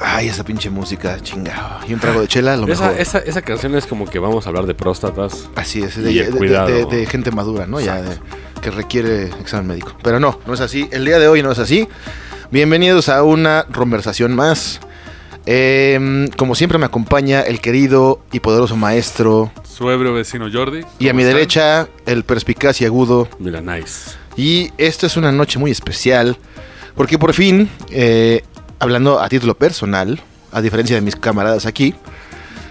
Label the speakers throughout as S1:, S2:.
S1: Ay, esa pinche música, chingado. Y un trago de chela, a lo
S2: Esa,
S1: mejor.
S2: esa, esa canción es como que vamos a hablar de próstatas.
S1: Así es, de,
S2: Y el
S1: de- de-
S2: cuidado.
S1: de- de gente madura, ¿no? Ya de- que requiere examen médico. Pero no, no es así. El día de hoy no es así. Bienvenidos a una conversación más. Em, como siempre me acompaña el querido y poderoso maestro.
S3: Su ebrio vecino Jordi.
S1: Y a mi
S3: ¿Cómo están?
S1: derecha, el perspicaz y agudo.
S2: Mira, nice.
S1: Y esta es una noche muy especial. Porque por fin, eh, hablando a título personal, a diferencia de mis camaradas aquí,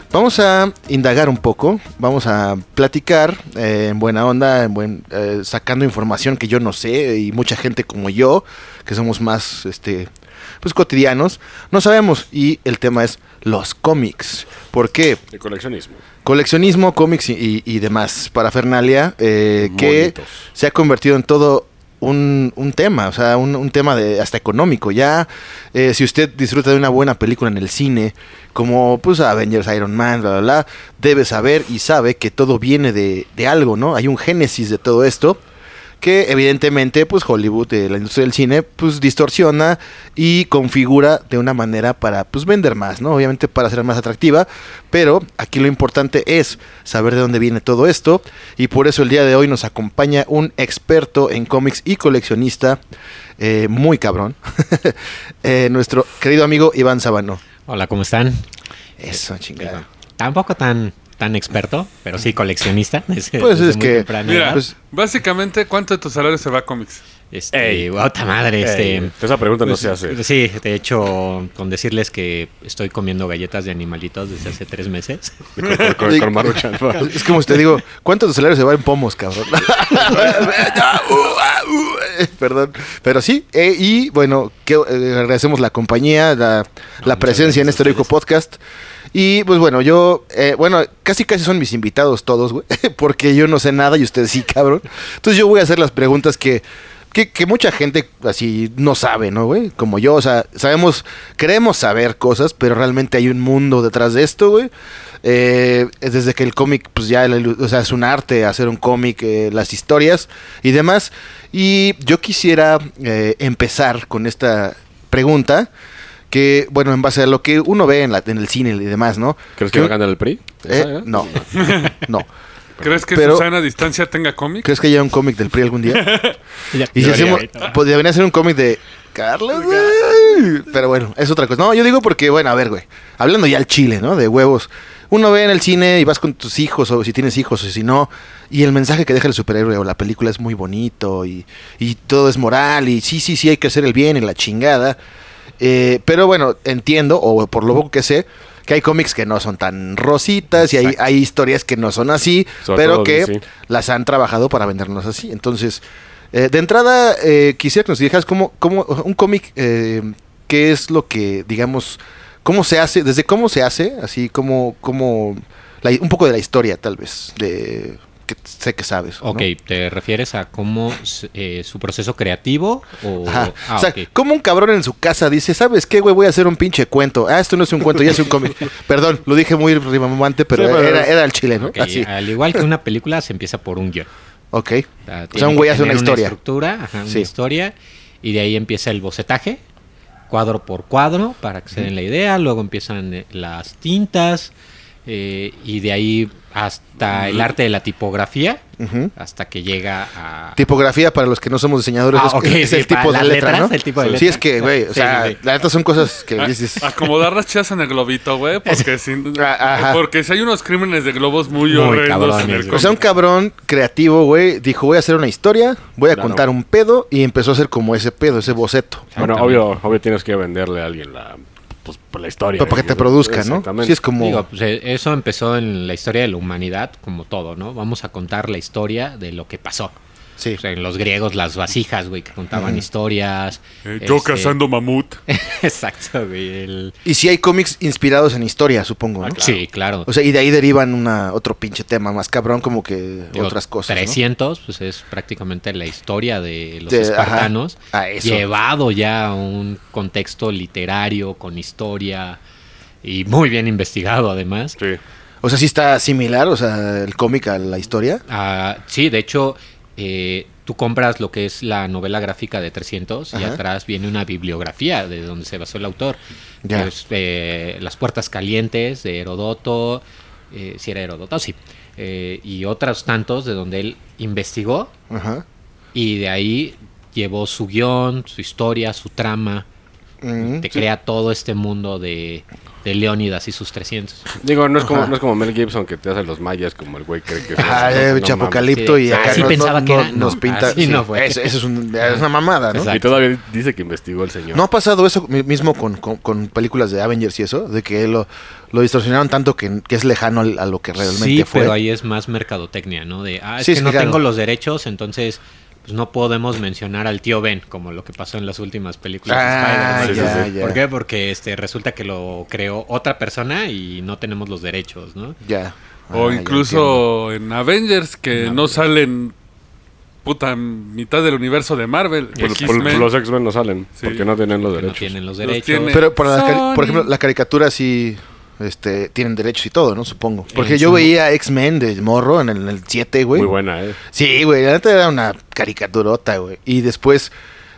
S1: Vamos a indagar un poco, vamos a platicar eh, en buena onda, en buen- eh, sacando información que yo no sé y mucha gente como yo, que somos más este, pues, cotidianos, no sabemos. Y el tema es los cómics. ¿Por qué?
S2: De coleccionismo.
S1: Coleccionismo, cómics y, y- y demás parafernalia eh, que
S2: Monitos.
S1: se ha convertido en todo un, un tema, o sea, un, un tema de hasta económico. Ya, eh, si usted disfruta de una buena película en el cine, como pues Avengers, Iron Man, bla, bla, bla, debe saber y sabe que todo viene de, de algo, ¿no? Hay un génesis de todo esto que evidentemente pues Hollywood, eh, la industria del cine, pues distorsiona y configura de una manera para pues vender más, ¿no? Obviamente para ser más atractiva, pero aquí lo importante es saber de dónde viene todo esto y por eso el día de hoy nos acompaña un experto en cómics y coleccionista eh, muy cabrón, eh, nuestro querido amigo Iván Sabano.
S4: Hola, ¿cómo están?
S1: Eso, chingada.
S4: Tampoco tan tan experto, pero sí coleccionista. desde-
S1: Pues
S4: desde
S1: es
S4: muy
S1: que-
S4: temprana
S3: Mira,
S4: edad.
S1: pues-
S3: básicamente, ¿cuánto de tu salario se va a cómics?
S4: Este,
S2: Ey.
S4: guauta madre, este.
S2: Ey, esa pregunta no
S4: pues,
S2: se hace.
S4: Sí, de hecho, con decirles que estoy comiendo galletas de animalitos desde hace tres meses.
S2: Con, con- con- con Maruchan.
S1: Es como si te digo, ¿cuántos salario se va en pomos, cabrón? Perdón. Pero sí, eh, y bueno, que, eh, agradecemos la compañía, la, la
S4: muchas
S1: presencia en
S4: gracias
S1: este
S4: a
S1: rico
S4: ustedes.
S1: podcast. Y pues bueno, yo, eh, bueno, casi casi son mis invitados todos, güey, porque yo no sé nada y ustedes sí, cabrón. Entonces yo voy a hacer las preguntas que, que, que mucha gente así no sabe, ¿no, güey? Como yo, o sea, sabemos, queremos saber cosas, pero realmente hay un mundo detrás de esto, güey. Eh, es desde que el cómic, pues ya, la ilu- o sea, es un arte hacer un cómic, eh, las historias y demás. Y yo quisiera eh, empezar con esta pregunta que, bueno, en base a lo que uno ve en, la, en el cine y demás, ¿no?
S2: ¿Crees que va a ganar el PRI?
S1: Eh,
S2: ¿Esa, eh?
S1: No, no.
S3: ¿Crees que
S1: Pero-
S3: Susana a distancia tenga cómics?
S1: ¿Crees que haya un cómic del PRI algún día? Y si hacemos, pues debería ser un cómic de Carlos, güey. Pero bueno, es otra cosa. No, yo digo porque, bueno, a ver, güey. Hablando ya al chile, ¿no? De huevos. Uno ve en el cine y vas con tus hijos, o si tienes hijos, o si no, y el mensaje que deja el superhéroe o la película es muy bonito, y, y todo es moral, y sí, sí, sí, hay que hacer el bien y la chingada. Eh, pero bueno, entiendo, o por lo poco que sé, que hay cómics que no son tan rositas y hay, hay historias que no son así,
S2: Sobre
S1: pero
S2: todo
S1: que
S2: DC.
S1: las han trabajado para vendernos así. Entonces, eh, de entrada, eh, quisiera que nos dijeras cómo, cómo un cómic, eh, qué es lo que, digamos, cómo se hace, desde cómo se hace, así como, como la- un poco de la historia, tal vez, de que sé que sabes. ¿no?
S4: Ok, ¿te refieres a cómo s- eh, su proceso creativo? O,
S1: Ajá.
S4: Ah,
S1: o sea,
S4: ok.
S1: como un cabrón en su casa dice, ¿sabes qué, güey? Voy a hacer un pinche cuento. Ah, esto no es un cuento, ya es un cómic. Perdón, lo dije muy rimamante, pero,
S2: Sí, pero-
S1: era, era el chileno.
S4: Ok, ah,
S1: Así.
S4: Al igual que una película, se empieza por un guión.
S1: Ok.
S4: sea,
S1: O sea, un
S4: ah, tiene
S1: güey
S4: que
S1: hace una
S4: tener
S1: historia.
S4: estructura, ajá, una
S1: Sí.
S4: historia, y de ahí empieza el bocetaje, cuadro por cuadro, para que se den la idea. Luego empiezan eh, las tintas, eh, y de ahí hasta el arte de la tipografía,
S1: Ujú.
S4: hasta que llega a.
S1: Tipografía para los que no somos diseñadores
S4: Ah,
S1: es,
S4: ok,
S1: es el
S4: sí, para
S1: tipo de
S4: las
S1: letra,
S4: letras,
S1: ¿no?
S4: el tipo de
S1: Sí,
S4: letra.
S1: es que, güey, o
S4: Sí,
S1: sea,
S4: sí, Ah, sí.
S1: la neta son cosas que
S3: A-
S1: dices.
S3: acomodar las chas en el globito, güey, porque sin-
S1: Ah, ajá.
S3: porque si hay unos crímenes de globos muy,
S4: Muy
S3: horrendos
S4: cabrones,
S3: en el
S4: güey.
S1: O sea, un
S3: cómic.
S1: cabrón creativo, güey, dijo, voy a hacer una historia, voy a
S2: Claro.
S1: contar un pedo, y empezó a hacer como ese pedo, ese boceto.
S2: Bueno,
S4: Exactamente.
S2: obvio, obvio tienes que venderle a alguien la, pues, por la historia.
S1: Para que te
S2: ¿no?
S1: produzca, ¿no?
S2: Exactamente.
S1: Sí, es como...
S4: Digo, pues, eh, eso empezó en la historia de la humanidad, como todo, ¿no? Vamos a contar la historia de lo que pasó.
S1: Sí.
S4: O sea, en los griegos, las vasijas, güey, que contaban historias.
S3: Eh, yo
S4: este-
S3: cazando mamut.
S4: Exacto, güey. el-
S1: Y si hay cómics inspirados en historia, supongo, ¿no?
S4: Sí, Ah, claro.
S1: Ah, O sea, y de ahí derivan una, otro pinche tema más cabrón, como que
S4: Digo,
S1: otras cosas. ¿no?
S4: 300, pues es prácticamente la historia de los
S1: De- ajá,
S4: espartanos,
S1: a eso.
S4: llevado ya a un contexto literario, con historia, y muy bien investigado además. Ah, Sí,
S2: Sí.
S1: O sea, sí está similar, o sea, el cómic a la historia.
S4: Ah, de hecho, eh, tú compras lo que es la novela gráfica de 300 y
S1: Ajá.
S4: atrás viene una bibliografía de donde se basó el autor.
S1: Ya.
S4: Que es, eh, Las puertas calientes de Herodoto, eh, si era Herodoto, sí, eh, y otros tantos de donde él investigó
S1: Ajá.
S4: Y de ahí llevó su guión, su historia, su trama.
S1: Mm.
S4: Te crea todo este mundo de, de Leónidas y sus 300.
S2: Digo, no es, como,
S1: Ajá.
S2: no es como Mel Gibson que te hace los mayas como el güey cree que es.
S1: Ah, eh,
S2: No
S1: Chapocalipto
S4: mames.
S1: y
S4: Sí,
S1: acá
S4: así
S1: no- no-
S4: pensaba que
S1: no-
S4: era, no.
S1: nos pinta.
S4: Así
S1: sí,
S4: no fue.
S1: Eso, eso es, un- es una mamada, ¿no?
S2: mames. Y
S4: Exacto.
S2: todavía dice que investigó el señor.
S1: ¿No ha pasado eso mi- mismo con, con- con películas de Avengers y eso? De que lo, lo distorsionaron tanto que, que es lejano al- a lo que realmente
S4: sí,
S1: fue.
S4: pero ahí es más mercadotecnia, ¿no? De, ah, es
S1: Sí,
S4: que
S1: sí,
S4: no
S1: claro.
S4: tengo los derechos, entonces pues, no podemos mencionar al tío Ben, como lo que pasó en las últimas películas
S1: Ah,
S4: de
S2: ya,
S4: Spider-Man.
S1: ya.
S4: ¿Por qué? Porque este, resulta que lo creó otra persona y no tenemos los derechos, ¿no?
S1: Ya.
S3: O
S1: Ah, ya
S3: incluso en Avengers, que
S4: En
S3: no
S4: Avengers.
S3: salen puta mitad del universo de Marvel.
S2: Por- por-
S3: X-Men.
S2: Pues, los X-Men no salen
S3: Sí.
S2: porque no tienen los
S4: Que no
S2: derechos.
S4: tienen los
S3: Los
S4: derechos.
S3: tiene-
S1: entiendo. Pero para la cari- por
S3: Sony.
S1: ejemplo, la caricatura sí este, tienen derechos y todo, ¿no? Supongo. Porque
S4: Eh,
S1: yo
S4: sí.
S1: veía X-Men de Morro en el, en el 7, güey.
S2: Muy buena, ¿eh?
S1: Sí, güey, la neta era una caricaturota, güey. Y después,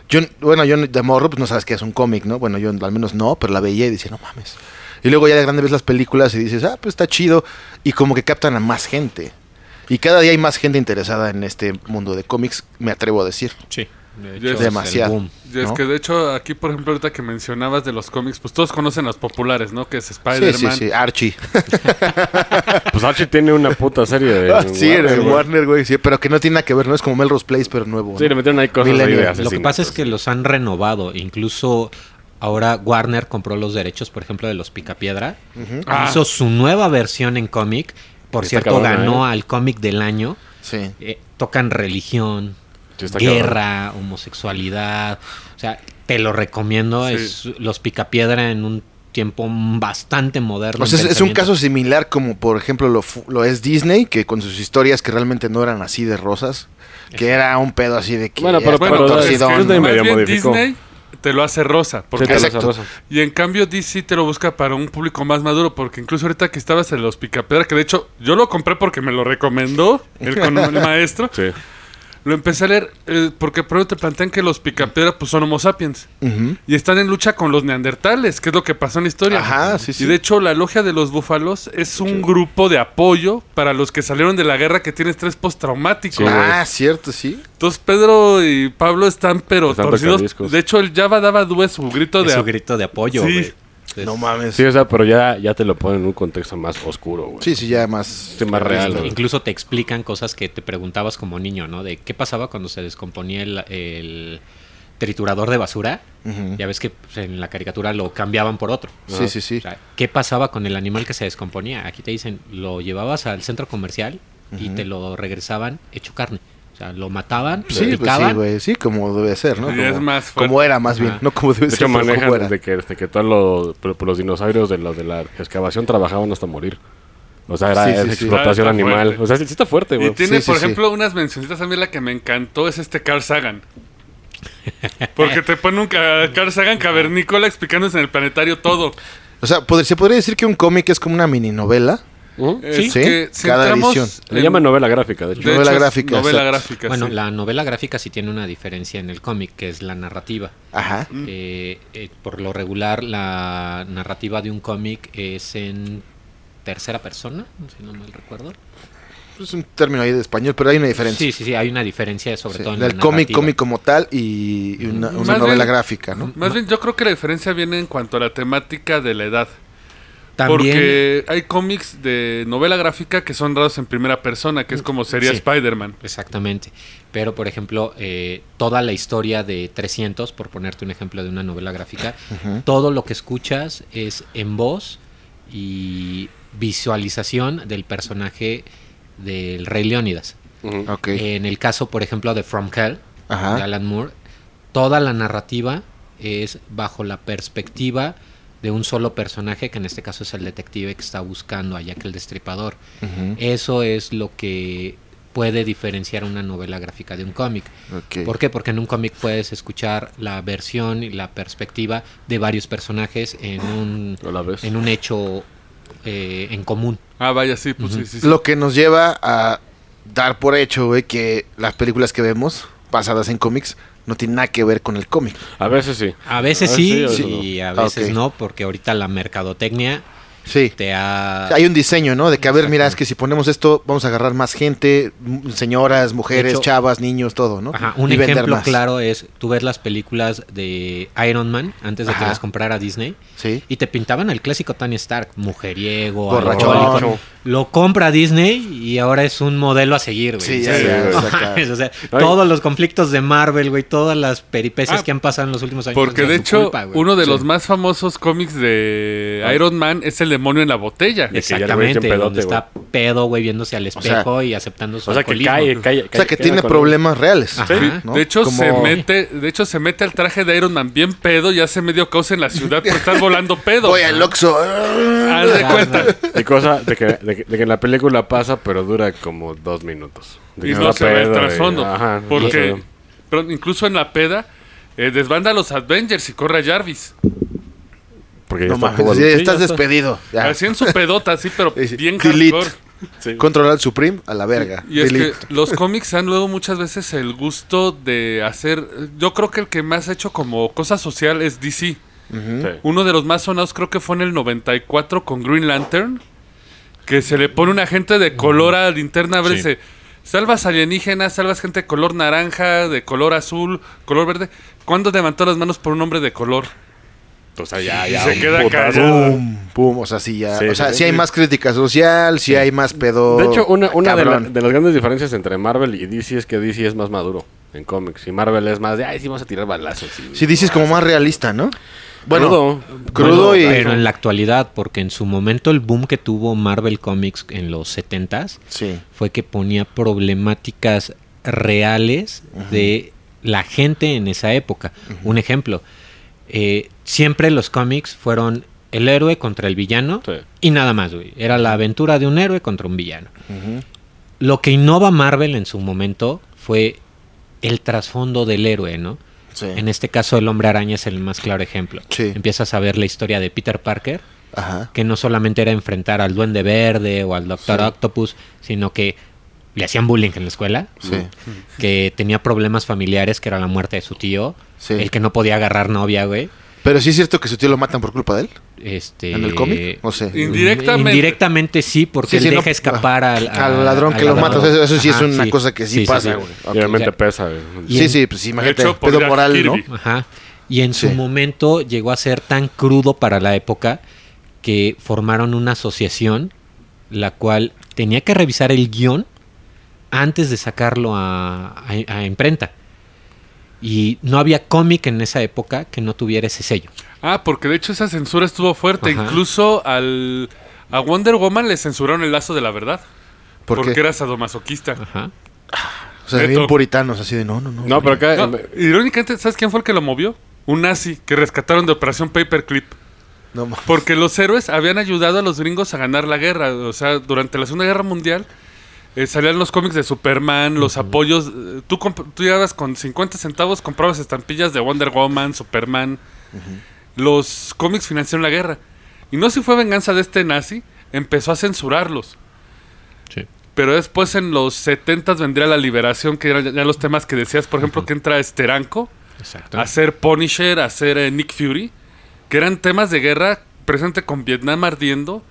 S1: yo, bueno, yo de morro, pues no sabes que es un cómic, ¿no? Bueno, yo al menos no, pero la veía y decía, no mames. Y luego ya de grande ves las películas y dices, ah, pues está chido. Y como que captan a más gente. Y cada día hay más gente interesada en este mundo de cómics, me atrevo a decir.
S4: Sí. de
S3: Ya
S4: hecho,
S3: es
S4: el
S1: demasiado.
S4: boom.
S3: Y es
S1: ¿no?
S3: que de hecho aquí, por ejemplo, ahorita que mencionabas de los cómics, pues todos conocen los populares, ¿no? Que es
S1: Sí, sí,
S3: Spider-Man.
S1: sí, Archie.
S2: Pues Archie tiene una puta serie de.
S1: Ah, sí,
S2: Warner,
S1: era el
S2: güey.
S1: Warner, güey. Sí, pero que no tiene nada que ver, ¿no? Es como Melrose Place, pero nuevo.
S2: Sí,
S1: ¿no?
S2: le metieron ahí cosas ahí de
S1: Millennium. Lo
S4: Lo que
S2: asesinatos.
S4: pasa es que los han renovado. Incluso ahora Warner compró los derechos, por ejemplo, de los Picapiedra.
S3: Ah.
S4: Hizo su nueva versión en cómic. Por
S2: Está
S4: cierto,
S2: cabrona,
S4: ganó al cómic del año.
S1: Sí.
S4: Eh, tocan religión,
S2: Sí, está
S4: guerra, homosexualidad. O sea, te lo recomiendo.
S3: Sí.
S4: Es los Picapiedra en un tiempo bastante moderno.
S1: O sea,
S4: en
S1: es, es un
S4: pensamiento.
S1: caso similar como, por ejemplo, lo, fu- lo es Disney, que con sus historias que realmente no eran así de rosas, que era un pedo así de que...
S2: Bueno,
S1: ya
S2: pero-
S1: está
S3: Bueno,
S2: pero-
S1: torcidón,
S3: es que
S2: Disney
S1: ¿no?
S3: más
S2: medio
S3: bien
S2: modificó.
S3: Disney te lo hace rosa.
S2: Sí,
S3: Porque
S2: te lo
S1: Exacto.
S2: sabroso.
S3: Y en cambio DC te lo busca para un público más maduro, porque incluso ahorita que estabas en los Picapiedra, que de hecho yo lo compré porque me lo recomendó el, con el maestro,
S2: Sí.
S3: lo empecé a leer eh, porque primero te plantean que los Picapiedra pues son Homo sapiens
S1: Ujú.
S3: y están en lucha con los neandertales, que es lo que pasó en la historia.
S1: Ajá, sí, sí.
S3: Y de hecho la logia de los búfalos es un grupo de apoyo para los que salieron de la guerra que tienen estrés postraumático.
S2: Sí, güey.
S1: ah, cierto, sí.
S3: Entonces Pedro y Pablo están pero
S2: Están
S3: torcidos.
S2: tocadiscos.
S3: De hecho el Java daba due su grito
S4: Es
S3: de
S4: su
S3: apoyo.
S4: grito de apoyo,
S3: Sí.
S4: güey. Es-
S1: No mames.
S2: Sí, o sea, pero ya, ya te lo ponen en un contexto más oscuro, güey.
S1: Sí, sí, ya más...
S2: Sí, más real, güey.
S4: Este, Incluso te explican cosas que te preguntabas como niño, ¿no? De qué pasaba cuando se descomponía el, el triturador de basura.
S1: Ujú.
S4: Ya ves que pues, en la caricatura lo cambiaban por otro.
S1: Sí, sí, sí.
S4: O sea, ¿Qué pasaba con el animal que se descomponía? Aquí te dicen, lo llevabas al centro comercial y te lo regresaban hecho carne. O sea, lo mataban, lo
S1: Sí, pues sí,
S4: picaban.
S1: güey. Sí, como debe ser, ¿no?
S3: Y
S1: Como,
S3: es más fuerte.
S1: como era, más bien.
S4: Ajá.
S1: No como debe
S2: De
S1: ser,
S2: hecho,
S1: pero como era.
S2: manejan de que, de que todos los, por- por los dinosaurios de la, de la excavación trabajaban hasta morir. O sea, era
S1: Sí, sí,
S2: es
S1: sí.
S2: explotación
S3: Ah, está
S2: animal.
S3: fuerte.
S2: O sea, sí, sí está fuerte,
S3: Y
S2: güey.
S3: tiene,
S1: sí,
S3: por
S1: sí.
S3: ejemplo, unas mencioncitas a mí la que me encantó es este Carl Sagan. Porque te pone un ca- Carl Sagan cavernícola explicándose en el planetario todo.
S1: O sea, pod- se podría decir que un cómic es como una mininovela.
S2: Ujú.
S3: ¿Mm? Es
S1: Sí,
S3: que
S1: cada
S3: entramos
S1: edición.
S2: Le
S3: en-
S2: llaman novela gráfica, de
S3: de
S2: hecho.
S3: hecho,
S1: Novela
S3: es
S1: gráfica,
S3: Novela
S1: exacto.
S3: gráfica,
S4: Bueno,
S3: sí.
S4: la novela gráfica sí tiene una diferencia en el cómic, que es la narrativa.
S1: Ajá.
S4: Eh, eh, por lo regular, la narrativa de un cómic es en tercera persona, si no mal recuerdo.
S1: Es un término ahí de español, pero hay una diferencia.
S4: Sí, sí, sí, hay una diferencia sobre
S1: Sí,
S4: todo en
S1: del
S4: la
S1: cómic,
S4: narrativa. Mm,
S1: cómic como tal y, y una, una
S3: Más bien-
S1: novela gráfica, ¿no?
S3: Más bien, yo creo que la diferencia viene en cuanto a la temática de la edad.
S4: También,
S3: Porque hay cómics de novela gráfica que son dados en primera persona, que es como sería
S4: Mm, Sí.
S3: Spider-Man.
S4: exactamente. Pero, por ejemplo, eh, toda la historia de 300, por ponerte un ejemplo de una novela gráfica, todo lo que escuchas es en voz y visualización del personaje del Rey Leónidas.
S2: Ujú.
S1: Ok.
S4: En el caso, por ejemplo, de From Hell,
S1: Ajá.
S4: de Alan Moore, toda la narrativa es bajo la perspectiva de un solo personaje, que en este caso es el detective que está buscando a Jack el Destripador.
S1: Ujú.
S4: Eso es lo que puede diferenciar una novela gráfica de un cómic.
S1: Ok.
S4: ¿Por qué? Porque en un cómic puedes escuchar la versión y la perspectiva de varios personajes en un,
S2: A la vez.
S4: en un hecho eh, en común.
S3: Ah, vaya, sí, pues sí, sí. sí.
S1: Lo que nos lleva a dar por hecho, güey, que las películas que vemos basadas en cómics no tienen nada que ver con el cómic.
S2: A veces sí.
S4: A veces
S2: Ah,
S4: sí,
S2: sí,
S4: y a
S1: Ah,
S4: veces
S1: ok.
S4: no, porque ahorita la mercadotecnia
S1: Sí.
S4: te ha...
S1: Hay un diseño, ¿no? De que, a ver, mira,
S4: Exacto.
S1: es que si ponemos esto, vamos a agarrar más gente, m- señoras, mujeres,
S4: De hecho-
S1: chavas, niños, todo, ¿no?
S4: Ajá, un
S1: Y vender
S4: ejemplo
S1: más.
S4: claro es, tú ves las películas de Iron Man antes de
S1: Ajá.
S4: que las comprara Disney
S1: Sí.
S4: y te pintaban el clásico Tony Stark, mujeriego,
S1: Borrachón.
S4: alcohólico. Lo compra Disney y ahora es un modelo a seguir, güey.
S1: Sí,
S4: O
S1: ya,
S4: sea,
S1: ya,
S4: no
S1: o sea, claro.
S4: mames, o sea,
S2: Ay.
S4: todos los conflictos de Marvel, güey, todas las peripecias
S3: Ah,
S4: que han pasado en los últimos años.
S3: Porque
S4: son
S3: de
S4: su
S3: hecho,
S4: culpa, güey.
S3: uno de los más famosos cómics de
S1: Ah.
S3: Iron Man es el demonio en la botella.
S2: De que ya le metió
S4: Exactamente,
S2: un pedote,
S4: donde está pedo, güey, viéndose al espejo y aceptando su
S2: O sea, que
S4: alcoholismo.
S2: cae, cae,
S1: O sea, que tiene problemas reales.
S4: Ajá. Sí.
S1: ¿no?
S3: De hecho,
S1: Como-
S3: se mete, de hecho, se mete al traje de Iron Man bien pedo y hace medio caos en la ciudad por estar volando pedo.
S1: Voy al Oxxo.
S3: Haz de
S4: Claro,
S3: cuenta.
S4: claro.
S2: De cosa de que, de, que- de que la película pasa, pero dura como dos minutos. De
S3: Y
S2: que
S3: no
S2: está
S3: se ve el
S2: pedo y-
S3: trasfondo.
S2: ajá,
S3: porque
S2: no se ve.
S3: pero incluso en la peda eh, desbanda a los Avengers y corre a Jarvis.
S2: Porque ya
S1: No
S2: está
S1: mames,
S2: jugando.
S1: sí,
S2: Sí,
S1: estás
S2: ya está.
S1: despedido. Ya.
S3: Así en su pedota, así, pero
S1: Sí, sí.
S3: bien
S1: Delete.
S3: hardcore.
S1: Controlar el Supreme a la verga.
S3: Y es que
S1: Delete.
S3: los cómics han luego muchas veces el gusto de hacer. Yo creo que el que más ha hecho como cosa social es
S2: Sí.
S3: DC. Uno de los más sonados creo que fue en el 94 con Green Lantern, que se le pone un agente de color a la linterna verde.
S2: Sí.
S3: dice, Salvas alienígenas, salvas gente de color naranja, de color azul, color verde. ¿Cuándo levantó las manos por un hombre de color?
S2: O sea, ya,
S3: Y
S2: ya.
S3: se
S2: un
S3: queda
S2: putazo.
S3: callado.
S1: Pum, pum, o sea, sí ya.
S2: Sí,
S1: o sea,
S2: sí,
S1: sí,
S2: sí.
S1: hay más crítica social, sí, hay más pedo.
S2: De hecho, una, una de, la-
S1: cabrón.
S2: de las grandes diferencias entre Marvel y DC es que DC es más maduro en cómics. Y Marvel es más de, ay, sí, vamos a tirar balazos. y-
S1: Sí, dices como más realista, ¿no? Bueno,
S2: Crudo.
S1: crudo,
S2: Bueno,
S1: y.
S4: Pero en la actualidad, porque en su momento el boom que tuvo Marvel Comics en los 70s
S1: Sí.
S4: fue que ponía problemáticas reales de la gente en esa época. Un ejemplo, eh, siempre los cómics fueron el héroe contra el villano
S2: Sí.
S4: y nada más, güey. Era la aventura de un héroe contra un villano. Lo que innova Marvel en su momento fue el trasfondo del héroe, ¿no?
S1: Sí.
S4: En este caso, el hombre araña es el más claro ejemplo.
S1: Sí.
S4: Empiezas a ver la historia de Peter Parker,
S1: Ajá.
S4: que no solamente era enfrentar al Duende Verde o al Doctor
S1: Sí.
S4: Octopus, sino que le hacían bullying en la escuela,
S1: Sí.
S4: que tenía problemas familiares, que era la muerte de su tío,
S1: Sí.
S4: el que no podía agarrar novia, güey.
S1: Pero sí es cierto que su tío lo matan por culpa de él.
S4: Este,
S1: ¿En el cómic? No sé.
S3: Indirectamente.
S4: Indirectamente sí, porque
S1: Sí, sí,
S4: él
S1: no.
S4: deja escapar al,
S1: Al ladrón que lo mata. O sea, eso sí es una cosa que sí pasa, güey.
S2: Y obviamente
S4: O sea,
S2: pesa. güey.
S4: y
S1: Sí,
S4: en-
S1: sí, pues imagínate.
S3: Hecho por
S1: pedo
S3: Jack
S1: moral,
S3: Kirby.
S1: ¿no?
S4: Ajá. Y en su
S1: Sí.
S4: momento llegó a ser tan crudo para la época que formaron una asociación la cual tenía que revisar el guión antes de sacarlo a, a- a imprenta. Y no había cómic en esa época que no tuviera ese sello.
S3: Ah, porque de hecho esa censura estuvo fuerte.
S4: Ajá.
S3: Incluso al, a Wonder Woman le censuraron el lazo de la verdad.
S1: ¿Por
S3: porque
S1: qué?
S3: era sadomasoquista.
S4: Ajá.
S1: O sea,
S3: Neto.
S1: bien puritanos, así de no, no, no.
S2: No, pero acá.
S3: No, irónicamente, ¿sabes quién fue el que lo movió? Un nazi que rescataron de Operación Paperclip.
S1: No, ma-
S3: Porque los héroes habían ayudado a los gringos a ganar la guerra. O sea, durante la Segunda Guerra Mundial eh, salían los cómics de Superman, los apoyos. eh, tú, comp- tú llegabas con 50 centavos, comprabas estampillas de Wonder Woman, Superman. Los cómics financiaron la guerra. Y no sé si fue venganza de este nazi, empezó a censurarlos.
S4: Sí.
S3: Pero después en los 70 vendría la liberación, que eran ya- ya los temas que decías, por ejemplo, que entra Esteranco
S4: Exacto.
S3: hacer Punisher, hacer eh, Nick Fury, que eran temas de guerra presente con Vietnam ardiendo.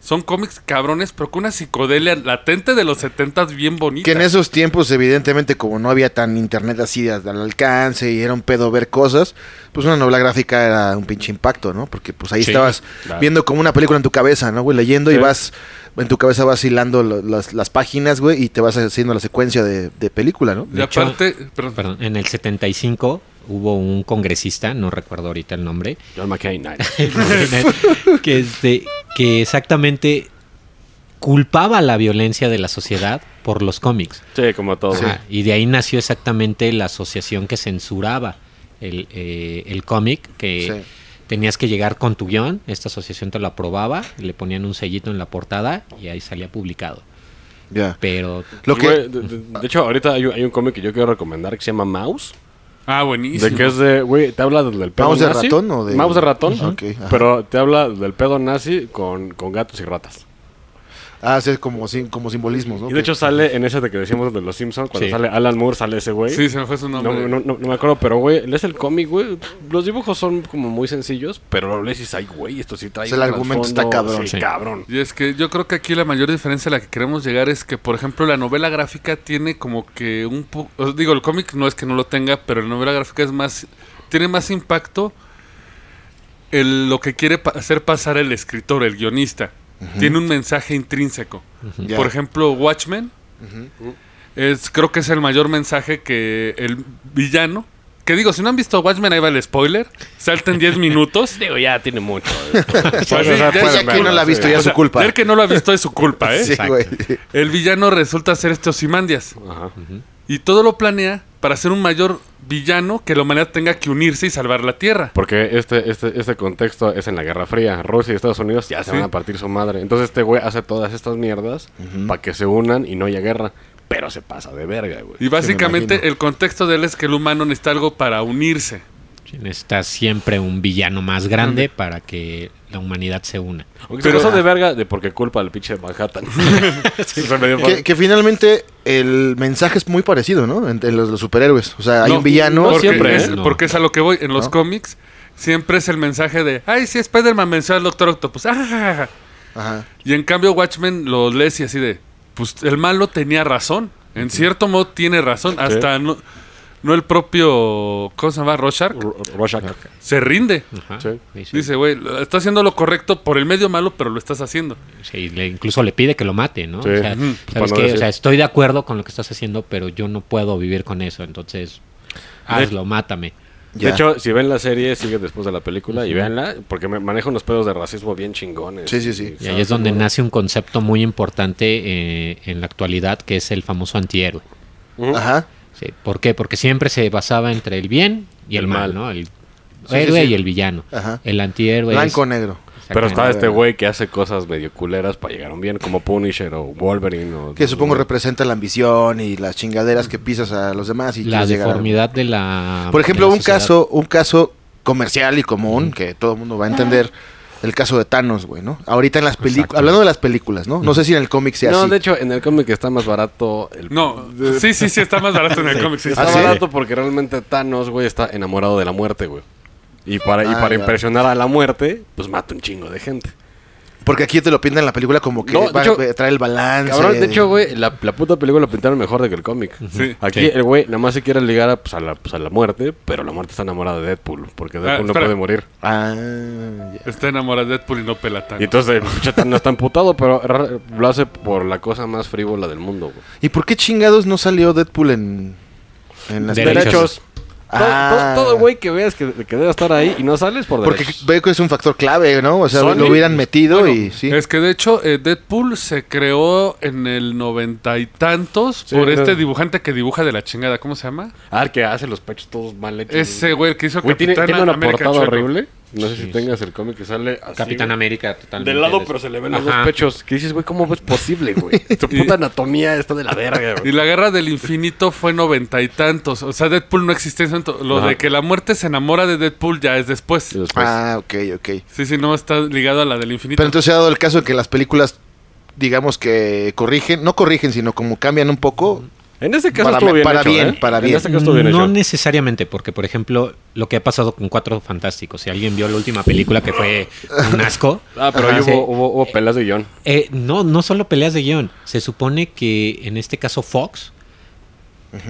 S3: Son cómics cabrones, pero con una psicodelia latente de los 70 bien bonita.
S1: Que en esos tiempos, evidentemente, como no había tan internet así al al alcance y era un pedo ver cosas, pues una novela gráfica era un pinche impacto, ¿no? Porque pues ahí
S4: Sí,
S1: estabas
S2: claro.
S1: viendo como una película en tu cabeza, ¿no, güey? Leyendo y
S2: Sí.
S1: vas, en tu cabeza vas hilando lo- las, las páginas, güey, y te vas haciendo la secuencia de, de película, ¿no?
S3: Y
S4: de hecho-
S3: aparte, perdón,
S4: Perdón, en el 75 hubo un congresista, no recuerdo ahorita el nombre,
S2: John McCain. nah.
S4: que, este, que exactamente culpaba la violencia de la sociedad por los cómics.
S2: Sí, como todo.
S4: Ajá, Y de ahí nació exactamente la asociación que censuraba el, eh, el cómic, que
S1: Sí.
S4: tenías que llegar con tu guión, esta asociación te lo aprobaba, le ponían un sellito en la portada y ahí salía publicado.
S1: Ya.
S4: Pero
S1: Lo
S2: Y,
S1: que.
S2: güey, de, de- de hecho, ahorita hay, un- hay un cómic que yo quiero recomendar que se llama Mouse.
S3: Ah,
S2: De
S3: buenísimo.
S2: que es de, güey, te habla del, del pedo
S1: ¿Mouse de
S2: nazi.
S1: ratón o de-
S2: Mouse de ratón.
S1: Ujú. Ok, ajá.
S2: pero te habla del pedo nazi con, con gatos y ratas.
S1: Ah, sí, es como, sim- como simbolismos, ¿no?
S2: Y de hecho sale en esa de que decíamos de los Simpsons, cuando
S4: Sí.
S2: sale Alan Moore, sale ese güey.
S3: Sí, se me fue su
S2: No,
S3: nombre.
S2: no, no, no me acuerdo, pero güey, lees el cómic, güey. Los dibujos son como muy sencillos, pero lo lees y dices, ay, güey, esto sí trae.
S1: O sea, el
S2: un
S1: argumento está
S2: trasfondo,
S1: cabrón.
S2: sí,
S4: Sí.
S2: cabrón.
S3: Y es que yo creo que aquí la mayor diferencia a la que queremos llegar es que, por ejemplo, la novela gráfica tiene como que un poco... Digo, el cómic no es que no lo tenga, pero la novela gráfica es más... Tiene más impacto el, lo que quiere pa- hacer pasar el escritor, el guionista. Tiene un mensaje intrínseco.
S1: Ya.
S3: Por ejemplo, Watchmen es, creo que es el mayor mensaje que el villano... Que digo, si no han visto Watchmen, ahí va el spoiler. Salten 10 minutos.
S2: Digo, ya tiene mucho. ¿eh? Pues,
S3: Sí, ya- ya
S1: quien no la ha visto, Pues ya es
S3: O
S1: su
S3: sea,
S1: culpa.
S3: el que no lo ha visto es su culpa, ¿eh?
S1: Sí, güey.
S3: El villano resulta ser este Osimandias.
S2: Ajá.
S3: Y todo lo planea para ser un mayor villano que la humanidad tenga que unirse y salvar la Tierra.
S2: Porque este, este, este contexto es en la Guerra Fría. Rusia y Estados Unidos ya se
S3: Sí.
S2: van a partir su madre. Entonces este güey hace todas estas mierdas para que se unan y no haya guerra. Pero se pasa de verga, güey.
S3: Y básicamente
S1: imagino.
S3: el contexto de él es que el humano necesita algo para unirse.
S4: necesita siempre un villano más grande para que la humanidad se una.
S2: Aunque
S3: Pero-
S2: se pasó de verga de porque culpa del pinche Manhattan. Se me dio por-
S1: Que, que finalmente el mensaje es muy parecido, ¿no? Entre los, los superhéroes. O sea, hay
S3: No,
S1: un villano.
S3: porque
S2: siempre,
S3: Es,
S4: ¿eh? No.
S3: Porque es a lo que voy. En los
S1: No.
S3: cómics siempre es el mensaje de, ay, sí, Spider-Man venció al Doctor Octopus. Ah, ja, ja, ja".
S1: Ajá.
S3: Y en cambio Watchmen lo lees y así de, pues el malo tenía razón. En cierto modo tiene razón. Hasta no, no el propio, ¿cómo se llama? Rorschach.
S2: Ro- Rorschach.
S3: Se rinde.
S4: Ajá.
S2: Sí.
S4: Y sí,
S3: Dice, güey, lo- está haciendo lo correcto por el medio malo, pero lo estás haciendo.
S4: sí, le- incluso le pide que lo mate, ¿no?
S2: Sí.
S4: O sea,
S2: Ujú. Para
S4: ¿sabes
S2: no
S4: qué?
S2: decir-
S4: O sea, estoy de acuerdo con lo que estás haciendo, pero yo no puedo vivir con eso, entonces hazlo, mátame.
S1: Ya.
S2: De hecho, si ven la serie, sigue después de la película y véanla, porque me maneja unos pedos de racismo bien chingones.
S1: Sí, sí, sí.
S4: Y ahí es donde nace un concepto muy importante eh, en la actualidad, que es el famoso antihéroe.
S2: Ujú.
S1: Ajá.
S4: Sí, ¿Por qué? Porque siempre se basaba entre el bien y el,
S2: El
S4: mal,
S2: mal.
S4: ¿no? El
S1: sí,
S4: héroe
S1: sí.
S4: y el villano.
S1: Ajá.
S4: El antihéroe.
S1: Blanco o
S4: es-
S1: negro.
S2: Pero está
S4: Exactamente.
S2: este güey que hace cosas medio culeras para llegar a un bien, como Punisher o Wolverine. O,
S1: Que supongo representa la ambición y las chingaderas que pisas a los demás y
S4: La
S1: quieres llegar a-
S4: deformidad de la.
S1: Por ejemplo,
S4: de la
S1: un
S4: sociedad.
S1: caso, un caso comercial y común que todo el mundo va a entender. El caso de Thanos, güey, ¿no? Ahorita en las películas,
S4: Exacto.
S1: hablando de las películas, ¿no? No sé si en el cómic sea
S2: no,
S1: así.
S2: de hecho, en el cómic está más barato. El...
S3: No, sí, sí, sí, está más barato en el cómic. sí, sí.
S2: Está
S1: ¿Ah, sí?
S2: barato porque realmente Thanos, güey, está enamorado de la muerte, güey. Y para, y
S1: Ah,
S2: para
S1: ya.
S2: impresionar a la muerte, pues mata un chingo de gente.
S1: Porque aquí te lo pintan en la película como que
S2: No, de
S1: va
S2: hecho-
S1: a traer el balance.
S2: Cabrón, de hecho, güey, la, la puta película la pintaron mejor de que el cómic.
S3: Sí.
S2: Aquí
S4: Sí.
S2: el güey nada más se quiere ligar a, pues, a la, pues, a la muerte, pero la muerte está enamorada de Deadpool, porque Deadpool no
S3: espera.
S2: puede morir.
S1: Ah, ya.
S3: Está enamorada de Deadpool y no pela
S2: Y
S3: tanto.
S2: entonces el pinche Thanos está emputado, pero ra- lo hace por la cosa más frívola del mundo, güey.
S1: ¿Y por qué chingados no salió Deadpool en, en las
S4: Derechos.
S1: películas?
S2: Derechos.
S1: Ah.
S2: Todo- Todo todo güey que veas que, que debe estar ahí y no sales por
S3: Pues,
S1: Porque
S2: derechos.
S1: veo que es un factor clave, ¿no? O sea,
S2: Sony.
S1: lo hubieran metido y sí.
S3: Es que de hecho eh, Deadpool se creó en el noventa y tantos
S2: Sí,
S3: por
S2: no.
S3: este dibujante que dibuja de la chingada. ¿Cómo se llama?
S2: Ah, el que hace los pechos todos mal hechos.
S3: Ese güey el que hizo
S2: Güey, tiene,
S3: Capitana
S2: tiene una
S3: América
S2: portada
S3: Chueco.
S2: horrible. No sé si
S4: Sí.
S2: tengas el cómic que sale así,
S4: Capitán
S2: güey.
S4: América, totalmente.
S2: Del lado,
S4: des-
S2: pero se le ven los
S4: Ajá.
S2: dos pechos. Que dices, güey, ¿cómo es posible, güey? Tu
S3: Y-
S2: puta anatomía está de la verga,
S3: Y
S2: güey.
S3: la guerra del infinito fue noventa y tantos. O sea, Deadpool no existe. tanto. Lo
S2: Ajá.
S3: de que la muerte se enamora de Deadpool ya es después.
S2: Y después-
S1: Ah, ok, ok.
S3: Sí, sí, no está ligado a la del infinito.
S1: Pero entonces se ha dado el caso de que las películas, digamos que corrigen, no corrigen, sino como cambian un poco.
S2: En este caso
S1: Para
S2: estuvo
S1: me-
S2: bien
S1: para
S2: hecho,
S1: bien,
S2: ¿eh?
S1: para
S2: En
S1: bien.
S2: este caso estuvo bien
S4: no
S2: hecho.
S4: necesariamente, porque por ejemplo, lo que ha pasado con Cuatro Fantásticos, si alguien vio la última película que fue un asco.
S2: Ah, pero ahí
S4: Ajá, sí.
S2: hubo, hubo, hubo pelas de guión.
S4: Eh, no, no solo peleas de guión. Se supone que en este caso Fox,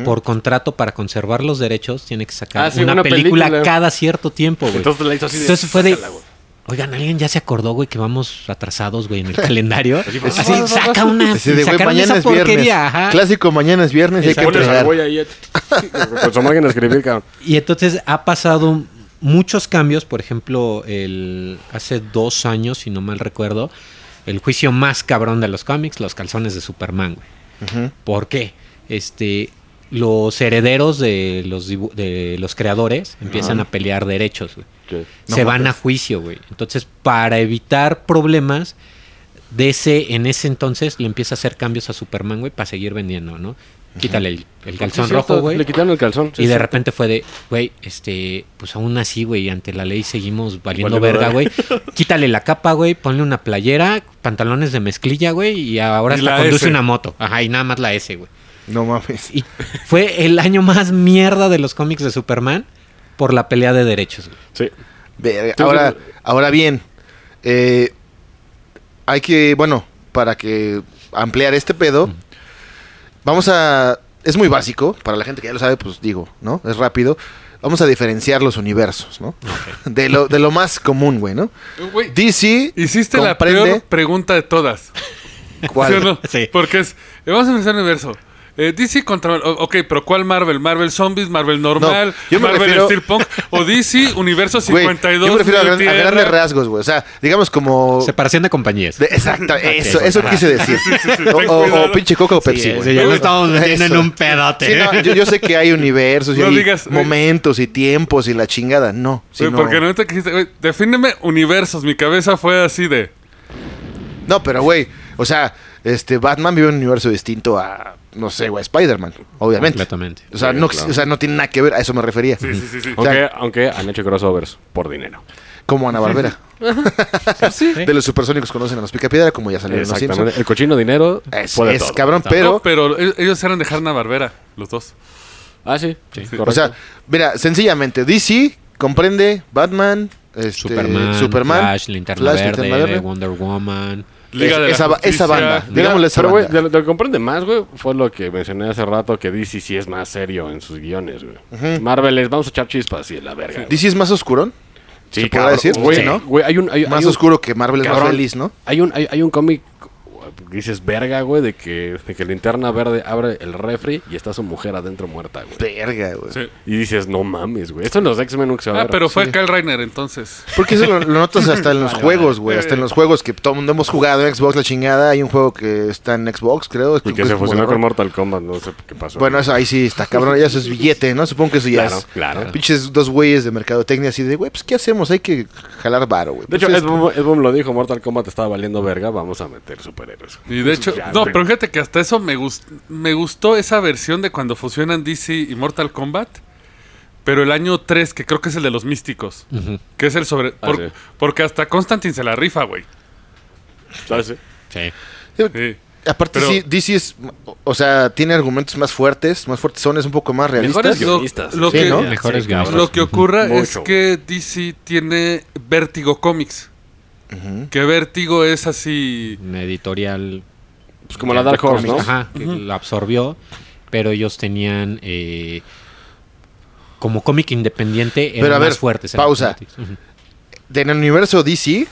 S4: por contrato para conservar los derechos, tiene que sacar
S2: Ah, sí,
S4: una,
S2: una
S4: película,
S2: película.
S4: cada cierto tiempo, güey. Entonces,
S2: Entonces la hizo así de...
S4: fue de...
S2: "Sácala, güey".
S4: Oigan, alguien ya se acordó, güey, que vamos atrasados, güey, en el calendario. Así,
S1: Ah,
S2: va, va, va,
S4: saca una...
S1: Así de, güey,
S4: sacaron
S1: mañana
S4: esa
S1: es viernes.
S4: porquería, ajá.
S1: Clásico, mañana es viernes y hay que
S4: Exacto.
S2: Pones al
S1: entregar.
S2: güey ahí... Con su máquina a escribir, cabrón.
S4: Y entonces ha pasado muchos cambios, por ejemplo, el, hace dos años, si no mal recuerdo, el juicio más cabrón de los cómics, los calzones de Superman, güey.
S1: Ujú.
S4: ¿Por qué? Este, los herederos de los, dibu- de los creadores empiezan a pelear derechos, güey.
S2: Sí.
S1: No
S4: se van a
S1: mames.
S4: juicio, güey. Entonces, para evitar problemas, DC en ese entonces le empieza a hacer cambios a Superman, güey, para seguir vendiendo, ¿no? Quítale el, el calzón
S2: Sí, cierto,
S4: rojo, güey.
S2: Le quitaron el calzón. sí,
S4: y de
S2: sí.
S4: repente fue de, güey, este, pues aún así, güey, ante la ley seguimos valiendo
S2: Valiendo
S4: verga,
S2: verga.
S4: güey. Quítale la capa, güey, ponle una playera, pantalones de mezclilla, güey, y ahora
S3: Y
S4: hasta
S3: la
S4: conduce
S3: S.
S4: una moto. Ajá, y nada más la S, güey.
S1: No mames.
S4: Y fue el año más mierda de los cómics de Superman por la pelea de derechos, güey.
S2: Sí.
S1: Verga.
S2: Entonces-
S1: ahora, ahora bien, eh, hay que, bueno, para que ampliar este pedo, vamos a... Es muy básico, para la gente que ya lo sabe, pues digo, ¿no? Es rápido. Vamos a diferenciar los universos, ¿no? De, lo, de lo más común, güey, ¿no?
S3: Güey,
S1: DC...
S3: hiciste la
S1: comprende
S3: peor pregunta de todas.
S1: cuál-
S3: ¿Sí o no?
S4: Sí.
S3: Porque es. eh, Vamos a empezar el universo. Eh, DC contra. o- Ok, pero ¿cuál Marvel? ¿Marvel Zombies? ¿Marvel normal?
S1: No, yo me
S3: ¿Marvel
S1: refiero-
S3: Steel Punk? ¿O DC Universo
S1: Güey,
S3: 52?
S1: yo me refiero a, gran- a
S3: Tierra?
S1: grandes rasgos, güey. O sea, digamos como...
S4: Separación de compañías.
S1: Oh. de- exacto, eso,
S4: ok,
S1: eso
S4: ajá.
S1: quise decir. O,
S3: ten
S1: o- o
S3: cuidado.
S1: pinche coca o Pepsi,
S4: Sí,
S1: güey.
S4: sí, ya lo estamos metiendo
S1: Eso.
S4: en un pedote.
S1: Sí, no, yo, yo sé que hay universos y
S3: No
S1: hay
S3: digas, güey.
S1: momentos y tiempos y la chingada. No. si
S3: Güey,
S1: no-
S3: Porque no te quisiste. güey, defíneme universos. Mi cabeza fue así de.
S1: No, pero güey, o sea, este Batman vive en un universo distinto a, no sé, güey, Spider-Man, obviamente.
S4: Completamente.
S1: O sea,
S2: Sí,
S1: no,
S2: claro.
S1: o sea, no tiene nada que ver, a eso me refería.
S3: Sí, sí, sí. sí.
S1: O sea,
S2: Aunque, aunque han hecho crossovers por dinero.
S1: Como Ana Barbera.
S4: Sí.
S1: De los supersónicos conocen a los Picapiedra, como ya salieron los
S2: Exactamente.
S1: Simpsons.
S2: El cochino dinero
S1: Es,
S2: puede
S1: es
S2: todo.
S1: cabrón,
S3: No,
S1: pero,
S3: pero e- ellos eran de Hanna Barbera, los dos.
S2: Ah, sí.
S1: o
S2: correcto.
S1: sea, mira, sencillamente, DC comprende Batman, este,
S4: Superman,
S1: Superman,
S4: Flash, Linterna
S1: Flash,
S4: Verde,
S1: Linterna Verde.
S4: Wonder Woman.
S3: Liga
S1: Es-
S3: de la
S1: esa, ba- esa
S3: Justicia.
S1: banda,
S3: Liga-
S1: digámosle esa
S2: Pero, güey,
S1: banda.
S2: de lo de lo que comprende más, güey, fue lo que mencioné hace rato, que DC sí es más serio en sus guiones, güey. Marvel es, vamos a echar chispas y la verga. güey.
S1: DC es más oscurón,
S2: Sí,
S1: ¿se podrá decir?
S2: Güey,
S1: Sí, ¿no?
S2: güey, hay un, hay-
S1: más
S2: hay un-
S1: oscuro que Marvel es más
S2: cabrón,
S1: feliz, ¿no?
S2: Hay un, hay, hay un cómic güey, que dices, verga, güey, de que, de que Linterna Verde abre el refri y está su mujer adentro muerta, güey.
S1: Verga, güey.
S3: Sí.
S2: Y dices, no mames, güey. Esto en los X-Men nunca se va a
S3: Ah,
S2: ver.
S3: pero fue Kyle Reiner entonces.
S1: Porque eso lo, lo notas hasta en los juegos, güey. Hasta en los juegos que todo el mundo hemos jugado en Xbox, la chingada. Hay un juego que está en Xbox, creo.
S2: Y
S1: que
S2: que
S1: es
S2: se
S1: como
S2: fusionó
S1: de-
S2: con Mortal Kombat, no sé qué pasó.
S1: Bueno, eso ahí sí está cabrón. Ya eso es billete, ¿no? Supongo que eso ya
S2: Claro,
S1: es.
S2: claro.
S1: Pinches dos güeyes de mercadotecnia así de, güey, pues ¿qué hacemos? Hay que jalar varo, güey.
S2: De
S1: Pues
S2: hecho,
S1: es-
S2: Ed Boom, Ed Boom lo dijo, Mortal Kombat estaba valiendo verga, vamos a meter superhéroes.
S3: Y de hecho,
S2: Ya,
S3: no,
S2: güey.
S3: pero fíjate que hasta eso me, gust- me gustó esa versión de cuando fusionan DC y Mortal Kombat. Pero el año 3, que creo que es el de los místicos. Que es el sobre.
S2: Ah,
S3: por-
S2: sí.
S3: Porque hasta Constantine se la rifa, güey.
S2: ¿Sabes?
S4: Sí.
S3: Sí.
S1: aparte,
S3: pero-
S1: sí, DC es. O sea, tiene argumentos más fuertes, más fuertes son, es un poco más realista.
S2: Mejores
S3: Lo-
S2: guionistas. Pues,
S3: lo
S1: Sí, que- ¿no?
S4: Mejores
S2: Ah,
S4: guionistas.
S3: Lo que ocurra
S2: Mucho.
S3: es que DC tiene Vértigo Comics. Que Vértigo es así.
S4: Una editorial.
S2: Pues como la Dark Horse, ¿no?
S4: Ajá, que la absorbió. Pero ellos tenían. eh, como cómic independiente, eran
S1: Pero a ver,
S4: más fuertes.
S1: pausa.
S4: Ujú.
S1: De En el universo DC,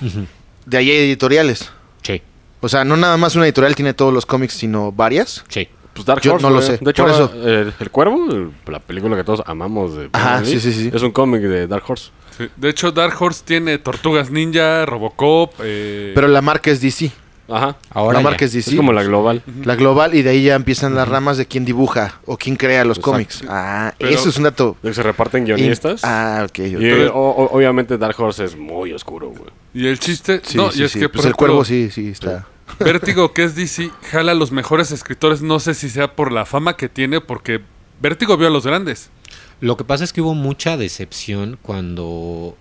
S1: de ahí hay editoriales.
S4: Sí,
S1: O sea, no nada más una editorial tiene todos los cómics, sino varias.
S4: sí.
S2: Pues Dark
S1: Yo
S2: Horse,
S1: no lo
S2: güey.
S1: sé,
S2: De hecho,
S1: por eso.
S2: eh, El Cuervo, el- la película que todos amamos de
S1: Ajá,
S2: Brandon Lee,
S1: sí, sí, sí.
S2: Es un cómic de Dark Horse.
S3: sí. De hecho, Dark Horse tiene Tortugas Ninja, Robocop. eh,
S1: Pero la marca es DC.
S2: Ajá.
S4: Ahora.
S1: la
S4: ya.
S1: marca es DC.
S2: Es como la global.
S1: La global y de ahí ya empiezan las ramas de quién dibuja o quién crea los cómics. Ah,
S3: Pero-
S1: eso es un dato.
S2: De que se reparten guionistas.
S1: In- Ah, ok. ok.
S2: y eh, o- o- obviamente Dark Horse es muy oscuro, güey.
S3: y el chiste.
S1: Sí,
S3: no,
S1: sí,
S3: y es
S1: sí.
S3: que. por
S1: pues el
S3: ejemplo,
S1: cuervo sí, sí está.
S3: Vértigo, que es DC, jala a los mejores escritores. No sé si sea por la fama que tiene, porque Vértigo vio a los grandes.
S4: Lo que pasa es que hubo mucha decepción cuando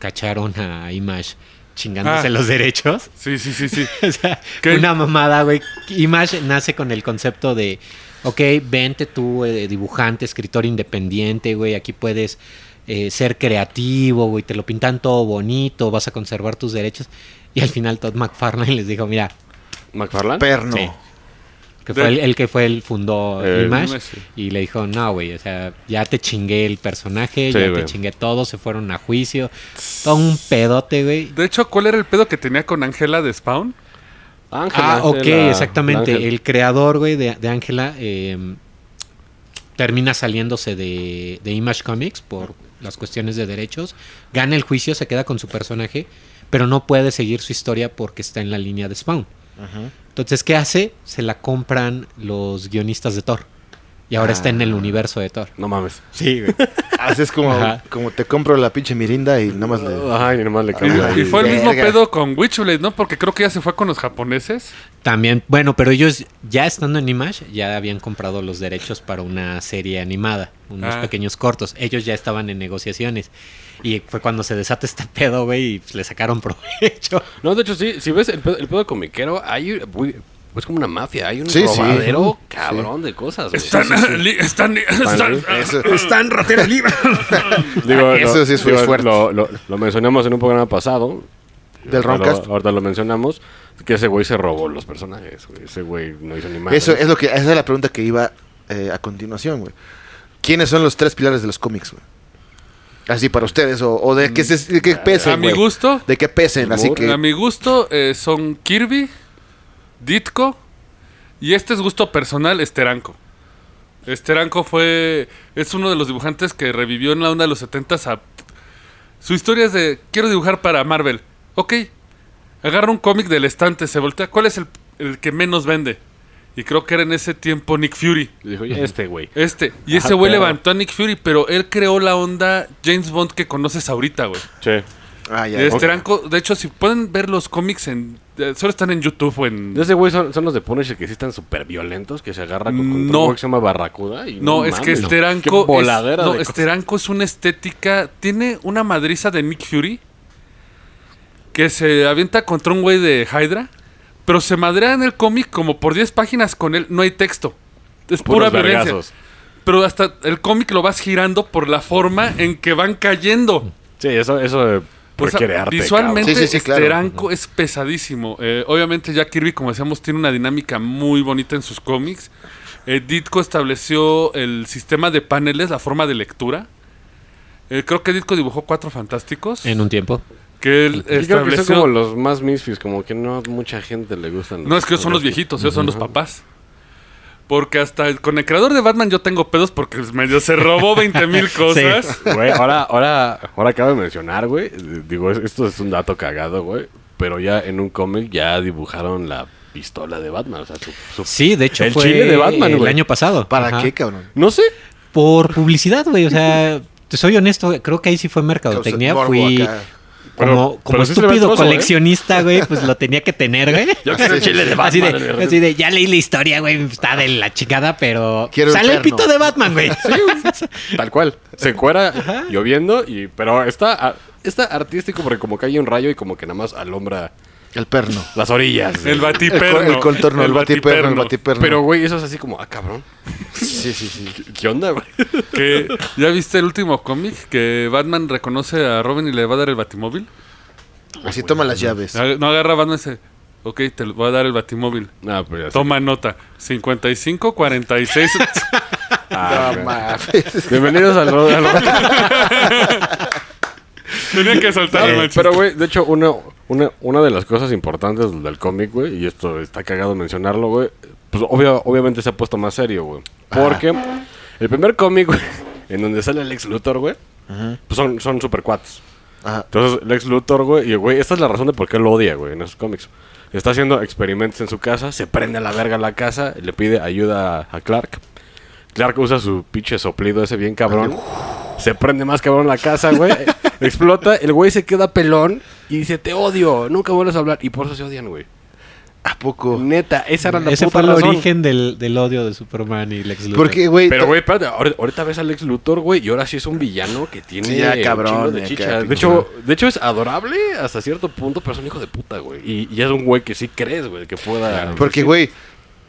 S4: cacharon a Image chingándose
S3: Ah.
S4: los derechos.
S3: Sí, sí, sí, sí.
S4: O sea,
S3: ¿Qué?
S4: una mamada, güey. Image nace con el concepto de, ok, vente tú, eh, dibujante, escritor independiente, güey, aquí puedes eh, ser creativo, güey, te lo pintan todo bonito, vas a conservar tus derechos. Y al final Todd McFarlane les dijo, mira,
S2: ¿McFarlane?
S1: Perno.
S4: Sí. que fue
S3: De-
S4: el, el que fue el fundó
S2: Eh,
S4: Image,
S3: Image, sí.
S4: y le dijo, no, güey, o sea, ya te chingué el personaje,
S2: Sí,
S4: ya
S2: güey.
S4: te chingué todo, se fueron a juicio, todo un pedote, güey.
S3: De hecho, ¿cuál era el pedo que tenía con Angela de Spawn?
S2: Ángela,
S4: Ah, ok,
S2: la-
S4: exactamente.
S2: la Ángel.
S4: El creador, güey, de de Ángela eh, termina saliéndose de, de Image Comics por las cuestiones de derechos. Gana el juicio, se queda con su personaje, pero no puede seguir su historia porque está en la línea de Spawn. Entonces, ¿qué hace? Se la compran los guionistas de Thor. Y ahora está en el universo de Thor.
S2: No mames.
S4: Sí, güey.
S1: Así es como,
S4: Ajá.
S1: como te compro la pinche mirinda y nada más le...
S2: Ay, nomás le
S1: Ah,
S2: cambia.
S3: Y, y fue el
S1: Verga.
S3: mismo pedo con Witchblade, ¿no? Porque creo que ya se fue con los japoneses.
S4: También, bueno, pero ellos ya estando en Image ya habían comprado los derechos para una serie animada, unos
S3: Ah.
S4: pequeños cortos. Ellos ya estaban en negociaciones. Y fue cuando se desata este pedo, güey, y pues, le sacaron provecho.
S2: No, de hecho, sí, si ves el pedo, el pedo comiquero, hay güey, es como una mafia, hay un
S1: Sí, sí.
S2: robadero
S1: Sí.
S2: cabrón de cosas, güey.
S3: Están, li- están, están-
S2: bien.
S1: Eso.
S4: Están ratero libre.
S2: Digo,
S1: Eso
S2: lo-
S1: sí es
S2: digo,
S1: muy fuerte.
S2: Lo, lo- lo mencionamos en un programa pasado.
S1: Del
S2: Ahorita
S1: Roncast.
S2: lo- Ahorita lo mencionamos. Que ese güey se robó los personajes, güey. Ese güey no hizo ni más.
S1: Eso es lo que, esa es la pregunta que iba eh, a continuación, güey. ¿Quiénes son los tres pilares de los cómics, güey? Así para ustedes, o, o de que, se- de que pesen,
S3: Mm, a mi
S1: güey.
S3: gusto,
S1: De que pesen, así
S2: Humor.
S1: que...
S3: a mi gusto eh, son Kirby, Ditko y este es gusto personal, Esteranco. Esteranco fue es uno de los dibujantes que revivió en la onda de los 70 a su historia es de quiero dibujar para Marvel. Ok. Agarra un cómic del estante, se voltea, ¿cuál es el, el que menos vende? Y creo que era en ese tiempo Nick Fury.
S2: Y Dijo, "Oye, este güey.
S3: Este, y
S2: Ah,
S3: ese güey
S2: perro.
S3: levantó a Nick Fury, pero él creó la onda James Bond que conoces ahorita, güey.
S2: Che.
S1: Ah, ya,
S3: Y
S1: ok.
S3: este Ranco, de hecho, si pueden ver los cómics en. eh, Solo están en YouTube o en.
S2: De ese güey son, son los de Punisher que sí están súper violentos, que se agarra con, contra
S3: No.
S2: un güey que se llama Barracuda. y
S3: No, es que
S2: mames,
S3: este
S2: qué
S3: Ranco. es-
S2: voladera
S3: no,
S2: de
S3: este Ranco es una estética. Tiene una madriza de Nick Fury. Que se avienta contra un güey de Hydra. Pero se madrea en el cómic como por 10 páginas con él. No hay texto. Es
S2: puros
S3: pura violencia.
S2: vergazos.
S3: Pero hasta el cómic lo vas girando por la forma en que van cayendo.
S2: Sí, eso, eso eh,
S3: O sea,
S2: requiere arte,
S3: Pues visualmente
S1: cabrón. Sí, sí, sí, claro.
S3: Steranko es pesadísimo. Eh, obviamente Jack Kirby, como decíamos, tiene una dinámica muy bonita en sus cómics. Eh, Ditko estableció el sistema de paneles, la forma de lectura. Eh, creo que Ditko dibujó cuatro fantásticos.
S4: En un tiempo.
S3: que él
S2: cabrón. Yo creo que son
S3: estableció.
S2: como los más misfits, como que no mucha gente le gustan.
S3: No, es que son los viejitos, ellos son los papás. Porque hasta el- con el creador de Batman yo tengo pedos porque medio se robó 20 mil cosas.
S2: Güey, ahora, ahora, ahora acabo de mencionar, güey. eh, Digo, es- esto es un dato cagado, güey. Pero ya en un cómic ya dibujaron la pistola de Batman. O sea, su- su-
S4: Sí, de hecho
S2: El
S4: fue
S2: chile de Batman,
S4: el
S2: güey.
S4: año pasado.
S1: ¿Para
S4: Ajá.
S1: qué, cabrón?
S2: No sé.
S4: Por publicidad, güey. O sea, te soy honesto, creo que ahí sí fue mercadotecnia.
S1: Morbo
S4: Fui
S1: acá.
S4: como,
S2: Pero-
S4: como
S2: pero sí se ve
S4: estúpido
S2: atroso, ¿eh?
S4: coleccionista, güey, pues lo tenía que tener, güey.
S2: Yo quiero el chile de
S4: Así
S2: Batman.
S4: de, así de, ya leí la historia, güey, está de la chingada, pero
S1: Quiero el
S4: sale el
S1: perno.
S4: pito de Batman, güey.
S2: Tal cual. Se cuera lloviendo y... Pero está, a- está artístico porque como cae un rayo y como que nada más alumbra
S1: El perno.
S2: las orillas.
S3: El
S2: güey.
S1: El,
S3: batiperno.
S1: col- el contorno, el, batiperno, el batiperno.
S2: Pero, güey, eso es así como... Ah, cabrón.
S1: sí, sí, sí.
S2: ¿Qué- ¿Qué onda, güey?
S3: que ya viste el último cómic que Batman reconoce a Robin y le va a dar el batimóvil.
S1: Así toma las llaves.
S3: Ag- No agarra a Batman y dice, ok, te lo- voy a dar el batimóvil.
S2: No, pues ya sé.
S3: Toma nota, 55, 46.
S2: Ah,
S1: No
S2: güey.
S1: mames.
S2: Bienvenidos al... al-
S3: Tenía que saltar
S2: Eh,
S3: el chiste.
S2: pero, güey, de hecho, una, una, una de las cosas importantes del cómic, güey, y esto está cagado mencionarlo, güey, pues obvio- obviamente se ha puesto más serio, güey. Porque el primer cómic, güey, en donde sale Lex Luthor, güey, pues son, son super cuates.
S1: Ajá.
S2: Entonces, Lex Luthor, güey, y güey, esta es la razón de por qué lo odia, güey, en esos cómics. Está haciendo experimentos en su casa, se prende a la verga la casa, le pide ayuda a, a Clark. Clark usa su pinche soplido ese bien cabrón. Se prende más cabrón la casa, güey. explota, el güey se queda pelón y dice, te odio, nunca vuelves a hablar. Y por eso se odian, güey.
S1: ¿A poco?
S2: Neta, esa era la
S4: Ese
S2: puta
S4: fue el
S2: razón.
S4: origen del, del odio de Superman y Lex Luthor.
S1: Porque, güey,
S2: Pero,
S1: ta-
S2: güey, espérate, ahori- ahorita ves a Lex Luthor, güey, y ahora sí es un villano que tiene.
S1: Sí, ya,
S2: un
S1: cabrón,
S2: chingo
S1: ya,
S2: De, chicha.
S1: acá,
S2: de,
S1: pinche.
S2: hecho, de hecho, es adorable hasta cierto punto, pero es un hijo de puta, güey. Y, y es un güey que sí crees, güey, que pueda.
S1: Porque, güey,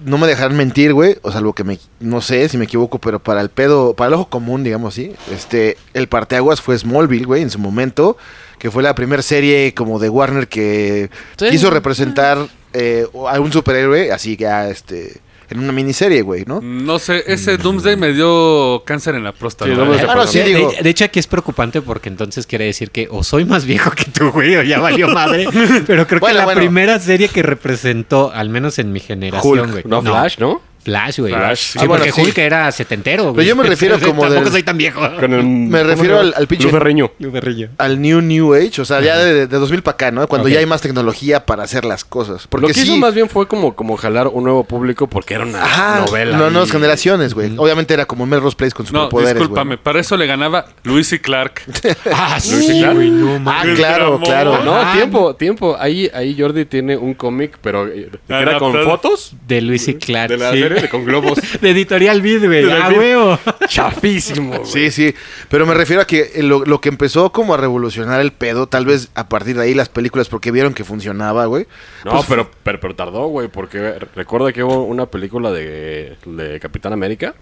S1: no me dejarán mentir, güey. O salvo que me. No sé si me equivoco, pero para el pedo. Para el ojo común, digamos así. Este. El parteaguas fue Smallville, güey, en su momento. Que fue la primera serie como de Warner que
S2: Sí.
S1: quiso representar eh, a un superhéroe. Así que, ah, este. En una miniserie, güey,
S2: Mm.
S1: ¿no?
S3: No sé, ese Doomsday me dio cáncer en la próstata.
S2: Sí,
S3: güey.
S2: vamos a-
S1: Ahora Mm. sí,
S4: De- de,
S1: digo.
S4: de hecho, aquí es preocupante porque entonces quiere decir que o soy más viejo que tú, güey, o ya valió madre. Pero creo
S1: Bueno,
S4: que la
S1: bueno.
S4: primera serie que representó, al menos en mi generación,
S1: Hulk,
S4: güey.
S2: No, Flash, ¿no?
S4: Flash, güey.
S3: Flash,
S4: Sí,
S3: sí.
S1: Ah, bueno,
S4: porque
S1: sí.
S4: Hulk era setentero, güey.
S1: yo me refiero como
S4: Tampoco
S1: del-
S4: soy tan viejo.
S2: Con el- ¿cómo
S1: refiero
S2: se llama?
S1: al- al pinche-
S2: Luz Ferriño.
S1: Al New New Age, o sea, ya de, de 2000 para acá, ¿no? Cuando
S4: Ok.
S1: ya hay más tecnología para hacer las cosas. Porque
S2: Lo que
S1: sí,
S2: hizo más bien fue como, como jalar un nuevo público porque era una
S1: ajá,
S2: novela.
S1: no, nuevas
S2: y-
S1: generaciones, güey. Obviamente era como Melrose Place con
S3: No,
S1: superpoderes, güey.
S3: discúlpame, para eso le ganaba Luis y Clark.
S4: Ah, sí,
S2: Luis Clark.
S4: güey, no mames.
S1: Ah,
S3: El
S1: claro,
S3: drama.
S1: claro.
S2: No,
S4: Ajá.
S2: tiempo, tiempo. Ahí, ahí Jordi tiene un cómic, pero eh, que era con
S3: Adaptado.
S2: fotos
S4: De Luis y Clark.
S2: de la
S4: sí.
S2: serie de con globos.
S4: De Editorial Vid, güey.
S2: De la
S4: Ah,
S2: Vid.
S4: huevo.
S2: Chafísimo. güey.
S1: Sí, sí, pero me refiero a que eh, lo, lo que empezó como a revolucionar el pedo, tal vez a partir de ahí las películas, porque vieron que funcionaba, güey. pues,
S2: No, pero, pero, pero tardó, güey, porque recuerda que hubo una película de, de Capitán América.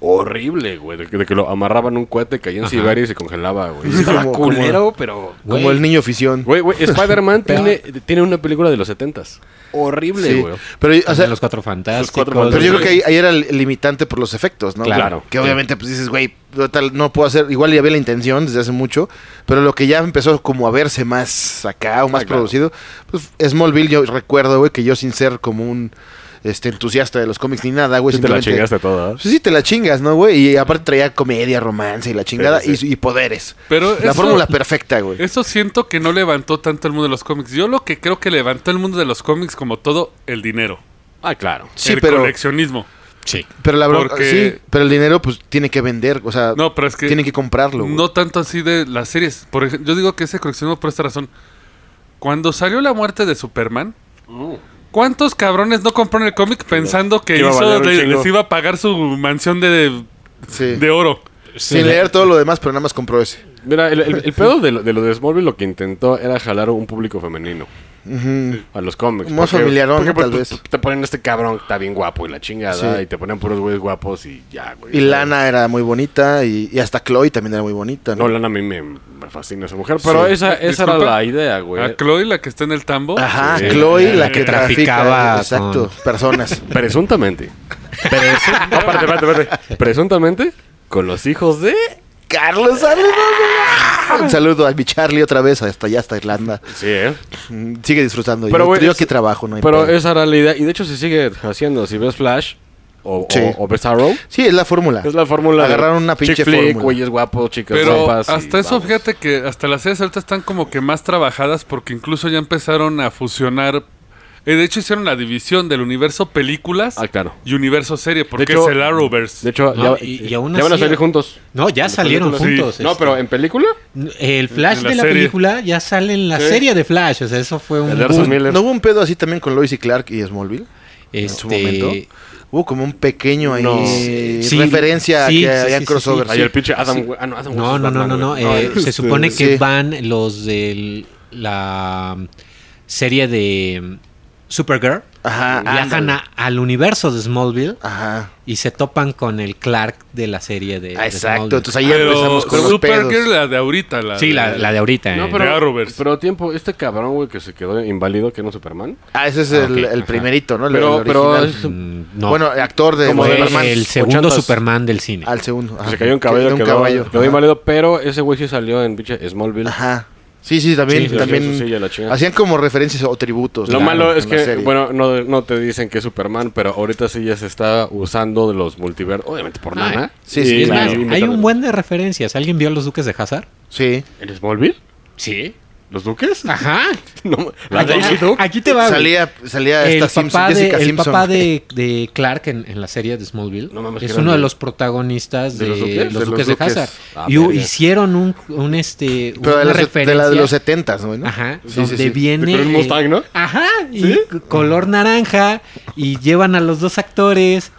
S2: Horrible, güey. De, que- de que lo amarraban un cohete, caía en Siberia y se congelaba, güey. Estaba
S1: como-
S2: culero, pero...
S1: Como
S4: Güey.
S1: el niño fisión.
S2: Güey, güey, Spider-Man tiene, tiene una película de los 70s. Horrible,
S1: Sí.
S2: güey.
S1: Pero, o sea,
S4: los cuatro fantásticos.
S2: cuatro fantásticos.
S1: pero yo creo que ahí, ahí era el limitante por los efectos, ¿no?
S4: Claro.
S1: Que obviamente pues dices, güey, no tal- no puedo hacer, igual ya había la intención desde hace mucho, pero lo que ya empezó como a verse más acá o más
S2: Ah, claro.
S1: producido, pues Smallville yo recuerdo, güey, que yo sin ser como un este entusiasta de los cómics ni nada, güey,
S2: Sí te la
S1: simplemente-
S2: chingaste toda. ¿eh?
S1: Pues sí, te la chingas, ¿no, güey? Y aparte traía comedia, romance y la chingada
S2: Sí, sí.
S1: Y, y poderes.
S3: Pero
S1: la
S3: eso-
S1: fórmula perfecta, güey.
S3: Eso siento que no levantó tanto el mundo de los cómics. Yo lo que creo que levantó el mundo de los cómics como todo, el dinero.
S2: Ah, claro.
S1: Sí,
S3: el
S1: pero-
S3: coleccionismo.
S4: Sí.
S1: Pero la bronca,
S3: porque-
S1: sí, pero el dinero pues tiene que vender, o sea,
S2: pues,
S3: No, pero es que-
S1: tiene que comprarlo. güey.
S3: No tanto así de las series. Por ejemplo, yo digo que ese coleccionismo por esta razón. Cuando salió la muerte de Superman, ¿cuántos cabrones no compraron el cómic pensando que
S2: Uh. Que iba a
S3: hizo-
S2: valer un
S3: le-
S2: chingo.
S3: les iba a pagar su mansión de,
S1: Sí.
S3: de oro?
S1: Sin leer todo lo demás, pero nada más compró ese.
S2: Mira, el, el- el pedo de lo, de lo de Smallville lo que intentó era jalar un público femenino a los cómics.
S1: Más
S2: porque-
S1: familiarón,
S2: porque,
S1: tal
S2: pues,
S1: vez.
S2: Te ponen este cabrón, está bien guapo y la chingada,
S1: Sí.
S2: y te ponen puros güeyes guapos y ya, güey.
S1: Y Lana era muy bonita y, y hasta Chloe también era muy bonita. ¿no?
S2: No, Lana a mí me, me fascina esa mujer, pero
S1: Sí.
S2: esa, esa era
S3: Disculpa. Ah,
S2: la idea, güey.
S3: A Chloe, la que está en el tambo.
S1: Ajá,
S2: Sí.
S1: Chloe, la que
S4: Que traficaba
S1: traficaba. exacto, personas.
S2: Presuntamente. Presu- no, espérate, espérate, espérate. Presuntamente, con los hijos de...
S1: Carlos, saludos. Un saludo a mi Charlie otra vez, hasta allá, hasta Irlanda.
S2: Sí, ¿eh?
S1: Mm, Sigue disfrutando.
S2: Pero,
S1: yo
S2: güey,
S1: yo
S2: es-
S1: aquí trabajo, ¿no? hay
S2: Pero
S1: pedo.
S2: esa era la idea, y de hecho se sigue haciendo. Si ves Flash o, o-
S1: Sí.
S2: o ves Arrow,
S1: Sí, es la fórmula.
S2: es la fórmula de
S1: Ah. Agarraron una pinche
S2: chick flick,
S1: fórmula.
S2: güeyes guapos, chicas
S3: Pero
S2: guapas y
S3: hasta eso,
S2: vamos.
S3: fíjate que hasta las series altas están como que más trabajadas porque incluso ya empezaron a fusionar. eh, de hecho, hicieron la división del universo películas
S2: Ah, claro.
S3: y universo serie porque
S2: hecho-
S3: es el Arrowverse.
S2: De hecho,
S4: No,
S2: ya,
S4: y- y aún
S2: ya van a
S4: así-
S2: salir juntos.
S4: No, ya salieron
S3: película, sí.
S4: juntos.
S2: No,
S4: este.
S2: pero en película.
S4: El Flash
S3: En la
S4: de la
S3: serie.
S4: película ya sale en la
S2: Sí.
S4: serie de Flash. O sea, eso fue un.
S2: El de Arthur
S4: boom,
S2: Miller.
S1: ¿No hubo un pedo así también con Lois y Clark y Smallville? En su momento.
S4: Este.
S1: Hubo como un pequeño ahí
S2: No.
S4: Sí,
S1: referencia
S4: sí,
S1: a que
S4: sí,
S1: había
S4: sí, sí,
S1: crossover.
S4: sí.
S2: Ahí el pinche Adam. We- Ah, no, Adam West
S4: No,
S2: es
S4: no, no,
S2: Batman,
S4: no, no.
S2: güey. este,
S4: eh, se supone que
S1: sí.
S4: van los de la mm, serie de mm, Supergirl.
S1: Ajá,
S2: Ah,
S4: Viajan
S1: ándale.
S4: a- al universo de Smallville
S1: Ajá.
S4: y se topan con el Clark de la serie de.
S1: Ah,
S4: de
S1: exacto.
S4: Smallville. Ah,
S1: Entonces ahí
S3: Pero
S1: empezamos con los
S3: Supergirl,
S1: pedos.
S3: la de ahorita. La
S4: Sí, la, la de ahorita.
S2: No,
S4: eh.
S3: De
S2: pero,
S3: Arrowverse.
S2: pero tiempo, este cabrón, güey, que se quedó inválido, que no Superman.
S1: Ah, ese es el,
S4: ok,
S1: el
S4: ajá.
S1: primerito, ¿no? El,
S2: Pero,
S1: el
S2: pero
S1: original.
S2: es-
S4: Mm, no.
S1: Bueno, el actor de
S2: Como
S4: Fue
S2: de
S1: Modern Man.
S4: el segundo
S2: 80s.
S4: Superman del cine.
S1: al segundo. ajá.
S2: se cayó en caballo,
S1: Que- de
S2: quedó,
S1: caballo.
S2: quedó
S1: Ajá.
S2: inválido, pero ese güey sí salió en pinche Smallville.
S1: Ajá. Sí, sí, también,
S2: Sí, sí,
S1: también
S2: sí, sí, ya la chingas.
S1: hacían como referencias o
S4: pues
S1: tributos.
S2: Lo
S1: claro,
S2: malo es
S1: en la
S2: que,
S1: serie.
S2: bueno, no, no te dicen que es Superman, pero ahorita sí ya se está usando de los multiversos. Obviamente por
S4: Ah,
S2: nada.
S1: sí, sí,
S4: Es más,
S1: claro.
S4: hay un buen de referencias. ¿Alguien vio a los duques de Hazard?
S1: Sí.
S2: ¿En Smallville?
S4: Sí.
S2: ¿Los duques?
S4: Ajá.
S2: No, la Daisy
S4: Aquí,
S2: Duke.
S4: aquí te va. güey.
S1: Salía, salía
S4: el
S1: esta
S4: papá,
S1: Simpson,
S4: de,
S1: Jessica
S4: el
S1: Simpson.
S4: papá de, de Clark en, en la serie de Smallville
S2: No mames, que
S4: es
S2: eran
S4: uno de
S2: de-
S4: los protagonistas
S2: ¿De
S4: de,
S2: los Duques?
S4: los,
S1: De los
S4: Duques de
S1: Duques.
S4: Hazard.
S2: Ah,
S4: y hu-
S2: verga.
S4: hicieron un, un, este,
S1: Pero de,
S4: una
S1: los- de
S4: referencia.
S1: la de los 70 ¿no? ¿no?
S4: Ajá,
S1: Sí, sí,
S4: donde
S1: sí.
S4: viene.
S2: Con un
S4: eh,
S2: Mustang, ¿no?
S4: Ajá, y c- color naranja. Y llevan a los dos actores.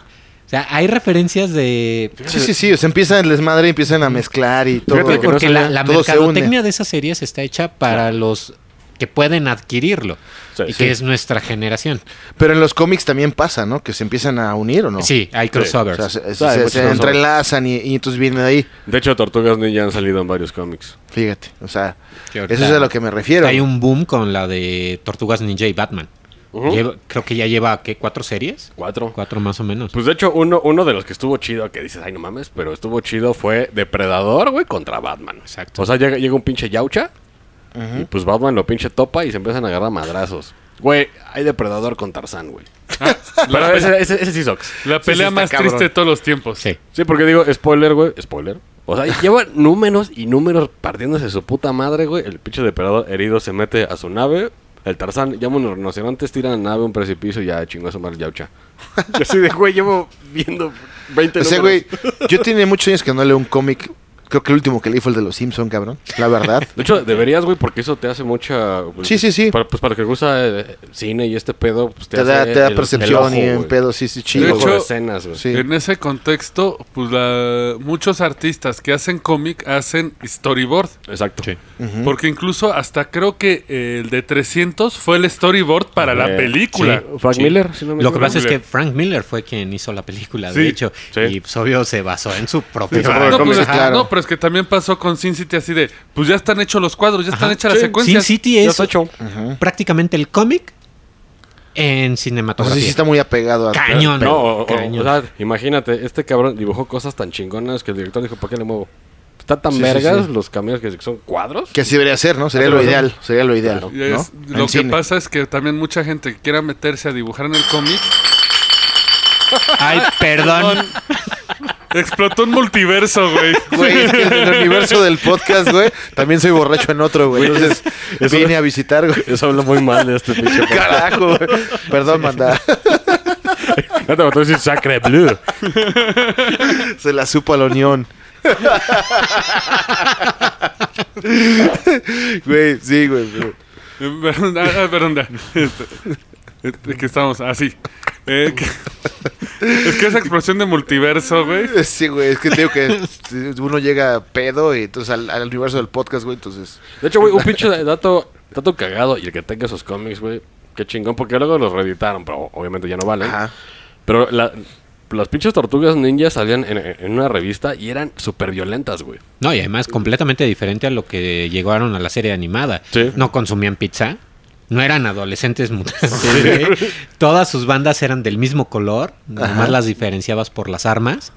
S4: O sea, hay referencias de.
S1: Sí, sí, sí. O sea, empiezan el desmadre, empiezan a mezclar y todo.
S2: Fíjate que no
S4: Porque la,
S2: sabía.
S4: la
S1: Todo se
S4: mercadotecnia
S1: une.
S4: de esas series está hecha para los que pueden adquirirlo.
S2: Sí,
S4: y
S2: sí.
S4: que es nuestra generación.
S1: Pero en los cómics también pasa, ¿no? Que se empiezan a unir o no.
S4: Sí, hay
S1: O
S4: crossovers.
S1: sea, se,
S2: Ah, hay
S1: se-
S2: muchos
S1: se
S2: crossovers.
S1: entrelazan y, y entonces viene de ahí.
S2: De hecho, Tortugas Ninja han salido en varios cómics.
S1: Fíjate. O sea,
S4: Que
S1: eso
S4: ahorita
S1: es a lo que me refiero.
S4: Hay un boom con la de Tortugas Ninja y Batman.
S2: Ujú.
S4: Lleva- creo que ya lleva, ¿qué? ¿Cuatro series?
S2: Cuatro.
S4: Cuatro más o menos.
S2: Pues de hecho, uno, uno de los que estuvo chido, que dices, ay, no mames, pero estuvo chido fue Depredador, güey, contra Batman.
S4: Exacto.
S2: O sea, llega, llega un pinche Yaucha, y pues Batman lo pinche topa y se empiezan a agarrar a madrazos. Güey, hay depredador con Tarzán, güey. Pero
S3: la,
S2: ese, ese, ese sí sucks.
S3: la
S2: Sí, sí
S3: pelea
S2: está
S3: más
S2: cabrón.
S3: triste de todos los tiempos.
S4: Sí.
S2: Sí, porque digo, spoiler, güey, spoiler. O sea, lleva números y números partiéndose su puta madre, güey. El pinche depredador herido se mete a su nave. El Tarzán llama a unos rinocerontes, tira la nave a un precipicio y ya chingó a su madre el yaucha. Yo así de, güey, llevo viendo 20
S1: O sea,
S2: números.
S1: güey, yo tiene muchos años que no leo un cómic. Creo que el último que leí fue el de los Simpson, cabrón. La verdad.
S2: De hecho, deberías, güey, porque eso te hace mucha... güey,
S1: Sí, sí, sí.
S2: Para, pues para el que gusta eh, cine y este pedo, pues te,
S1: Te da,
S2: hace
S1: te da
S2: el-
S1: percepción
S2: el
S1: y
S2: ojo,
S1: en
S2: güey.
S1: pedo, sí, sí,
S2: El
S1: chido.
S2: ojo
S3: hecho,
S2: de escenas, güey.
S1: Sí.
S3: En ese contexto, pues la- muchos artistas que hacen cómic hacen storyboard.
S2: Exacto.
S3: Porque incluso hasta creo que eh, el de 300 fue el storyboard para la
S2: Eh,
S3: película.
S2: sí. Frank Miller, si no me
S4: Lo que
S2: equivoco.
S4: pasa es que
S3: Miller.
S4: Frank Miller fue quien hizo la película,
S3: Sí,
S4: de hecho.
S2: sí.
S4: Y pues, obvio se basó en su propio.
S1: su propio
S3: No, pues,
S1: cómics,
S3: ajá,
S1: claro.
S3: no, pero es que también pasó con Sin City así de, pues ya están hechos los cuadros, ya están hechas las
S2: Sí,
S4: Sin
S3: secuencias.
S4: City
S2: Ya
S4: es
S2: está hecho.
S4: prácticamente el cómic en
S1: O sea,
S4: cinematografía.
S2: Pues
S1: sí, sí está muy apegado a.
S4: Cañón.
S2: Ah, No, o, o-
S4: Cañón.
S2: o sea, imagínate, este cabrón dibujó cosas tan chingonas que el director dijo, ¿para qué le muevo? Está tan
S1: Sí, sí,
S2: vergas
S1: sí.
S2: los caminos que son cuadros.
S1: Que así debería ser, ¿no? Sería lo
S2: Claro.
S1: ideal. Sería lo ideal.
S2: Claro.
S3: Y es-
S1: ¿no? En
S3: Lo que
S1: cine.
S3: pasa es que también mucha gente que quiera meterse a dibujar en el cómic,
S4: Ay, perdón.
S3: explotó un multiverso, güey.
S1: Güey, es que en el universo del podcast, güey, también soy borracho en otro, güey. Entonces,
S2: eso-
S1: vine a visitar, güey.
S2: Eso habla muy mal de este pinche.
S1: Carajo, güey. Perdón, manda.
S2: No te mató decir Sacre Blue.
S1: Se la supo a la unión. Güey, sí, güey. güey.
S3: Perdón, ah, ah, perdón, da. Este, que estamos así. Eh, que- es que esa explosión de multiverso, güey.
S1: Sí, güey, es que te digo que uno llega pedo y entonces al, al universo del podcast, güey, entonces...
S2: De hecho, güey, un pinche dato, dato cagado y el que tenga esos cómics, güey, qué chingón, porque luego los reeditaron, pero obviamente ya no valen.
S1: Ajá.
S2: Pero la- las pinches tortugas ninjas salían en, en una revista y eran súper violentas, güey.
S4: No, y además completamente diferente a lo que llegaron a la serie animada.
S2: Sí.
S4: No consumían pizza. No eran adolescentes mutantes. güey. Todas sus bandas eran del mismo color. Nomás las diferenciabas por las armas.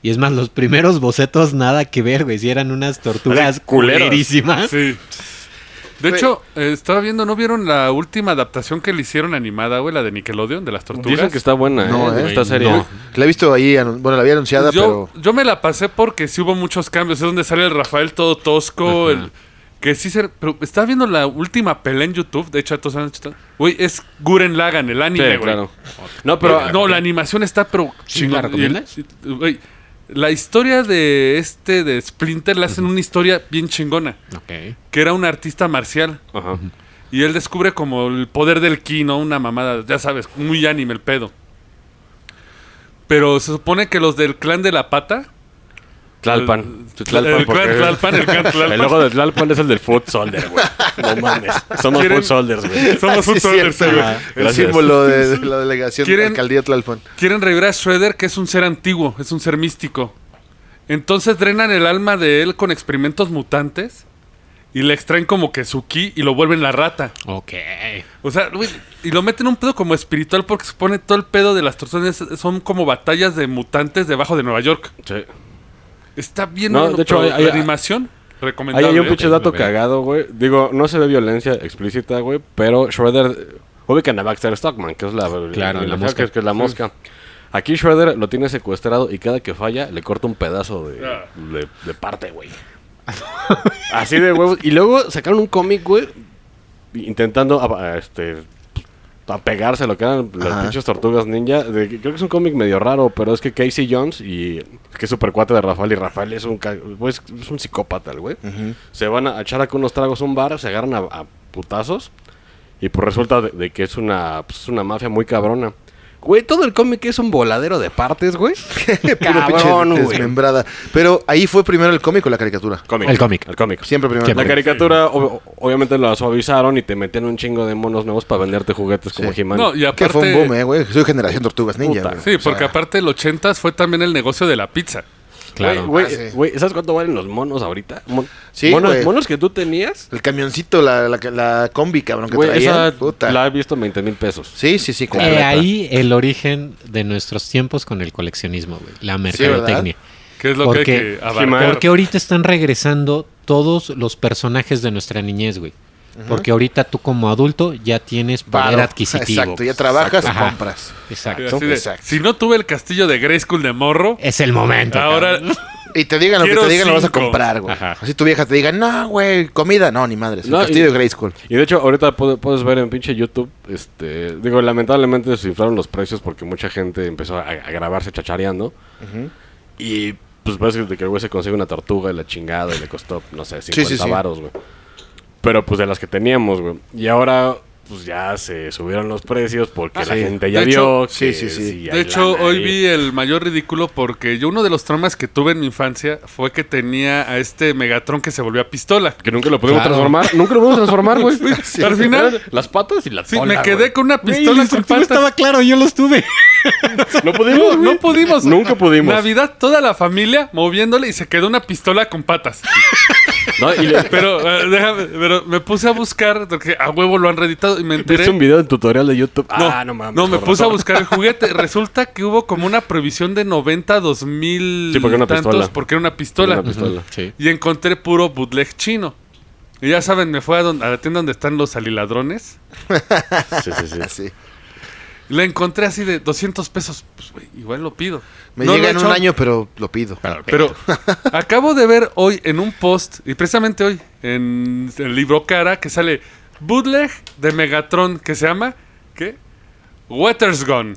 S4: Y es más, los primeros bocetos nada que ver, güey. Si eran unas tortugas
S2: Eran culeros.
S4: culerísimas.
S3: Sí. De hecho, eh, estaba viendo, ¿no vieron la última adaptación que le hicieron animada, güey? La de Nickelodeon, de las tortugas.
S2: Dicen que está buena,
S1: No,
S2: ¿eh?
S1: ¿eh?
S2: Esta serie.
S4: No.
S1: La he visto ahí, anu- bueno, la había anunciada,
S3: Pues yo,
S1: pero...
S3: yo me la pasé porque sí hubo muchos cambios. Es donde sale el Rafael todo tosco. el- que sí se. Pero estaba viendo la última pelea en YouTube. De hecho, todos han hecho- Güey, es Guren Lagan, el
S2: Sí,
S3: anime, güey.
S2: claro. No,
S3: Pero,
S2: pero...
S3: no, la animación está, pero.
S4: ¿Sí la
S3: chingón.
S4: recomiendas?
S3: Y el- y- güey, la historia de este, de Splinter, le hacen una historia bien chingona.
S4: Ok.
S3: Que era un artista marcial.
S2: Ajá.
S3: Y él descubre como el poder del ki, ¿no? Una mamada, ya sabes, muy anime el pedo. Pero se supone que los del clan de la pata.
S2: Tlalpan.
S3: El- el clan
S2: porque-
S3: Tlalpan, el clan Tlalpan.
S2: El logo de Tlalpan es el del Foot Soldier, güey. No mames. Somos
S3: ¿Quieren-
S2: Foot Soldiers, güey.
S3: Somos
S1: Sí,
S3: un
S1: es cierto,
S3: este güey.
S1: güey. El
S2: Gracias.
S1: símbolo de, de la delegación de la
S3: ¿Quieren-
S1: alcaldía Tlalpan.
S3: Quieren revivir a Shredder, que es un ser antiguo, es un ser místico. Entonces drenan el alma de él con experimentos mutantes y le extraen como que su ki y lo vuelven la rata.
S4: Ok.
S3: O sea, güey, y lo meten un pedo como espiritual porque supone todo el pedo de las tortugas son como batallas de mutantes debajo de Nueva York.
S2: Sí.
S3: Está bien,
S2: No,
S3: bueno,
S2: de hecho,
S3: pero
S2: hay-
S3: la
S2: hay-
S3: animación
S2: Ahí
S3: recomendable.
S2: hay un
S3: ¿eh?
S2: pinche dato
S4: Muy bien.
S2: cagado, güey. Digo, no se ve violencia explícita, güey, pero Shredder... Ubican a Baxter Stockman, que es la,
S4: Claro, la mosca.
S2: Que, es- que es la mosca. Aquí Shredder lo tiene secuestrado y cada que falla le corta un pedazo de,
S3: Ah.
S2: de, de parte, güey. Así de huevos. Y luego sacaron un cómic, güey, intentando a- a, este, apegarse a lo que eran las
S1: Ajá.
S2: pinches tortugas ninja. De- creo que es un cómic medio raro, pero es que Casey Jones y es que es super cuate de Rafael y Rafael es un, ca- güey, es, es un psicópata, el güey. Se van a echar acá unos tragos a un bar, se agarran a, a putazos y pues resulta de, de que es una, pues, una mafia muy cabrona. Güey, todo el cómic es un voladero de partes, güey.
S1: Puro pinche
S2: Cabrón, güey.
S1: desmembrada. Pero ahí fue primero el cómic o la caricatura.
S2: Cómic.
S4: El cómic.
S2: El cómic.
S1: Siempre primero
S4: Siempre.
S2: La caricatura, ob- obviamente la suavizaron y te metían un chingo de monos nuevos para venderte juguetes como
S1: Sí.
S2: He-Man.
S3: No, y
S1: Que
S3: aparte.
S1: fue un boom, eh, güey. Soy generación tortugas ninja,
S2: Puta.
S1: güey.
S3: Sí, porque aparte el 80 fue también el negocio de la pizza.
S4: Claro.
S2: Güey,
S1: Ah,
S2: güey,
S1: sí.
S2: güey, ¿sabes cuánto valen los monos ahorita? Mon-
S1: Sí,
S2: monos,
S1: güey.
S2: monos que tú tenías.
S1: El camioncito, la, la, la combi, cabrón, que
S2: Güey,
S1: traía.
S2: esa la he visto en 20 mil pesos.
S1: Sí, sí, sí,
S4: Eh,
S1: completa.
S4: ahí el origen de nuestros tiempos con el coleccionismo, güey. La mercadotecnia.
S3: Que es lo
S4: ¿Por
S3: que hay
S4: qué?
S3: que abarcar.
S4: Porque ahorita están regresando todos los personajes de nuestra niñez, güey. Porque ahorita tú como adulto ya tienes poder
S1: Varo.
S4: adquisitivo. pues.
S1: Exacto, ya trabajas,
S4: Ajá.
S1: compras.
S4: Exacto.
S3: Así de,
S1: Exacto.
S3: Si no tuve el castillo de Grayskull de morro,
S4: Es el momento.
S3: ahora
S4: cabrón.
S1: Y te digan lo que
S3: Quiero
S1: te digan, lo vas a
S3: cinco.
S1: comprar, güey.
S2: Ajá.
S1: Así tu vieja te diga, no, güey, comida. No, ni madres.
S2: No,
S1: el castillo
S2: y-
S1: de Grayskull.
S2: Y de hecho, ahorita pu- puedes ver en pinche YouTube, este, digo, lamentablemente se inflaron los precios porque mucha gente empezó a, a grabarse chachareando. Y pues parece que el güey se consigue una tortuga y la chingada y le costó, no sé, 50
S1: Sí, sí, sí.
S2: varos, güey. Pero pues de las que teníamos, güey. Y ahora pues ya se subieron los precios porque
S3: Ah,
S2: la
S3: sí.
S2: gente ya
S3: De
S2: vio.
S1: hecho,
S2: que
S1: sí, sí, sí.
S2: sí hay
S3: De hecho,
S2: lana
S3: hoy
S2: ahí.
S3: vi el mayor ridículo porque yo uno de los traumas que tuve en mi infancia fue que tenía a este Megatron que se volvió a pistola.
S2: Que nunca lo pudimos
S4: Claro.
S2: transformar. Nunca lo pudimos transformar, güey.
S3: Sí. Al final-
S2: Las patas y las
S3: Sí,
S2: cola,
S3: me quedé
S2: güey.
S3: con una
S4: Güey, el
S3: pistola con
S4: instructivo
S3: patas.
S4: estaba claro, yo los tuve.
S2: No pudimos,
S3: No pudimos.
S2: Nunca pudimos.
S3: Navidad, toda la familia moviéndole y se quedó una pistola con patas.
S2: No, y le-
S3: Pero, eh, déjame, pero me puse a buscar, porque a huevo lo han reeditado y me enteré.
S2: ¿Viste un video en tutorial de YouTube?
S3: No,
S2: ah, no mames.
S3: No, me
S2: con
S3: puse a
S2: razón.
S3: buscar el juguete. Resulta que hubo como una previsión de 90 a 2000
S2: Sí, porque era una
S3: tantos
S2: pistola.
S3: porque era una pistola.
S2: Una pistola.
S4: Sí.
S3: Y encontré puro bootleg chino. Y ya saben, me fue a, don- a la tienda donde están los aliladrones.
S2: Sí, sí, sí.
S1: Así.
S3: Y La encontré así de 200 pesos. Pues, güey, igual lo pido.
S1: Me
S3: No lo
S1: llega
S3: he
S1: en
S3: hecho,
S1: un año, pero lo pido.
S3: Pero acabo de ver hoy en un post, y precisamente hoy, en el libro Cara, que sale bootleg de Megatron, que se llama, ¿qué? Water's Gone.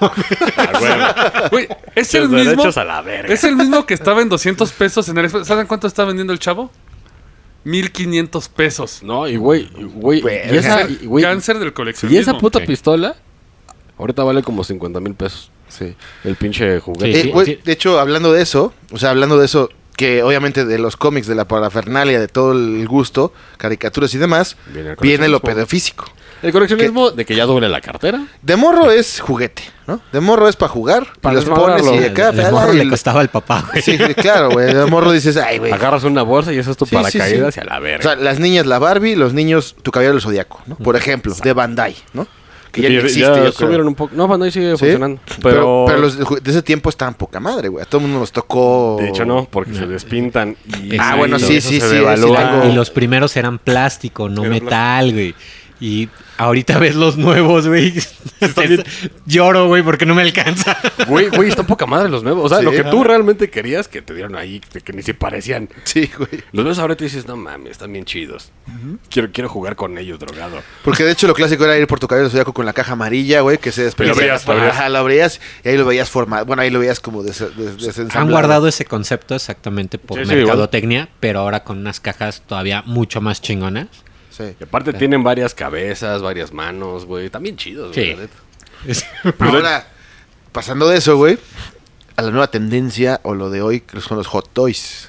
S2: Ah, güey.
S3: Güey, es el
S2: Los
S3: mismo...
S2: derechos a la verga.
S3: Es el mismo que estaba en 200 pesos en el... Express. ¿Saben cuánto está vendiendo el chavo? 1500 pesos.
S2: No, y güey, y güey.
S1: Verga.
S2: Y esa, y, güey,
S3: Cáncer del
S2: y
S3: coleccionismo.
S2: esa puta
S4: Sí.
S2: pistola, ahorita vale como 50 mil pesos. Sí. El pinche juguete.
S4: Sí,
S1: Eh,
S4: sí,
S1: güey,
S4: sí.
S1: De hecho, hablando de eso, o sea, hablando de eso, que obviamente de los cómics, de la parafernalia, de todo el gusto, caricaturas y demás,
S2: Viene el
S1: viene
S2: coleccionismo.
S1: lo pedofísico.
S2: El coleccionismo de que ya duele la cartera.
S1: De morro es juguete, ¿no? De morro es para jugar, y
S2: Para
S1: los pones y
S2: desmadrarlo.
S1: de acá,
S4: El- el
S1: ah,
S4: morro
S1: y-
S4: le costaba al papá, güey.
S1: Sí, claro, güey. De morro dices, ay, güey.
S2: Agarras una bolsa y eso es tu
S1: Sí, sí, sí.
S2: paracaídas y a la
S1: O
S2: verga.
S1: sea, las niñas la Barbie, los niños tu caballero del zodiaco, ¿no? Por ejemplo, de Bandai, ¿no? Que ya,
S2: Y
S1: no existe. yo creo.
S2: subieron un poco. No, Bandai sigue
S1: ¿Sí?
S2: funcionando. Pero,
S1: Pero, pero los de ju- de ese tiempo estaban poca madre, güey. A todo el mundo nos tocó.
S2: De hecho, no, porque se despintan. Y
S4: Ah, bueno,
S2: y
S4: sí,
S2: eso
S1: sí,
S2: se
S1: sí,
S2: devalúa.
S1: sí, algo-
S4: Y los primeros eran plástico, no
S2: Eran
S4: metal, güey. Y ahorita ves los nuevos, güey.
S2: bien.
S4: Lloro, güey, porque no me alcanza.
S2: Güey, güey, está poca madre los nuevos. O sea,
S1: Sí.
S2: lo que tú realmente querías que te dieron ahí, que, que ni se parecían.
S1: Sí, güey.
S2: Los ves ahora y te dices, no mames, están bien chidos. quiero, quiero jugar con ellos, drogado.
S1: Porque de hecho lo clásico era ir por tu cabello del zodiaco con la caja amarilla, güey, que se despedía.
S2: Lo abrías, lo abrías.
S1: Ajá, lo abrías y ahí lo veías formado. Bueno, ahí lo veías como des, des- desensamblado.
S4: Han guardado ese concepto exactamente por
S2: Sí, sí,
S4: mercadotecnia, pero ahora con unas cajas todavía mucho más chingonas.
S1: Sí.
S2: Y aparte tienen varias cabezas, varias manos, güey. También chidos, güey.
S4: Sí.
S2: la neta.
S1: Ahora, pasando de eso, güey, a la nueva tendencia o lo de hoy, que son los hot toys.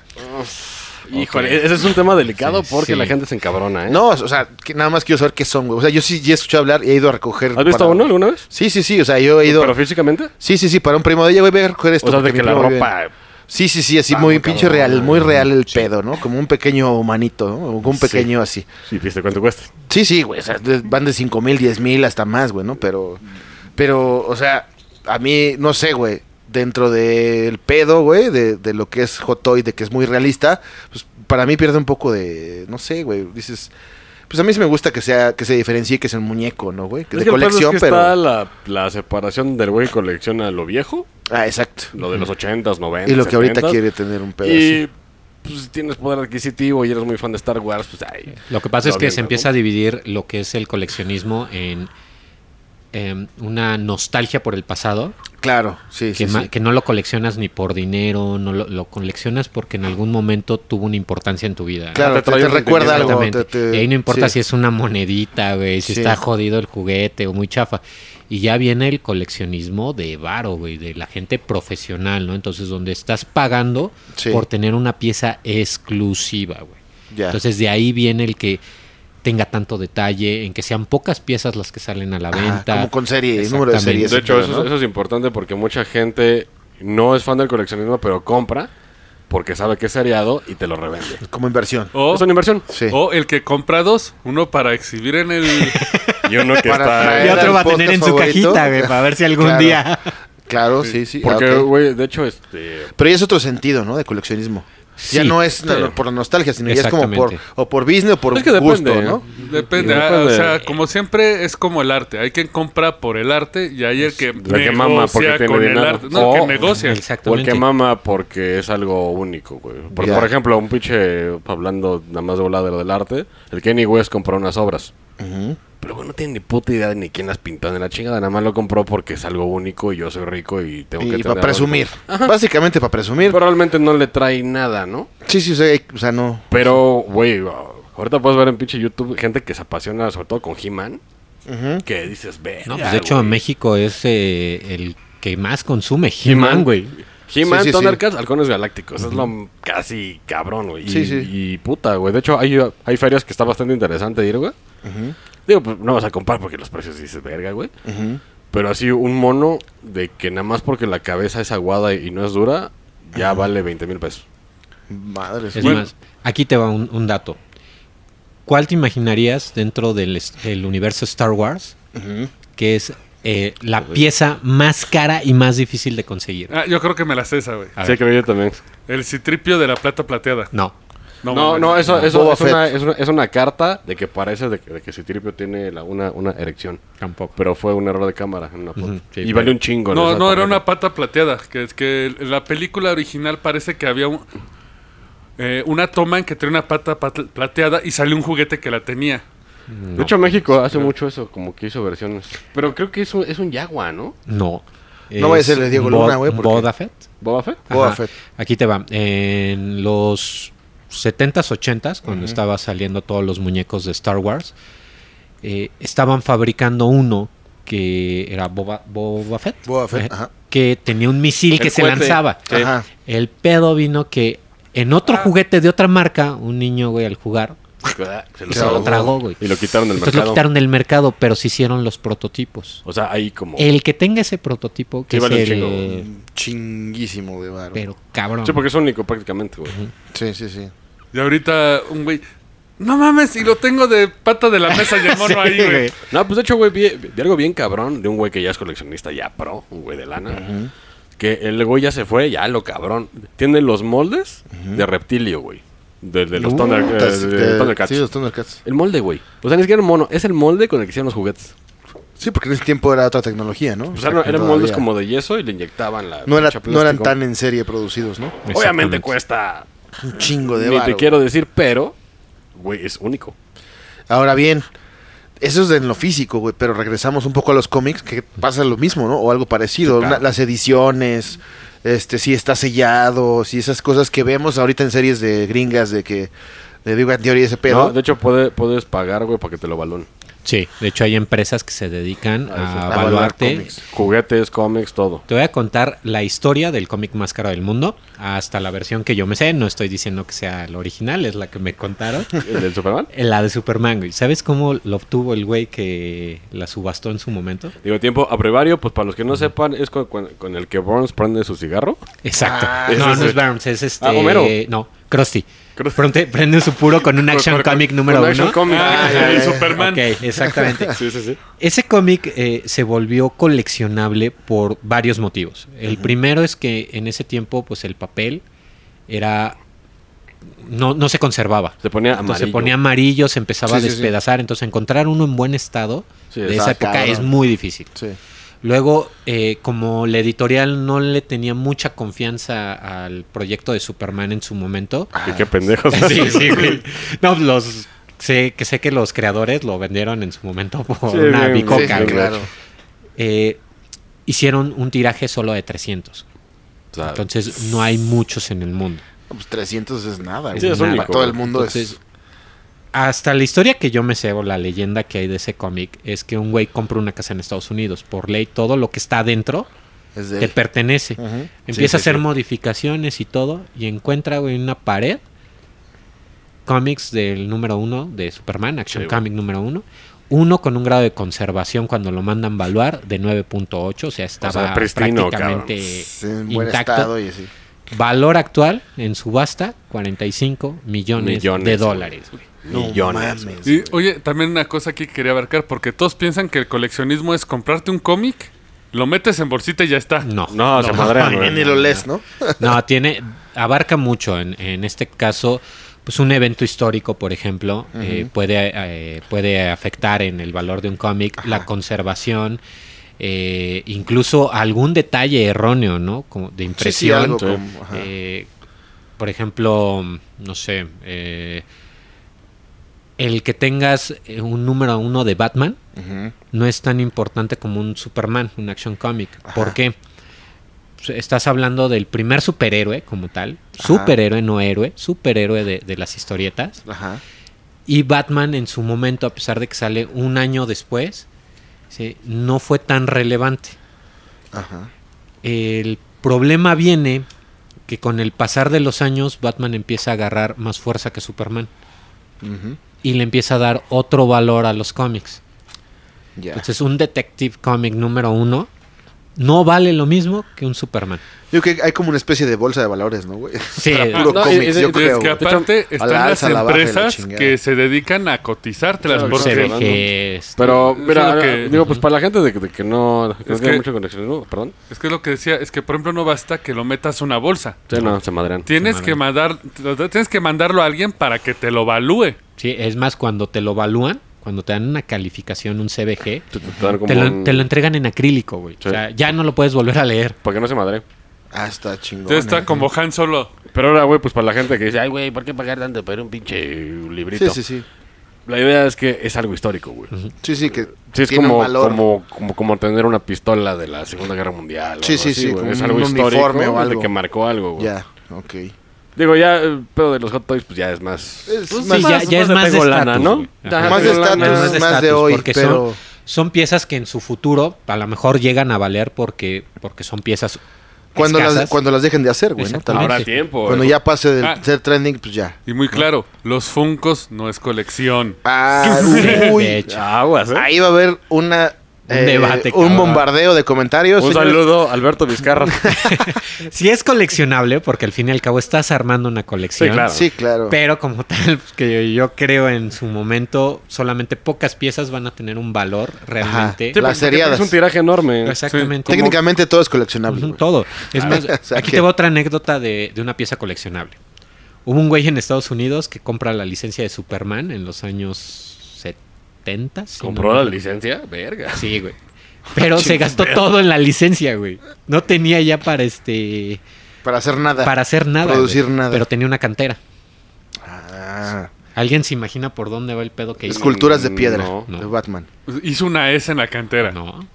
S2: Híjole, ese es un tema delicado
S4: Sí,
S2: porque
S4: sí.
S2: la gente se encabrona, ¿eh?
S1: No, o sea, que nada más quiero saber qué son, güey. O sea, yo sí ya he escuchado hablar y he ido a recoger.
S2: ¿Has visto
S1: para-
S2: uno alguna vez?
S1: Sí, sí, sí. O sea, yo he ido.
S2: ¿Pero físicamente?
S1: Sí, sí, sí, para un primo de ella, güey, voy a recoger esto.
S2: O sea, de
S1: porque
S2: que
S1: mi
S2: la
S1: primo vive
S2: ropa...
S1: en- Sí, sí, sí, así
S2: Ah,
S1: muy
S2: muy
S1: pinche
S2: cabrón,
S1: real, muy
S2: güey.
S1: real el pedo, ¿no? Como un pequeño humanito, ¿no? Como un pequeño así.
S2: Sí, viste cuánto cuesta.
S1: Sí, sí, güey. O sea, de- van de 5 mil, 10 mil hasta más, güey, ¿no? Pero, pero, o sea, a mí, no sé, güey. Dentro del pedo, güey, de, de lo que es hot toy, de que es muy realista, pues para mí pierde un poco de, no sé, güey. Dices, pues a mí sí me gusta que sea, que se diferencie, que es un muñeco, ¿no, güey? Que
S2: Es
S1: de
S2: que el pedo
S1: colección,
S2: es que
S1: pero.
S2: está la, la separación del güey que colecciona lo viejo,
S1: Ah, exacto.
S2: lo de los 80s, 90s,
S1: Y lo que ahorita
S2: 70s,
S1: quiere tener un pedo así.
S2: Y pues, si tienes poder adquisitivo y eres muy fan de Star Wars, pues ay.
S4: Lo que pasa
S2: Lo
S4: es que
S2: bien,
S4: se
S2: ¿no?
S4: empieza a dividir lo que es el coleccionismo en em, una nostalgia por el pasado,
S1: Claro, sí, sí,
S4: que, ma-
S1: sí.
S4: que no lo coleccionas ni por dinero, no lo, lo coleccionas porque en algún momento tuvo una importancia en tu vida.
S1: Claro,
S2: te
S1: te,
S2: trae
S1: te
S2: un
S1: recuerda algo.
S4: Exactamente.
S1: te- te-
S4: y ahí no importa
S1: sí.
S4: si es una monedita, güey, si
S1: Sí.
S4: está jodido el juguete o muy chafa. Y ya viene el coleccionismo de varo, güey, de la gente profesional, ¿no? Entonces, donde estás pagando
S1: Sí.
S4: por tener una pieza exclusiva, güey.
S1: Ya.
S4: Entonces, de ahí viene el que tenga tanto detalle, en que sean pocas piezas las que salen a la
S1: Ah,
S4: venta.
S1: como con serie, el número de
S4: Exactamente.
S1: series.
S2: De
S1: ese
S2: hecho,
S1: pedo,
S2: eso,
S1: ¿no?
S2: eso es importante porque mucha gente no es fan del coleccionismo, pero compra porque sabe que es seriado y te lo revende.
S1: Como inversión.
S3: O,
S2: Es una inversión.
S1: Sí.
S3: o el que compra dos, uno para exhibir en el...
S2: Y uno que
S1: Para
S2: está.
S4: Y
S1: traer-
S4: otro
S1: Ah, Era
S4: va a
S1: el
S4: tener en
S1: podcast
S4: su
S1: favorito.
S4: cajita, güey, para ver si algún
S1: Claro.
S4: día.
S1: Claro, sí, sí. ah,
S2: Porque,
S1: ok.
S2: güey, de hecho, este.
S1: Pero ya es otro sentido, ¿no? De coleccionismo. ya
S4: Sí,
S1: no es
S4: pero-
S1: no, por la nostalgia, sino ya es como por,
S4: Exactamente.
S1: o por business o por
S2: Es que depende,
S1: gusto, ¿no?
S3: Depende,
S2: Y
S3: ah,
S2: depende.
S3: o sea, como siempre es como el arte. Hay quien compra por el arte y hay el que
S2: La que mama porque
S3: negocia
S2: tiene
S3: con el
S2: dinero.
S3: arte. No,
S2: O-
S3: el que negocia.
S2: O el
S4: Exactamente.
S2: que mama porque es algo único, güey. Por,
S1: Ya.
S2: por ejemplo, un pinche, hablando nada más de volada de lo del arte, el Kenny West compró unas obras. Pero bueno, no tiene ni puta idea de ni quién las pintó de la chingada. Nada más lo compró porque es algo único y yo soy rico y tengo que
S1: Y
S2: tener
S1: para
S2: algo.
S1: presumir. Básicamente para presumir.
S2: Pero realmente no le trae nada, ¿no?
S1: Sí, sí, o sea, o sea, no.
S2: Pero, güey, ahorita puedes ver en pinche YouTube gente que se apasiona sobre todo con He-Man.
S1: Ujú.
S2: Que dices, ve.
S4: No, pues de hecho, México es eh, el que más consume
S2: He-Man,
S4: He-Man, güey.
S2: He-Man,
S1: Sí, sí, sí.
S2: Thundercats, Halcones Galácticos. Es lo casi cabrón, güey. Y,
S1: Sí, sí.
S2: y puta, güey. De hecho, hay, hay ferias que está bastante interesante ir, güey. Digo, pues no vas a comprar porque los precios dices, verga, güey.
S1: Ujú.
S2: Pero así un mono de que nada más porque la cabeza es aguada y no es dura, ya vale 20 mil pesos.
S1: Madre
S4: Es más, aquí te va un, un dato. ¿Cuál te imaginarías dentro del es- el universo Star Wars que es eh, la pieza más cara y más difícil de conseguir?
S3: Ah, yo creo que me la sé esa, güey.
S4: A
S2: Sí,
S4: ver.
S2: creo yo también.
S3: El citripio de la plata plateada.
S4: No.
S2: No,
S3: mames.
S2: no, eso, eso
S1: Boba
S2: es, una, es, una, es una carta de que parece de que, de que Citripio tiene la- una, una erección.
S4: Tampoco.
S2: Pero fue un error de cámara en una foto.
S4: Ujú, sí,
S2: y
S4: pero-
S2: vale un chingo.
S3: No,
S2: esa
S3: no, era
S2: tarjeta.
S3: una pata plateada. Que es que la película original parece que había un- eh, una toma en que tenía una pata pat- plateada y salió un juguete que la tenía.
S2: De hecho, México hace mucho eso, como que hizo versiones. Pero creo que es un, es un Yagua, ¿no?
S4: No.
S1: No vaya a
S4: Es
S1: ser de Diego
S4: Bo-
S1: Luna, güey, porque-
S4: Boba Fett.
S2: Boba Fett.
S1: Boba
S4: Ajá.
S1: Fett.
S4: Aquí te va. En los 70s, 80s, cuando estaba saliendo todos los muñecos de Star Wars, eh, estaban fabricando uno que era Boba, Boba Fett.
S1: Boba Fett,
S4: eh,
S1: ajá.
S4: Que tenía un misil que
S2: El
S4: se
S2: cohete.
S4: lanzaba.
S2: Sí.
S1: Ajá.
S4: El pedo vino que en otro
S2: Ah.
S4: juguete de otra marca, un niño, güey, al jugar,
S2: Se lo
S4: se lo
S2: tragó.
S4: tragó, güey.
S2: Y lo quitaron del
S4: Entonces
S2: mercado.
S4: lo quitaron del mercado, pero se hicieron los prototipos.
S2: O sea, ahí como...
S4: El que tenga ese prototipo, que
S2: Sí, vale
S4: es
S2: un
S4: el-
S1: Chinguísimo de varo.
S4: Pero cabrón.
S2: Sí, porque es único prácticamente, güey.
S1: Sí, sí, sí.
S3: Y ahorita un güey. No mames, y lo tengo de pata de la mesa y el mono ahí, güey.
S2: No, pues de hecho, güey, vi, vi algo bien cabrón de un güey que ya es coleccionista, ya pro, un güey de lana. Que el güey ya se fue, ya lo cabrón. Tiene los moldes de reptilio, güey. De, de los Thunder- eh,
S1: Putas,
S2: de-
S1: de-
S2: de Thundercats.
S1: Uh, pues, este, Sí, los Thundercats.
S2: El molde, güey. O sea, ni siquiera un mono. Es el molde con el que hicieron los juguetes.
S1: Sí, porque en ese tiempo era otra tecnología, ¿no?
S2: O sea, no- eran
S1: Todavía.
S2: moldes como de yeso y le inyectaban la.
S1: No, era-
S2: pinche
S1: no eran
S2: plástico.
S1: tan en serie producidos, ¿no?
S2: Obviamente
S4: Exactamente.
S2: cuesta.
S1: Un chingo de
S2: Ni te
S1: varo.
S2: quiero decir, pero. Güey, es único.
S1: Ahora bien, eso es en lo físico, güey, pero regresamos un poco a los cómics, que pasa lo mismo, ¿no? O algo parecido.
S2: Sí, claro.
S1: Una- las ediciones, este, si está sellado, si esas cosas que vemos ahorita en series de gringas de que de Big Bang Theory y ese pedo.
S2: No, de hecho, puede- puedes pagar, güey, para que te lo valoren.
S4: Sí, de hecho hay empresas que se dedican
S1: sí.
S4: a
S1: A evaluar
S4: evaluarte.
S1: cómics.
S2: Juguetes, cómics, todo.
S4: Te voy a contar la historia del cómic más caro del mundo, hasta la versión que yo me sé. No estoy diciendo que sea el original, es la que me contaron.
S2: ¿El del Superman?
S4: la de Superman, güey. ¿Sabes cómo lo obtuvo el güey que la subastó en su momento?
S2: Digo, tiempo abreviario, pues para los que no sepan, es con, con- con el que Burns prende su cigarro.
S4: Exacto.
S1: Ah,
S4: no,
S2: ese
S4: no
S2: es
S4: es Burns, es este.
S2: Ah, Homero.
S4: No, Krusty.
S2: Krusty.
S4: Pronto prende su puro con un action
S2: Con- con-
S4: comic
S2: con
S4: número
S2: Action
S4: uno. Eh,
S2: Comic.
S3: Ah,
S1: ya,
S3: el
S1: ya, ya.
S3: Superman.
S4: Ok, exactamente.
S2: Sí, sí, sí.
S4: Ese cómic eh, se volvió coleccionable por varios motivos. El primero es que en ese tiempo, pues el papel era. no, no se conservaba.
S2: Se ponía amarillo.
S4: Entonces se ponía amarillo, se empezaba
S1: Sí,
S4: a
S1: sí, sí.
S4: despedazar. Entonces encontrar uno en buen estado
S2: Sí,
S4: de
S1: estaba
S4: esa época
S1: cabrón.
S4: es muy difícil.
S1: Sí.
S4: Luego, eh, como la editorial no le tenía mucha confianza al proyecto de Superman en su momento,
S2: Y qué pendejos.
S4: Sí, sí, güey. No, los. Sé que, sé que los creadores lo vendieron en su momento por
S2: Sí,
S4: una
S2: bien,
S4: bicoca.
S1: Sí,
S2: Coca,
S4: güey.
S1: claro.
S4: Eh, hicieron un tiraje solo de 300.
S2: O sea,
S4: Entonces, no hay muchos en el mundo.
S1: No, Pues 300 es nada,
S2: Sí,
S1: güey.
S2: es
S1: Para
S2: único,
S1: todo el
S2: güey.
S1: mundo
S4: Entonces,
S1: es...
S4: hasta la historia que yo me sé o la leyenda que hay de ese cómic es que un güey compra una casa en Estados Unidos. Por ley, todo lo que está adentro
S1: es de
S4: te
S1: él.
S4: pertenece.
S2: eh,
S1: Ujú.
S4: Empieza
S2: Sí, sí,
S4: a hacer
S2: sí.
S4: modificaciones y todo. Y encuentra, güey, en una pared. Cómics del número uno de Superman, Action
S2: Sí, güey.
S4: Comic número uno. Uno con un grado de conservación cuando lo mandan valuar de 9.8. O sea, estaba
S2: pristino,
S4: prácticamente
S1: Es en buen
S4: intacto.
S1: estado y así.
S4: Valor actual en subasta, 45 millones,
S2: Millones, güey.
S4: de dólares. güey.
S2: millones.
S1: No mames.
S3: Y, oye, también una cosa aquí que quería abarcar, porque todos piensan que el coleccionismo es comprarte un cómic, Lo metes en bolsita y ya está.
S4: No.
S2: No, se madrean, güey.
S1: En el OLES, ¿no?
S4: No, tiene, abarca mucho. En, en este caso, pues un evento histórico, por ejemplo, eh, puede, eh, puede afectar en el valor de un cómic, la conservación, eh, incluso algún detalle erróneo, ¿no? Como
S1: Sí,
S4: de impresión.
S1: sí, algo como... ajá.
S4: Eh, por ejemplo, no sé, eh, el que tengas eh, un número uno de Batman
S1: Ujú.
S4: no es tan importante como un Superman, un action comic. ¿Por qué? Pues, Estás hablando del primer superhéroe como tal,
S1: Ajá.
S4: superhéroe, no héroe, superhéroe de, de las historietas.
S1: Ajá.
S4: Y Batman en su momento, a pesar de que sale un año después, ¿sí? no fue tan relevante.
S1: Ajá.
S4: El problema viene que con el pasar de los años Batman empieza a agarrar más fuerza que Superman
S1: Ujú.
S4: y le empieza a dar otro valor a los cómics.
S2: Pues
S1: Ya.
S4: Entonces Pues un Detective Comic número uno no vale lo mismo que un Superman.
S1: Yo creo que hay como una especie de bolsa de valores, ¿no, güey?
S4: Sí.
S1: Para puro
S2: No,
S1: cómics,
S2: es- es-
S1: yo
S2: es
S1: creo.
S3: Que
S1: güey.
S3: aparte
S1: a la
S3: están las
S1: alza, a la baja y la
S3: empresas
S1: chingada.
S3: que se dedican a cotizártelas.
S2: Claro,
S3: porque
S2: se ve.
S4: CBGs.
S2: Pero,
S3: Es
S2: mira,
S3: lo que-
S2: digo, pues para la gente de, que- de que no, que no
S3: Es
S2: tiene
S3: que-
S2: mucha conexión, ¿no? Perdón.
S3: es que lo que decía es que, por ejemplo, no basta que lo metas a una bolsa.
S2: Sí, no, se madrean.
S3: Tienes que, mandar, tienes que mandarlo a alguien para que te lo evalúe.
S4: este, Sí, es más, cuando te lo evalúan, cuando te dan una calificación, un
S2: Te,
S4: CBG,
S2: te- te dan como
S4: te lo,
S2: un-
S4: te lo entregan en acrílico, güey.
S2: Sí.
S4: O sea, ya no lo puedes volver a leer.
S2: Para que no se madre.
S1: Ah, está chingón.
S3: Entonces está
S1: eh.
S3: como Han Solo.
S2: Pero ahora, güey, pues para la gente que dice, ay, güey, ¿por qué pagar tanto para un pinche librito?
S1: Sí, sí, sí.
S2: La idea es que es algo histórico, güey.
S1: Sí, sí, que
S2: Sí, es
S1: tiene
S2: como,
S1: un valor.
S2: como, como, como tener una pistola de la Segunda Guerra Mundial. o
S1: Sí,
S2: algo
S1: sí,
S2: así,
S1: sí,
S2: güey.
S1: como
S2: Es
S1: un
S2: algo
S1: uniforme
S2: histórico
S1: o
S2: o
S1: algo.
S2: que marcó algo, güey.
S1: Ya, ok.
S2: Digo, ya el pedo de los hot toys, pues ya es más.
S1: Es
S4: Sí,
S1: más,
S4: ya, ya es más de
S2: pegolana,
S4: estatus,
S2: ¿no?
S4: güey.
S2: Ajá.
S4: Ajá.
S1: más de
S2: pero la-
S1: estatus,
S2: es
S1: más,
S4: de
S1: de
S4: estatus,
S1: hoy,
S4: porque
S1: pero...
S4: Son piezas que en su futuro a lo mejor llegan a valer porque, porque son piezas
S1: Cuando las,
S4: escasas.
S1: cuando las dejen de hacer, güey, ¿no? Tal
S4: Exactamente.
S1: vez.
S2: Habrá tiempo. eh.
S1: Cuando
S2: güey.
S1: ya pase del
S3: Ah.
S1: ser trending, pues ya.
S3: Y muy claro, los Funcos no es colección.
S1: Ah,
S4: De
S1: uy.
S4: hecho.
S2: Aguas, ¿eh?
S1: Ahí va a haber una...
S4: Un
S1: eh,
S4: debate,
S1: Un
S4: cabrón.
S1: bombardeo de comentarios.
S2: Un
S1: señores.
S2: saludo, Alberto Vizcarra.
S4: Si es coleccionable, porque al fin y al cabo estás armando una colección.
S2: Sí, claro.
S1: Sí, claro.
S4: Pero como tal, pues, que yo, yo creo en su momento, solamente pocas piezas van a tener un valor realmente.
S1: Sí, pues, Las seriadas.
S2: Es un tiraje enorme.
S4: Exactamente.
S1: Técnicamente todo es coleccionable.
S4: Ujú,
S1: güey.
S4: Todo. Es
S1: Ah,
S4: más,
S1: o sea
S4: aquí
S1: que-
S4: te va otra anécdota de, de una pieza coleccionable. Hubo un güey en Estados Unidos que compra la licencia de Superman en los años 70. si
S2: ¿Compró
S4: no me-
S2: la licencia? Verga.
S4: Sí, güey. Pero se gastó todo en la licencia, güey. No tenía ya para este
S1: Para hacer nada.
S4: para hacer nada.
S1: Ah, Producir
S4: güey.
S1: nada.
S4: Pero tenía una cantera.
S1: Ah,
S4: ¿Alguien se imagina por dónde va el pedo que hizo?
S1: esculturas de piedra
S2: No,
S4: no.
S1: de Batman.
S3: Hizo una S en la cantera.
S4: No.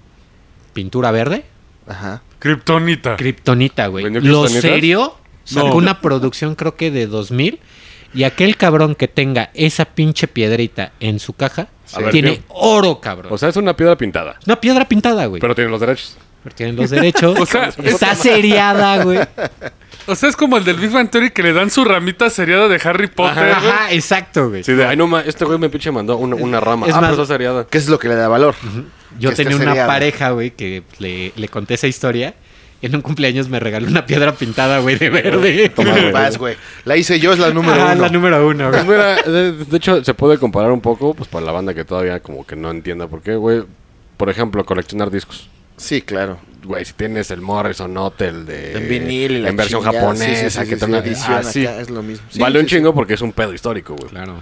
S4: ¿Pintura verde?
S1: Ajá.
S3: Kryptonita.
S4: Kryptonita, güey.
S2: ¿Vendió
S4: Lo
S2: kriptonitas?
S4: serio, sacó
S3: No.
S4: una producción creo que de 2000 y aquel cabrón que tenga esa pinche piedrita en su caja
S2: Sí. A ver,
S4: tiene
S2: bien.
S4: oro, cabrón.
S2: O sea, es una piedra pintada.
S4: una piedra pintada, güey.
S2: Pero tiene los derechos.
S4: Pero tienen los derechos.
S3: O sea, es-
S4: está seriada, güey.
S3: O sea, es como el del Big Bang Theory que le dan su ramita seriada de Harry Potter. güey.
S4: Ajá, exacto, güey.
S2: Sí, de, ay, no, ma, este güey me pinche mandó una, una rama.
S4: Es
S2: ah,
S4: más-
S2: pero está seriada.
S1: ¿Qué es lo que le da valor?
S4: Yo
S1: Que este esté
S4: tenía una
S1: seriada.
S4: pareja, güey, que le, le conté esa historia. En un cumpleaños me regaló una piedra pintada, güey, de verde.
S1: Vas, güey. La hice yo, es la número
S4: Ah,
S1: uno.
S4: la número uno, güey.
S2: Pues mira, de, de hecho, se puede comparar un poco, pues para la banda que todavía como que no entienda por qué, güey. Por ejemplo, coleccionar discos.
S1: Sí, claro. Eh,
S2: Güey, si tienes el Morrison Hotel de...
S1: En vinil y la
S2: En versión
S1: chingada. Sí, sí,
S2: japonesa,
S1: sí,
S2: que
S1: sí,
S2: te una
S1: sí, edición
S2: ah, sí.
S1: acá, es lo mismo. Sí,
S2: vale un
S1: sí, sí.
S2: chingo porque es un pedo histórico, güey.
S4: Claro.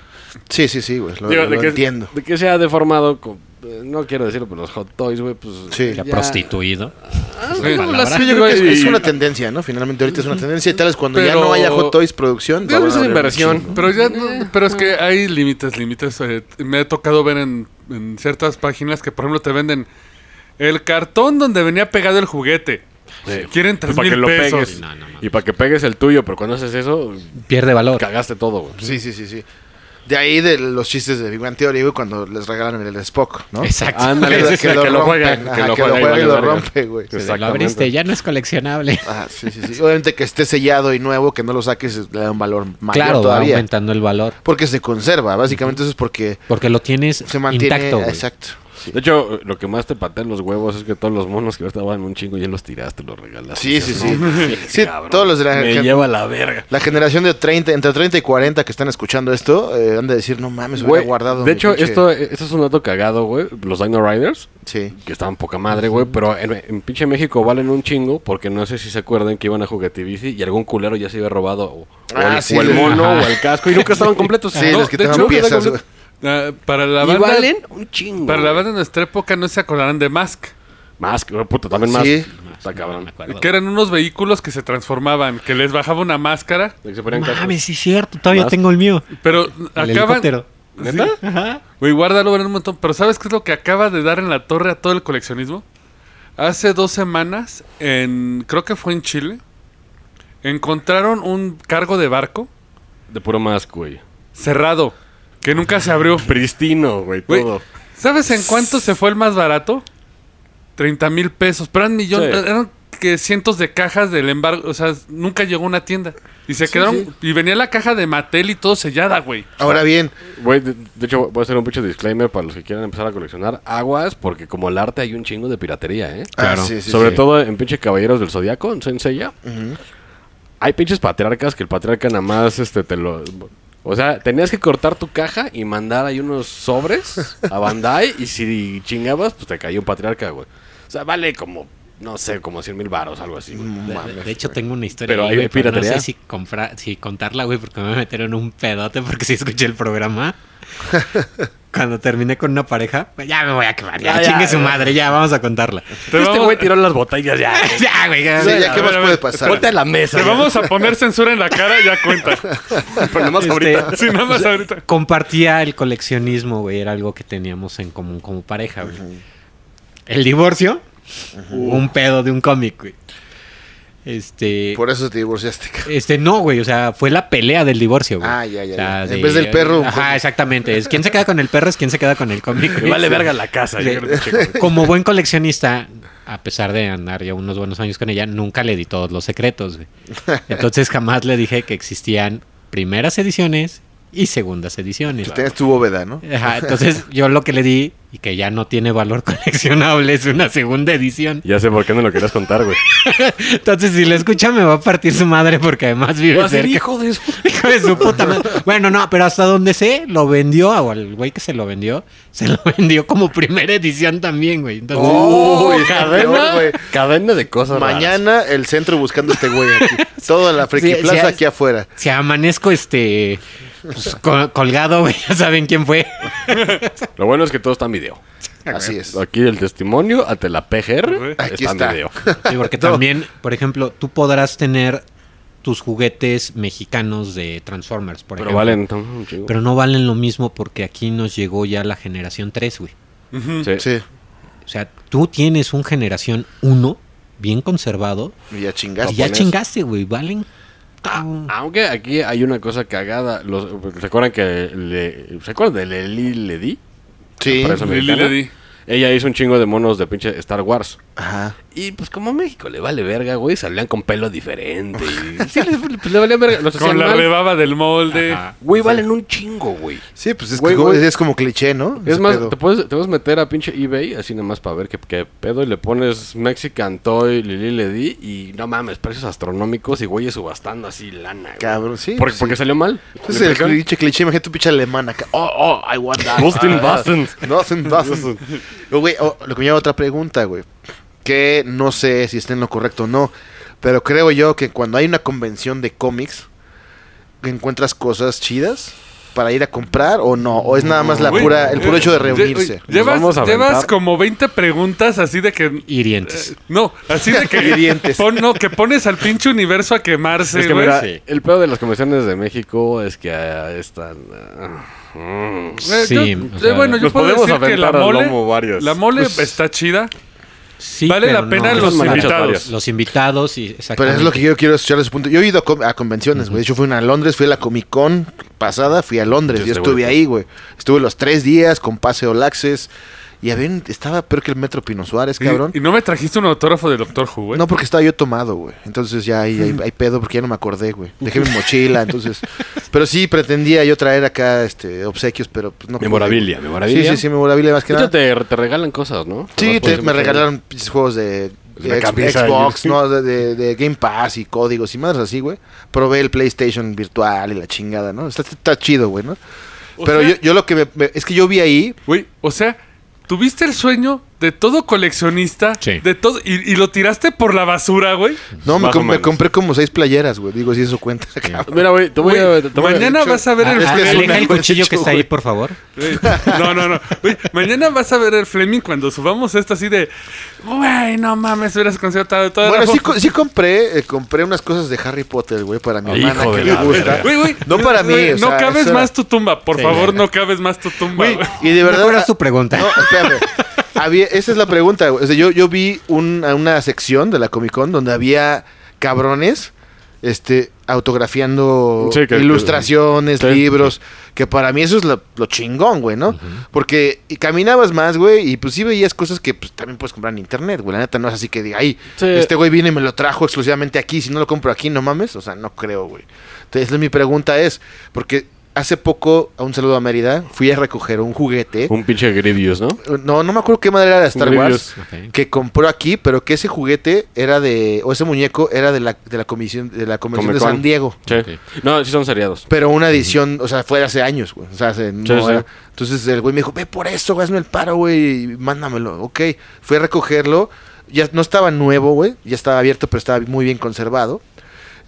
S1: Sí, sí, sí, güey. Lo,
S2: Digo,
S1: lo
S2: de que,
S1: entiendo.
S2: De que sea deformado, con- eh, no quiero decirlo, pero los hot toys, güey, pues...
S1: Sí.
S4: Ya
S1: Ya.
S4: prostituido.
S1: Ah,
S3: sí,
S2: la
S3: las-
S1: Sí,
S2: palabra.
S1: yo creo que es,
S2: Güey,
S1: es
S2: y-
S1: una tendencia, ¿no? Finalmente ahorita es una tendencia y tal es cuando ya
S3: Pero-
S1: no haya Hot Toys producción.
S2: Digo,
S1: va a
S2: es
S1: valer un
S2: inversión.
S1: chingo.
S3: Pero ya
S1: Eh.
S3: no- pero es que hay límites, límites. eh, me ha tocado ver en, en ciertas páginas que, por ejemplo, te venden el cartón donde venía pegado el juguete.
S2: Sí.
S3: Quieren
S2: Pues
S3: tres
S2: para que
S3: mil
S2: lo
S3: pesos.
S2: pegues.
S4: No, no mames.
S2: y para que pegues el tuyo, pero cuando haces eso,
S4: Pierde valor.
S2: cagaste todo, güey.
S1: Sí, sí, sí, sí. De ahí de los chistes de Big Bang Theory, güey, cuando les regalan el Spock, ¿no?
S4: Exacto.
S2: Ándale,
S1: Que,
S2: ese es el que lo juega.
S1: rompen, ajá, que lo
S2: juega
S1: juega y
S2: vale
S1: lo
S2: verga.
S1: rompe, güey.
S4: Se lo
S2: Exactamente.
S4: abriste, ya no es coleccionable.
S1: Ah, sí, sí, sí. Obviamente que esté sellado y nuevo, que no lo saques, le da un valor mayor
S4: claro, va
S1: todavía.
S4: aumentando el valor.
S1: Porque se conserva, básicamente eso es porque
S4: Porque lo tienes
S1: se mantiene
S4: intacto, güey.
S1: exacto.
S2: De hecho, lo que más te patean los huevos es que todos los monos que estaban un chingo ya los tiraste, los regalaste.
S1: Sí,
S2: O sea,
S1: sí, sí.
S2: no,
S1: Sí,
S2: cabrón.
S1: todos los de la-
S2: Me
S1: que-
S2: lleva la verga.
S1: La generación de 30, entre 30 y 40 que están escuchando esto, eh, han de decir, no mames, hubiera
S2: Güey,
S1: guardado.
S2: de
S1: mi
S2: hecho,
S1: pinche-".
S2: esto, esto es un dato cagado, güey. Los Dino Riders,
S1: Sí.
S2: que estaban poca madre, güey. Pero en, en pinche México valen un chingo porque no sé si se acuerdan que iban a Juguetibici y algún culero ya se había robado o, o
S1: Ah,
S2: el,
S1: sí.
S2: o el mono
S4: Ajá.
S2: o el casco y nunca estaban completos.
S1: Sí,
S3: No,
S1: los que
S3: de
S1: te
S3: hecho,
S1: dan piezas. güey.
S3: Ah, para la
S2: Y
S3: banda.
S2: valen un chingo.
S3: Para la
S2: güey.
S3: banda de nuestra época no se acordarán de Mask.
S2: Más, que- puta, también más.
S1: Sí.
S2: Está cabrón.
S1: Ah,
S3: Que eran unos vehículos que se transformaban, que les bajaba una máscara,
S2: De que se ponían cascos.
S4: Mames, sí, es cierto. Todavía
S2: Más.
S4: tengo el mío.
S3: pero
S4: El
S3: acaban.
S4: helicóptero.
S2: ¿Neta?
S4: Ajá.
S3: Güey, guárdalo en un montón. Pero ¿sabes qué es lo que acaba de dar en la torre a todo el coleccionismo? Hace dos semanas, en creo que fue en Chile, encontraron un cargo de barco
S2: De puro más, güey.
S3: cerrado, que nunca se abrió.
S2: Pristino, güey,
S3: Güey,
S2: todo.
S3: ¿Sabes en cuánto se fue el más barato? 30 mil pesos. Pero eran millones,
S2: Sí.
S3: eran que cientos de cajas del embargo. O sea, nunca llegó a una tienda. Y se quedaron. Y venía la caja de Mattel y todo sellada, güey.
S1: Ahora bien,
S2: Güey, de, de hecho, voy a hacer un pinche disclaimer para los que quieran empezar a coleccionar aguas, porque como el arte hay un chingo de piratería, ¿eh?
S1: Ah, Claro. sí, sí,
S2: Sobre
S1: sí.
S2: todo en pinche Caballeros del Zodiaco, en Senseiya. Hay pinches patriarcas que el patriarca nada más este, te lo. O sea, tenías que cortar tu caja y mandar ahí unos sobres a Bandai, y si chingabas, pues te cayó un patriarca, güey. O sea, vale como, no sé, como 100 mil baros, algo así, güey.
S4: De- De, de hecho, tengo una historia.
S2: Pero
S4: ahí,
S2: hay
S4: güey, pero no
S2: piratería.
S4: sé si, compra- si contarla, güey, porque me voy a meter en un pedote porque si escuché el programa. Cuando terminé con una pareja, pues, ya me voy a quemar.
S2: Ah,
S4: Ya,
S2: Ya, ya,
S4: chingue su
S2: ya.
S4: madre, ya vamos a contarla.
S2: Este
S3: vamos-
S2: güey tiró las botellas ya.
S4: ya, güey. ya,
S1: o sea,
S4: ya.
S1: ya, ¿qué
S3: a
S1: más
S3: ver, a
S1: puede
S3: ver,
S1: pasar?
S2: Ponte a la mesa.
S3: Te
S2: ya.
S3: vamos a poner censura en la cara, ya cuenta.
S2: Pero nada más
S4: Este,
S2: ahorita.
S3: Sí, nada más ahorita.
S4: Compartía el coleccionismo, güey. Era algo que teníamos en común como pareja, güey. El divorcio, un pedo de un cómic, güey. Este.
S1: Por eso te divorciaste. cabrón.
S4: Este, no, güey, o sea, fue la pelea del divorcio, güey.
S1: Ah, ya, ya,
S4: O sea,
S1: ya. En vez del perro,
S4: Ajá,
S1: cómic.
S4: exactamente. Es quién se queda con el perro es quién se queda con el cómic.
S2: Me
S4: güey.
S2: vale verga la casa.
S4: Sí.
S2: yo creo, pinche güey.
S4: Como buen coleccionista, a pesar de andar ya unos buenos años con ella, nunca le di todos los secretos, güey. Entonces jamás le dije que existían primeras ediciones y segundas ediciones.
S1: Tienes tu bóveda, ¿no?
S4: Ajá, entonces yo lo que le di y que ya no tiene valor coleccionable es una segunda edición.
S2: Ya sé por qué no lo querías contar, güey.
S4: Entonces si lo escucha me va a partir su madre porque además vive cerca.
S2: de
S4: Hijo de su puta madre. Bueno, no, pero hasta donde sé, lo vendió, o al güey que se lo vendió, se lo vendió como primera edición también, güey. Entonces,
S2: Oh.
S1: Uy, está peor, güey.
S2: cadena de cosas raras.
S1: Mañana el centro buscando a este güey aquí. Toda la friki
S4: Sí, sí,
S1: plaza
S4: es-
S1: aquí afuera.
S4: si amanezco este pues, co- colgado, güey, ya saben quién fue.
S2: Lo bueno es que todo está en video.
S1: Así es.
S2: Aquí el testimonio, ante la PGR,
S1: Aquí
S2: está en
S1: está.
S2: video.
S4: Sí, porque
S1: No.
S4: también, por ejemplo, tú podrás tener tus juguetes mexicanos de Transformers, por
S2: Pero
S4: ejemplo.
S2: valen tam- un chingo.
S4: Pero no valen lo mismo porque aquí nos llegó ya la generación 3, güey.
S3: Ujú.
S2: Sí.
S1: Sí.
S4: O sea, tú tienes un generación 1 bien conservado
S1: Y ya chingaste.
S4: y ya
S2: japonés.
S4: chingaste, güey. Valen.
S3: Ah,
S2: Aunque aquí hay una cosa cagada. Los- ¿Se acuerdan que le- ¿Se acuerdan de Leli Ledi?
S1: Sí.
S2: Para eso me-
S3: Lili le di.
S2: Ella hizo un chingo de monos de pinche Star Wars.
S1: Ajá.
S2: Y pues como a México le vale verga, güey, salían con pelo diferente. y- Sí, le, pues, le valía verga. Los
S3: Con
S2: hacían
S3: la
S2: mal.
S3: rebaba del molde.
S2: Ajá. Güey, valen un chingo, güey.
S1: Sí, pues es,
S2: Güey,
S1: que,
S2: güey.
S1: es como cliché, ¿no?
S2: Es
S1: Ese
S2: más,
S1: pedo.
S2: te puedes, te puedes meter a pinche eBay así nomás para ver qué, qué pedo y le pones Mexican Toy, Lili Ledi y no mames, precios astronómicos y güeyes subastando así lana. güey.
S1: Cabrón, sí.
S2: Porque,
S1: sí.
S2: porque salió mal.
S1: Ese es
S2: Le
S1: el
S2: impresión.
S1: cliché, cliché. Imagínate tu pinche alemana. acá. Oh, oh, I want that.
S2: Bustin'
S1: Ah,
S2: Bustin'.
S1: Nothing doesn't. Oh, güey, oh, lo que me lleva a otra pregunta, güey. Que no sé si está en lo correcto o no. Pero creo yo que cuando hay una convención de cómics, encuentras cosas chidas para ir a comprar o no. O es nada más la
S3: Güey,
S1: pura, el puro
S3: eh,
S1: hecho de
S3: lle-
S1: reunirse.
S2: Nos
S3: Llevas,
S2: vamos a
S3: llevas
S2: aventar.
S3: como 20 preguntas así de que.
S4: Hirientes.
S3: No, así de que.
S1: Hirientes.
S3: pon- no, que pones al pinche universo a quemarse,
S2: Es que
S3: güey.
S2: mira,
S4: Sí.
S2: el pedo de las convenciones de México es que ah, están... ah, mm.
S3: Eh, yo-
S4: Sí,
S3: eh,
S4: o sea,
S3: bueno, yo
S2: nos
S3: puedo
S2: podemos
S3: decir que la
S2: aventar al
S3: mole,
S2: lomo varios.
S3: la mole
S4: Pues-
S3: está chida.
S4: Sí,
S3: vale
S4: pero
S3: la pena
S4: no.
S2: Esas
S3: los
S2: manchas
S3: invitados.
S2: varias.
S4: Los invitados y
S1: Pero es lo que yo quiero escuchar de su punto. Yo he ido a, com- a convenciones, güey. De hecho, fui una a Londres, fui a la Comic Con pasada, fui a Londres.
S2: Yo
S1: Yo
S2: estoy
S1: estuve
S2: bueno.
S1: ahí, güey. Estuve los tres días con Paseo Laxes Y había un- estaba peor que el Metro Pino Suárez,
S3: Y-
S1: cabrón.
S3: Y, no me trajiste un autógrafo de Doctor Who, güey.
S1: No, porque estaba yo tomado, güey. Entonces ya hay, hay, hay pedo porque ya no me acordé, güey. Dejé mi mochila, entonces. Pero sí, pretendía yo traer acá este obsequios, pero pues no. pude,
S2: Memorabilia,
S1: güey.
S2: memorabilia.
S1: Sí, sí, sí, memorabilia más que
S2: De hecho,
S1: nada.
S2: te, te regalan cosas, ¿no?
S1: Sí,
S2: Además, puedes
S1: te- me
S2: meter-
S1: regalaron pinches juegos de, de
S2: La
S1: Ex-
S2: camisa y-
S1: Xbox, ¿no? De, de- de Game Pass y códigos y más así, güey. Probé el PlayStation virtual y la chingada, ¿no? Está, está chido, güey, ¿no?
S3: O
S1: Pero
S3: sea-
S1: yo, yo lo que me- me- es que yo vi ahí,
S3: Güey, o sea, tuviste el sueño de todo coleccionista,
S4: Sí.
S3: de todo y, y lo tiraste por la basura, güey.
S1: no, me,
S2: Más o
S1: com- me
S2: menos.
S1: compré como seis playeras, güey. Digo, si eso cuenta, cabrón.
S2: Mira, güey, te voy a.
S3: Güey,
S2: te voy a-
S3: Mañana vas a ver el
S1: Ah, es que es
S3: Fleming.
S4: Aleja
S1: una-
S4: el cuchillo que está ahí,
S1: güey.
S4: por favor.
S3: Güey, No, no, no. Güey, mañana vas a ver el Fleming cuando subamos esto así de, güey, no mames, hubieras concertado toda
S1: Bueno,
S3: la
S1: sí,
S3: foto".
S1: co- sí compré, eh, compré unas cosas de Harry Potter, güey, para mi
S2: Hijo
S1: hermana
S2: de
S1: que le
S2: la
S1: gusta.
S2: verga.
S3: Güey, güey,
S1: No para mí,
S3: güey,
S1: o
S3: no
S1: sea,
S3: cabes
S1: eso era-
S3: más tu tumba, por
S4: Sí,
S3: favor,
S4: güey.
S3: no cabes más tu tumba. güey.
S1: Y de verdad.
S4: ¿Cuál era su pregunta?
S1: No, espérame. Había, esa es la pregunta, güey. O sea, yo, yo vi un- a una sección de la Comic Con donde había cabrones este, autografiando
S2: Sí, que-
S1: ilustraciones,
S2: que- sí.
S1: libros, que para mí eso es lo, lo chingón, güey, ¿no? Porque y caminabas más, güey, y pues sí veías cosas que pues, también puedes comprar en internet, güey. La neta no es así que diga, ay,
S2: Sí.
S1: este güey viene y me lo trajo exclusivamente aquí, si no lo compro aquí, no mames. O sea, no creo, güey. Entonces mi pregunta es, porque hace poco, a un saludo a Mérida, fui a recoger un juguete.
S2: Un pinche Grievous, ¿no?
S1: No, no me acuerdo qué madre era de Star Wars
S2: Grievous,
S4: ok.
S1: que compró aquí, pero que ese juguete era de, o ese muñeco era de la, de la comisión, de la convención de
S2: Comic-Con.
S1: San Diego.
S2: Sí. No, sí son seriados.
S1: Pero una edición, o sea, fue de hace años, güey. O sea, hace- no
S2: sí.
S1: era- Entonces el güey me dijo, ve por eso, güey, hazme el paro, güey, y mándamelo. Ok, fui a recogerlo. Ya no estaba nuevo, güey. Ya estaba abierto, pero estaba muy bien conservado.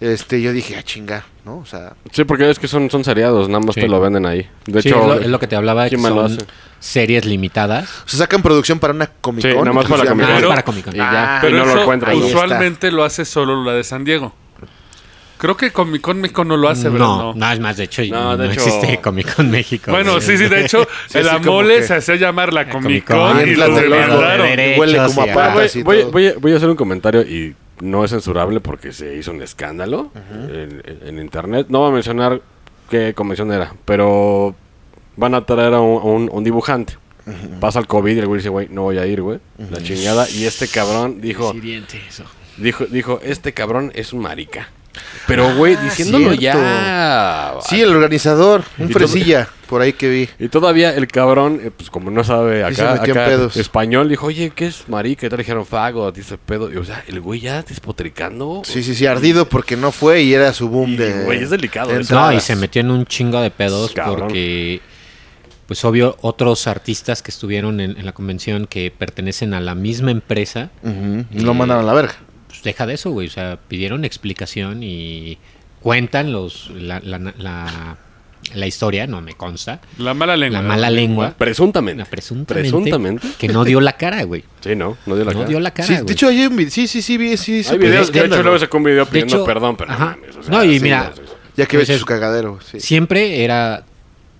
S1: Este, yo dije, ah, chinga, ¿no? O sea,
S2: Sí, porque es que son, son seriados, nada más
S4: Sí.
S2: te lo venden ahí. De
S4: Sí,
S2: hecho,
S4: es, lo, es lo que te hablaba, que
S2: ¿quién me lo
S4: son
S2: hace?
S4: series limitadas.
S1: o sea, sacan producción para una Comic Con.
S2: Sí, nada más para la
S4: Nada
S2: Comic-Con.
S4: más
S3: Pero-
S4: para Comic Con.
S2: Y ya,
S1: Ah,
S2: y
S3: Pero
S2: no
S3: eso
S2: lo encuentras.
S1: Ahí
S2: ¿no?
S1: está.
S3: usualmente lo hace solo la de San Diego. Creo que Comic Con México no lo hace, ¿verdad?
S4: No, no, es más, de hecho, no,
S2: No, de hecho-
S4: existe Comic Con México.
S3: Bueno,
S4: güey.
S3: sí, sí, de hecho,
S1: Sí,
S3: el
S1: sí, como
S3: Amole
S1: que-
S3: se hacía llamar la Comic
S4: Comic-Con,
S3: Con Ah, y
S4: en
S3: lo
S4: Tlatelolco,
S3: demandaron.
S4: de derechos
S1: Huele como
S4: y
S1: a
S4: a-
S2: Ah,
S1: papas
S2: voy,
S1: y
S2: voy-
S1: todo.
S2: voy a- voy a hacer un comentario y no es censurable porque se hizo un escándalo en, en- en internet. No voy a mencionar qué convención era, pero van a traer a un, a un- un dibujante. Pasa el COVID y el güey dice, güey, no voy a ir, güey. La chingada. Y este cabrón dijo, dijo, dijo, este cabrón es un marica. Pero, güey, diciéndolo
S1: cierto.
S2: ya.
S1: Sí, el organizador, un
S2: Y todo-
S1: fresilla, por ahí que vi.
S2: Y todavía el cabrón, eh, pues como no sabe
S1: Sí se
S2: acá,
S1: metió en
S2: acá
S1: pedos.
S2: español, dijo, oye, ¿qué es marica? Y te dijeron fago, dice pedo. Y, o sea, el güey ya despotricando.
S1: Sí, sí, sí, ardido porque no fue y era su boom
S2: Y,
S1: de.
S2: güey, es delicado ¿eh?
S1: de
S2: eso.
S4: Pues No, y
S1: entradas.
S4: se metió en un chingo de pedos
S2: Cabrón.
S4: porque, pues obvio, otros artistas que estuvieron en, en la convención que pertenecen a la misma empresa,
S1: Ujú, y Lo mandaron a la verga.
S4: pues deja de eso, güey. O sea, pidieron explicación y cuentan los la, la, la- la historia, no me consta,
S3: La mala lengua.
S4: la mala lengua,
S2: Presuntamente.
S4: la presuntamente,
S2: eh, Presuntamente.
S4: que no dio la cara, güey.
S2: Sí, no, no dio la
S4: no
S2: cara.
S4: dio la cara,
S1: Sí,
S4: güey.
S1: de hecho, ayer vi- sí, sí, sí, vi, sí, sí,
S2: Hay
S1: pedí
S2: videos, de hecho,
S1: escándalo.
S2: luego sacó un video
S4: De
S2: pidiendo
S4: hecho,
S2: perdón, pero
S4: ajá.
S2: no mames, o sea,
S4: No, y
S2: sí,
S4: mira, ah.
S2: no, sí, sí.
S1: Ya que ves
S4: Entonces,
S1: su cagadero, sí.
S4: siempre era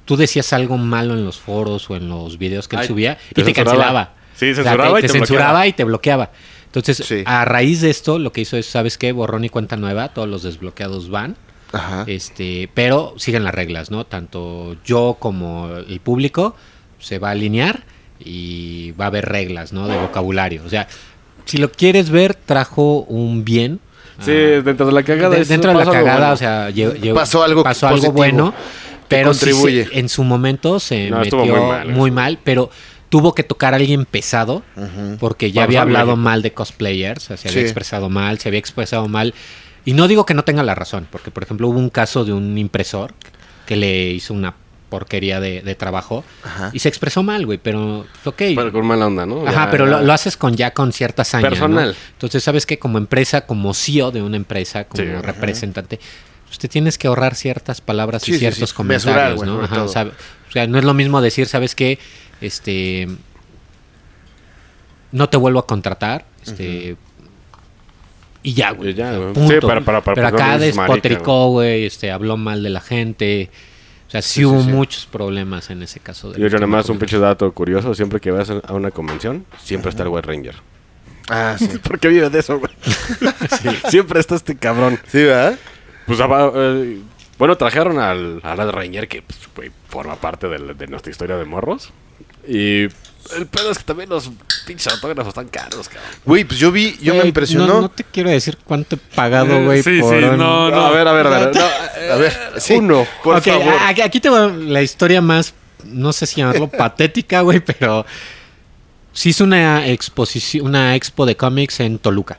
S4: tú decías algo malo en los foros o en los videos que él
S2: Ay,
S4: subía y
S2: te
S4: te
S2: censuraba.
S4: cancelaba.
S2: Sí, censuraba
S4: te,
S2: y te
S4: censuraba
S2: bloqueaba.
S4: y te bloqueaba. Entonces,
S1: Sí.
S4: a raíz de esto, lo que hizo es, ¿sabes qué? Borrón y cuenta nueva, todos los desbloqueados van.
S2: Ah.
S1: Ajá.
S4: Este, pero siguen las reglas, ¿no? Tanto yo como el público se va a alinear y va a haber reglas, ¿no? De vocabulario. O sea, si lo quieres ver, trajo un bien. ah,
S2: Sí,
S4: a-
S2: dentro de la cagada.
S4: de-
S2: es-
S4: dentro de la
S2: pasa algo
S4: cagada,
S2: bueno.
S4: o sea, lle- lle-
S1: Pasó algo
S4: pasó algo
S1: positivo
S4: bueno, pero sí se-
S1: contribuye.
S4: en su momento se
S2: No,
S4: metió
S2: estuvo
S4: muy
S2: muy
S4: mal,
S2: mal, estuvo.
S4: pero tuvo que tocar a alguien pesado porque ya
S2: Para
S4: había
S2: usar
S4: hablado
S2: México.
S4: mal de cosplayers, o sea, se había
S1: Sí.
S4: expresado mal, se había expresado mal. Y no digo que no tenga la razón, porque por ejemplo hubo un caso de un impresor que le hizo una porquería de, de trabajo
S1: Ajá.
S4: y se expresó mal, güey, pero pues, ok.
S2: Pero con mala onda, ¿no?
S4: Ajá,
S2: Ya-
S4: pero lo, lo haces con ya con cierta hazaña. ¿no?
S2: Personal.
S4: Entonces, sabes que como empresa, como CEO de una empresa, como
S2: Sí, ajá.
S4: representante, usted tienes que ahorrar ciertas palabras
S1: Sí,
S4: y
S1: sí,
S4: ciertos
S1: sí. Mesurar,
S4: comentarios,
S1: güey,
S4: ¿no?
S1: sobre
S4: Ajá,
S1: todo.
S4: o, sea, o sea, no es lo mismo decir, sabes que este no te vuelvo a contratar, este y ya, güey.
S2: Y ya,
S4: o sea,
S2: güey.
S4: punto.
S2: Sí, para- para- para-
S4: Pero
S2: para
S4: acá
S2: no dices marica,
S4: despotricó, güey, este habló mal de la gente. O sea, sí,
S1: sí,
S4: hubo
S1: sí.
S4: muchos problemas en ese caso. del
S2: Y
S4: último
S2: nada más un
S4: comentario.
S2: pinche dato curioso, siempre que vas a una convención, siempre está el White Ranger.
S1: Ah, sí.
S2: ¿Por qué vive de eso, güey? Siempre está este cabrón.
S1: sí, ¿verdad?
S2: Pues, ah, eh, bueno, trajeron al, a Red Ranger, que pues, güey, forma parte del- de, nuestra historia de morros. Y el pedo es que también los pinches autógrafos están caros, cabrón.
S1: Güey, pues yo vi, yo me
S4: Güey,
S1: impresionó.
S4: Eh, No, no te quiero decir cuánto he pagado,
S3: Eh,
S4: güey.
S3: sí,
S4: por
S3: sí,
S4: un-
S3: no, no.
S2: a ver, a ver, a ver. no, eh,
S1: A ver, sí,
S2: uno.
S1: Por
S4: Ok, ah,
S1: favor.
S4: a- Aquí te va la historia más, no sé si llamarlo patética, güey, pero sí hizo una exposición, una expo de cómics en Toluca.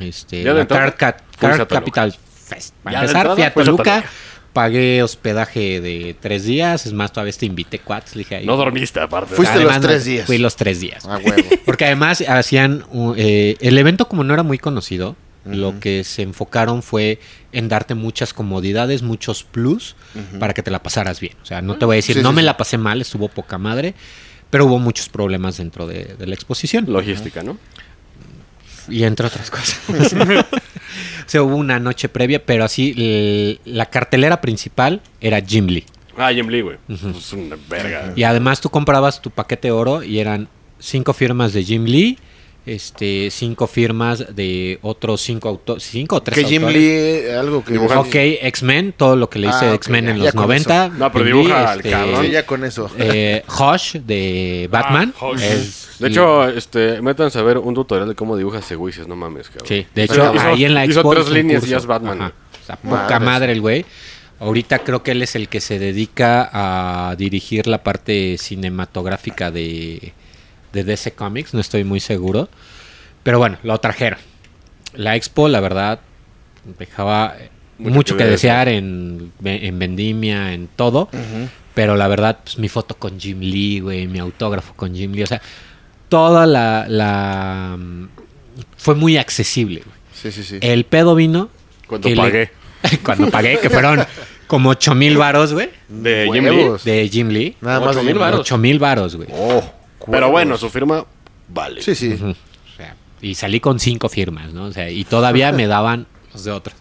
S4: Este,
S2: Ya de
S4: la
S2: entrada,
S4: Card, Cat-
S2: fuiste a
S4: Card
S2: Toluca.
S4: Capital Fest. Para
S2: Ya de
S4: empezar,
S2: entrada,
S4: fui a
S2: fuiste a
S4: Toluca,
S2: Toluca.
S4: pagué hospedaje de tres días, es más, todavía te invité cuates, le dije ahí.
S2: No dormiste, aparte.
S1: Fuiste
S4: Además,
S1: los tres
S4: no,
S1: días.
S4: Fui los tres días.
S1: A Ah, huevo.
S4: Porque además hacían uh, eh, el evento como no era muy conocido, lo que se enfocaron fue en darte muchas comodidades, muchos plus para que te la pasaras bien. O sea, no te voy a decir
S1: Ah. Sí,
S4: no
S1: sí,
S4: me
S1: sí.
S4: la pasé mal, estuvo poca madre, pero hubo muchos problemas dentro de, de la exposición
S2: Logística, ¿no?
S4: y entre otras cosas. o sea, hubo una noche previa, pero así el- la cartelera principal era Jim Lee.
S2: Ah, Jim Lee, güey. Es una verga.
S4: Y además tú comprabas tu paquete de oro y eran cinco firmas de Jim Lee, este, cinco firmas de otros cinco autores, cinco o tres
S1: que Jim
S4: autores.
S1: Lee, algo que.
S4: Ok, X-Men, todo lo que le hice
S1: Ah,
S4: de
S1: ok,
S4: X-Men
S1: ya,
S4: en
S1: ya
S4: los
S1: con
S4: 90.
S2: No, pero
S4: Jim Lee, este,
S2: dibuja al cabrón.
S1: Sí, Ah, ya con eso.
S4: eh, Hush de Batman.
S3: Ah, Hush.
S4: Es-
S2: De hecho, este, métanse a ver un tutorial de cómo dibujas ese güey, si es no mames, cabrón.
S4: Sí, de
S2: O sea,
S4: hecho,
S2: hizo-
S4: ahí en la
S2: hizo
S4: expo
S2: tres
S4: hizo un
S2: líneas y
S4: curso.
S2: ya es Batman.
S4: Ajá.
S2: güey.
S4: O sea, poca
S1: Madres.
S4: madre el güey. Ahorita creo que él es el que se dedica a dirigir la parte cinematográfica de, de DC Comics, no estoy muy seguro. Pero bueno, lo trajeron. La expo, la verdad, dejaba eh,
S2: Mucho
S4: mucho,
S2: que
S4: que,
S2: desear.
S4: desear en, ve- en vendimia, en todo. Pero la verdad, pues, mi foto con Jim Lee, güey, mi autógrafo con Jim Lee, o sea, toda la... la mm, fue muy accesible, güey.
S1: Sí, sí, sí.
S4: El pedo vino.
S2: Cuando
S4: que le-
S2: pagué.
S4: cuando pagué, que fueron como 8 mil varos, güey.
S2: De Jim Lee.
S1: Huevos.
S4: De Jim Lee.
S1: Nada más.
S2: Ocho
S1: de
S2: mil
S1: Jim
S2: varos.
S1: Lee. Oh,
S4: 8 mil varos, güey.
S2: Pero bueno, su firma vale.
S1: Sí, sí.
S4: O sea, y salí con cinco firmas, ¿no? O sea, y todavía me daban los de otros.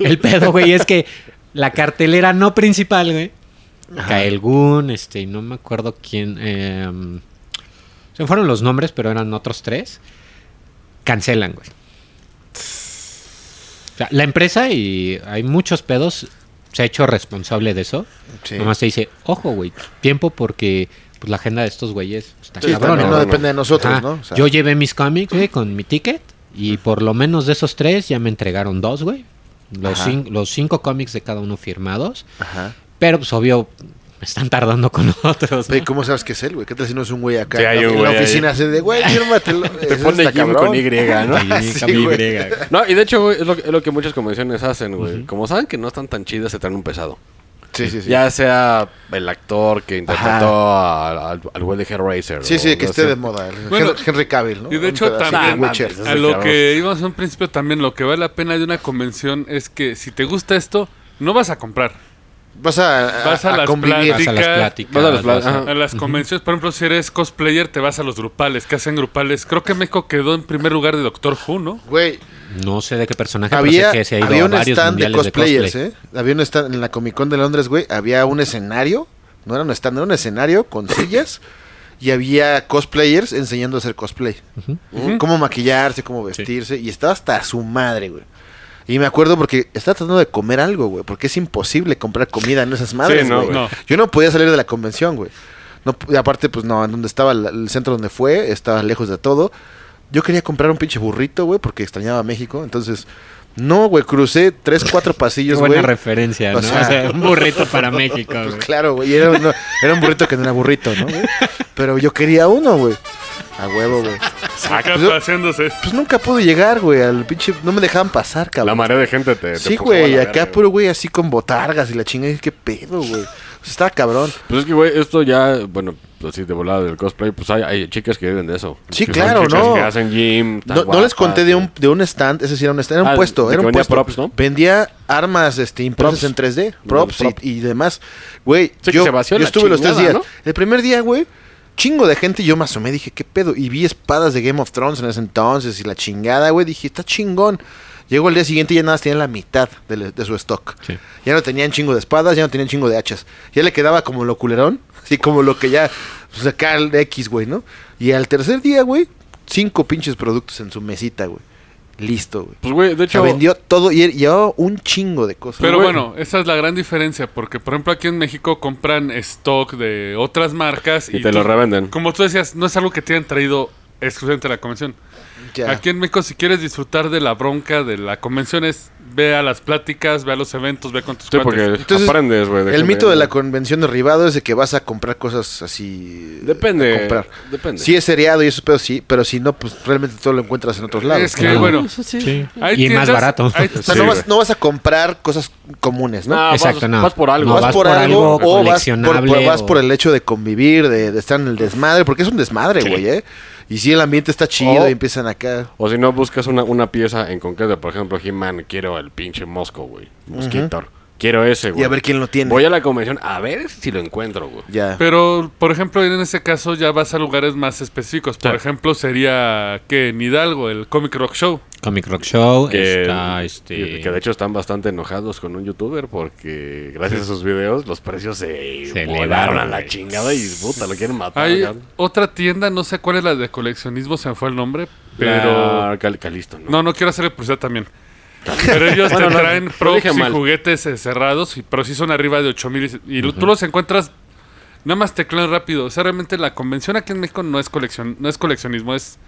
S4: El pedo, güey, es que la cartelera no principal, güey. Kael Gun, este, y no me acuerdo quién. eh, se me fueron los nombres, pero eran otros tres. Cancelan, güey. O sea, la empresa, y hay muchos pedos, se ha hecho responsable de eso.
S1: Sí.
S4: Nomás te dice, ojo, güey, tiempo porque pues, la agenda de estos güeyes está
S1: Sí,
S4: cabrona,
S1: también
S4: güey.
S1: no depende de nosotros,
S4: Ajá.
S1: ¿no? O sea,
S4: Yo llevé mis cómics, güey, con mi ticket. Y por lo menos de esos tres ya me entregaron dos, güey. Los,
S1: Ajá.
S4: cin- los cinco cómics de cada uno firmados.
S1: Ajá.
S4: Pero, pues, obvio, me están tardando con otros. ¿no?
S1: Oye, ¿cómo sabes que es él, güey? ¿Qué tal si no es un güey acá?
S2: Sí, hay un
S1: en
S2: güey
S1: la oficina hace de, güey, fírmatelo.
S2: Te pone Jim con Y, ¿no?
S1: Ah, Sí, güey.
S2: No, y de hecho, güey, es lo, que- es lo que muchas convenciones hacen, güey. Como saben que no están tan chidas, se traen un pesado.
S1: Sí, sí, sí.
S2: Ya sea el actor que interpretó a- al al güey de Hellraiser.
S1: Sí, sí,
S2: o
S1: que
S2: no
S1: esté
S2: sé.
S1: de moda. el
S3: Bueno,
S1: Henry- Henry Cavill, ¿no?
S3: y de
S1: Un
S3: hecho
S1: pedazo
S3: también-
S1: güey, chef.
S2: Nah,
S3: A lo que íbamos a un principio también, lo que vale la pena de una convención es que si te gusta esto, no vas a comprar.
S1: Vas a, a-
S3: Vas a
S1: a
S3: las
S1: convivir.
S4: Vas a las
S3: Platica-
S4: pláticas.
S2: vas a las pla-
S4: vas a-
S2: ajá.
S3: A las convenciones, por ejemplo, si eres cosplayer, te vas a los grupales, que hacen grupales. Creo que México quedó en primer lugar de Doctor Who, ¿no?
S1: Güey,
S4: No sé de qué personaje,
S1: había,
S4: pero sé que se ha ido
S1: había
S4: a
S1: un
S4: varios
S1: stand de
S4: mundiales de
S1: cosplayers,
S4: cosplay.
S1: ¿eh? Había un stand en la Comic Con de Londres, güey. Había un escenario. No era un stand, era un escenario con sillas. Y había cosplayers enseñando a hacer cosplay. Ujú. Cómo maquillarse, cómo vestirse. Y estaba hasta su madre, güey. Y me acuerdo porque estaba tratando de comer algo, güey. Porque es imposible comprar comida en esas madres,
S2: no,
S1: güey.
S3: güey. No.
S1: Yo no podía salir de la convención, güey. No, p- y aparte, pues no, en donde estaba la- el centro donde fue, estaba lejos de todo. Yo quería comprar un pinche burrito, güey, porque extrañaba a México. Entonces, no, güey, crucé tres, cuatro
S4: Qué
S1: pasillos,
S4: buena
S1: güey.
S4: referencia,
S1: O
S4: ¿no? O
S1: sea-
S4: sea, un burrito para México,
S1: Pues
S4: güey.
S1: claro, güey. Era, uno- era un burrito que no era burrito, ¿no? güey? Pero yo quería uno, güey. A huevo, güey.
S3: Acá
S1: pues yo-
S3: paseándose.
S1: Pues nunca pude llegar, güey, al pinche. No me dejaban pasar, cabrón.
S2: La marea de gente te. te
S1: Sí,
S2: empujaba a
S1: güey,
S2: la
S1: acá
S2: verga,
S1: puro güey así con botargas y la chinga, qué pedo, güey. O sea, estaba cabrón.
S2: Pues es que, güey, esto ya, bueno, así de volada del cosplay, pues hay, hay chicas que viven de eso.
S1: Sí,
S2: Que son
S1: claro,
S2: chicas
S1: ¿no?
S2: Que hacen gym. tan
S1: No, no les
S2: guapas,
S1: conté de
S2: güey.
S1: un, de un stand, ese sí era un stand, era un
S2: Ah,
S1: puesto,
S2: de
S1: era
S2: que
S1: un
S2: vendía
S1: puesto.
S2: props, ¿no?
S1: Vendía armas este, impresas
S2: Props.
S1: en 3D,
S2: Los
S1: props y-
S2: prop.
S1: y, demás. Güey,
S2: Sí, que
S1: yo,
S2: se vació
S1: yo
S2: la
S1: estuve los tres
S2: chingada,
S1: días.
S2: ¿no?
S1: El primer día, güey, chingo de gente, yo me asomé, dije, ¿qué pedo? Y vi espadas de Game of Thrones en ese entonces y la chingada, güey, dije, está chingón. Llegó el día siguiente y ya nada más tenían la mitad de, de su stock.
S4: Sí.
S1: Ya no tenían chingo de espadas, ya no tenían chingo de hachas. Ya le quedaba como lo culerón, así como lo que ya sacar el X, güey, ¿no? Y al tercer día, güey, cinco pinches productos en su mesita, güey. Listo, güey.
S2: Pues, güey, de
S1: O sea,
S2: hecho...
S1: vendió todo y él llevaba un chingo de cosas.
S3: Pero
S2: güey.
S3: bueno, esa es la gran diferencia, porque por ejemplo aquí en México compran stock de otras marcas
S2: Y te lo
S3: tú-
S2: revenden.
S3: Como tú decías, no es algo que te hayan traído exclusivamente a la convención.
S1: Ya.
S3: Aquí en México, si quieres disfrutar de la bronca de la convención, es ve a las pláticas, ve a los eventos, ve con tus
S2: Sí,
S3: cuates.
S2: porque
S1: Entonces,
S2: aprendes, güey.
S1: El
S2: que-
S1: mito de la convención derribado es de que vas a comprar cosas así. eh,
S2: Depende,
S1: a comprar.
S2: depende.
S1: Si es seriado y esos pedos, sí, pero si no, pues realmente todo lo encuentras en otros lados.
S3: Es que,
S4: Claro.
S3: bueno,
S4: Sí.
S3: hay
S4: Y más
S3: tiendas-
S4: barato.
S3: hay-
S1: O sea,
S2: Sí,
S1: no,
S2: güey.
S1: vas, no vas a comprar cosas comunes, ¿no?
S2: Ah, vas-
S4: Exacto, no.
S2: vas por algo.
S4: No,
S1: vas, por, algo, o vas por- por,
S4: coleccionable
S1: vas
S4: o-
S1: por el hecho de convivir, de, de estar en el desmadre, porque es un desmadre, güey, ¿eh? Y si el ambiente está chido
S2: O-
S1: y empiezan acá.
S2: O si no, buscas una, una pieza en concreto. Por ejemplo, He-Man, quiero el pinche Mosco, güey. Mosquitor. Quiero ese, güey.
S1: Y a ver quién lo tiene.
S2: Voy a la convención a ver si lo encuentro, güey.
S1: Ya.
S3: Pero, por ejemplo, en ese caso ya vas a lugares más específicos. Por
S4: Sí.
S3: ejemplo, sería que en Hidalgo, el Comic Rock Show.
S4: Comic Rock Show.
S2: Que,
S4: Pues está este.
S2: que de hecho están bastante enojados con un youtuber porque gracias a sus videos los precios se,
S4: Se
S2: volaron
S4: elevaron,
S2: a la
S4: güey.
S2: chingada y puta, lo quieren matar.
S3: Hay
S2: cabrón.
S3: otra tienda, no sé cuál es la de coleccionismo, se me fue el nombre, pero...
S2: La Cal- Calisto, ¿no?
S3: No, no quiero hacer el publicidad también. Pero ellos
S2: Bueno,
S3: te
S2: no,
S3: traen
S2: lo
S3: props
S2: dije
S3: y
S2: mal.
S3: juguetes eh, cerrados, y, pero sí son arriba de 8000. Y, y tú los encuentras, nada más teclean rápido. O sea, realmente la convención aquí en México no es, coleccion, no es coleccionismo, es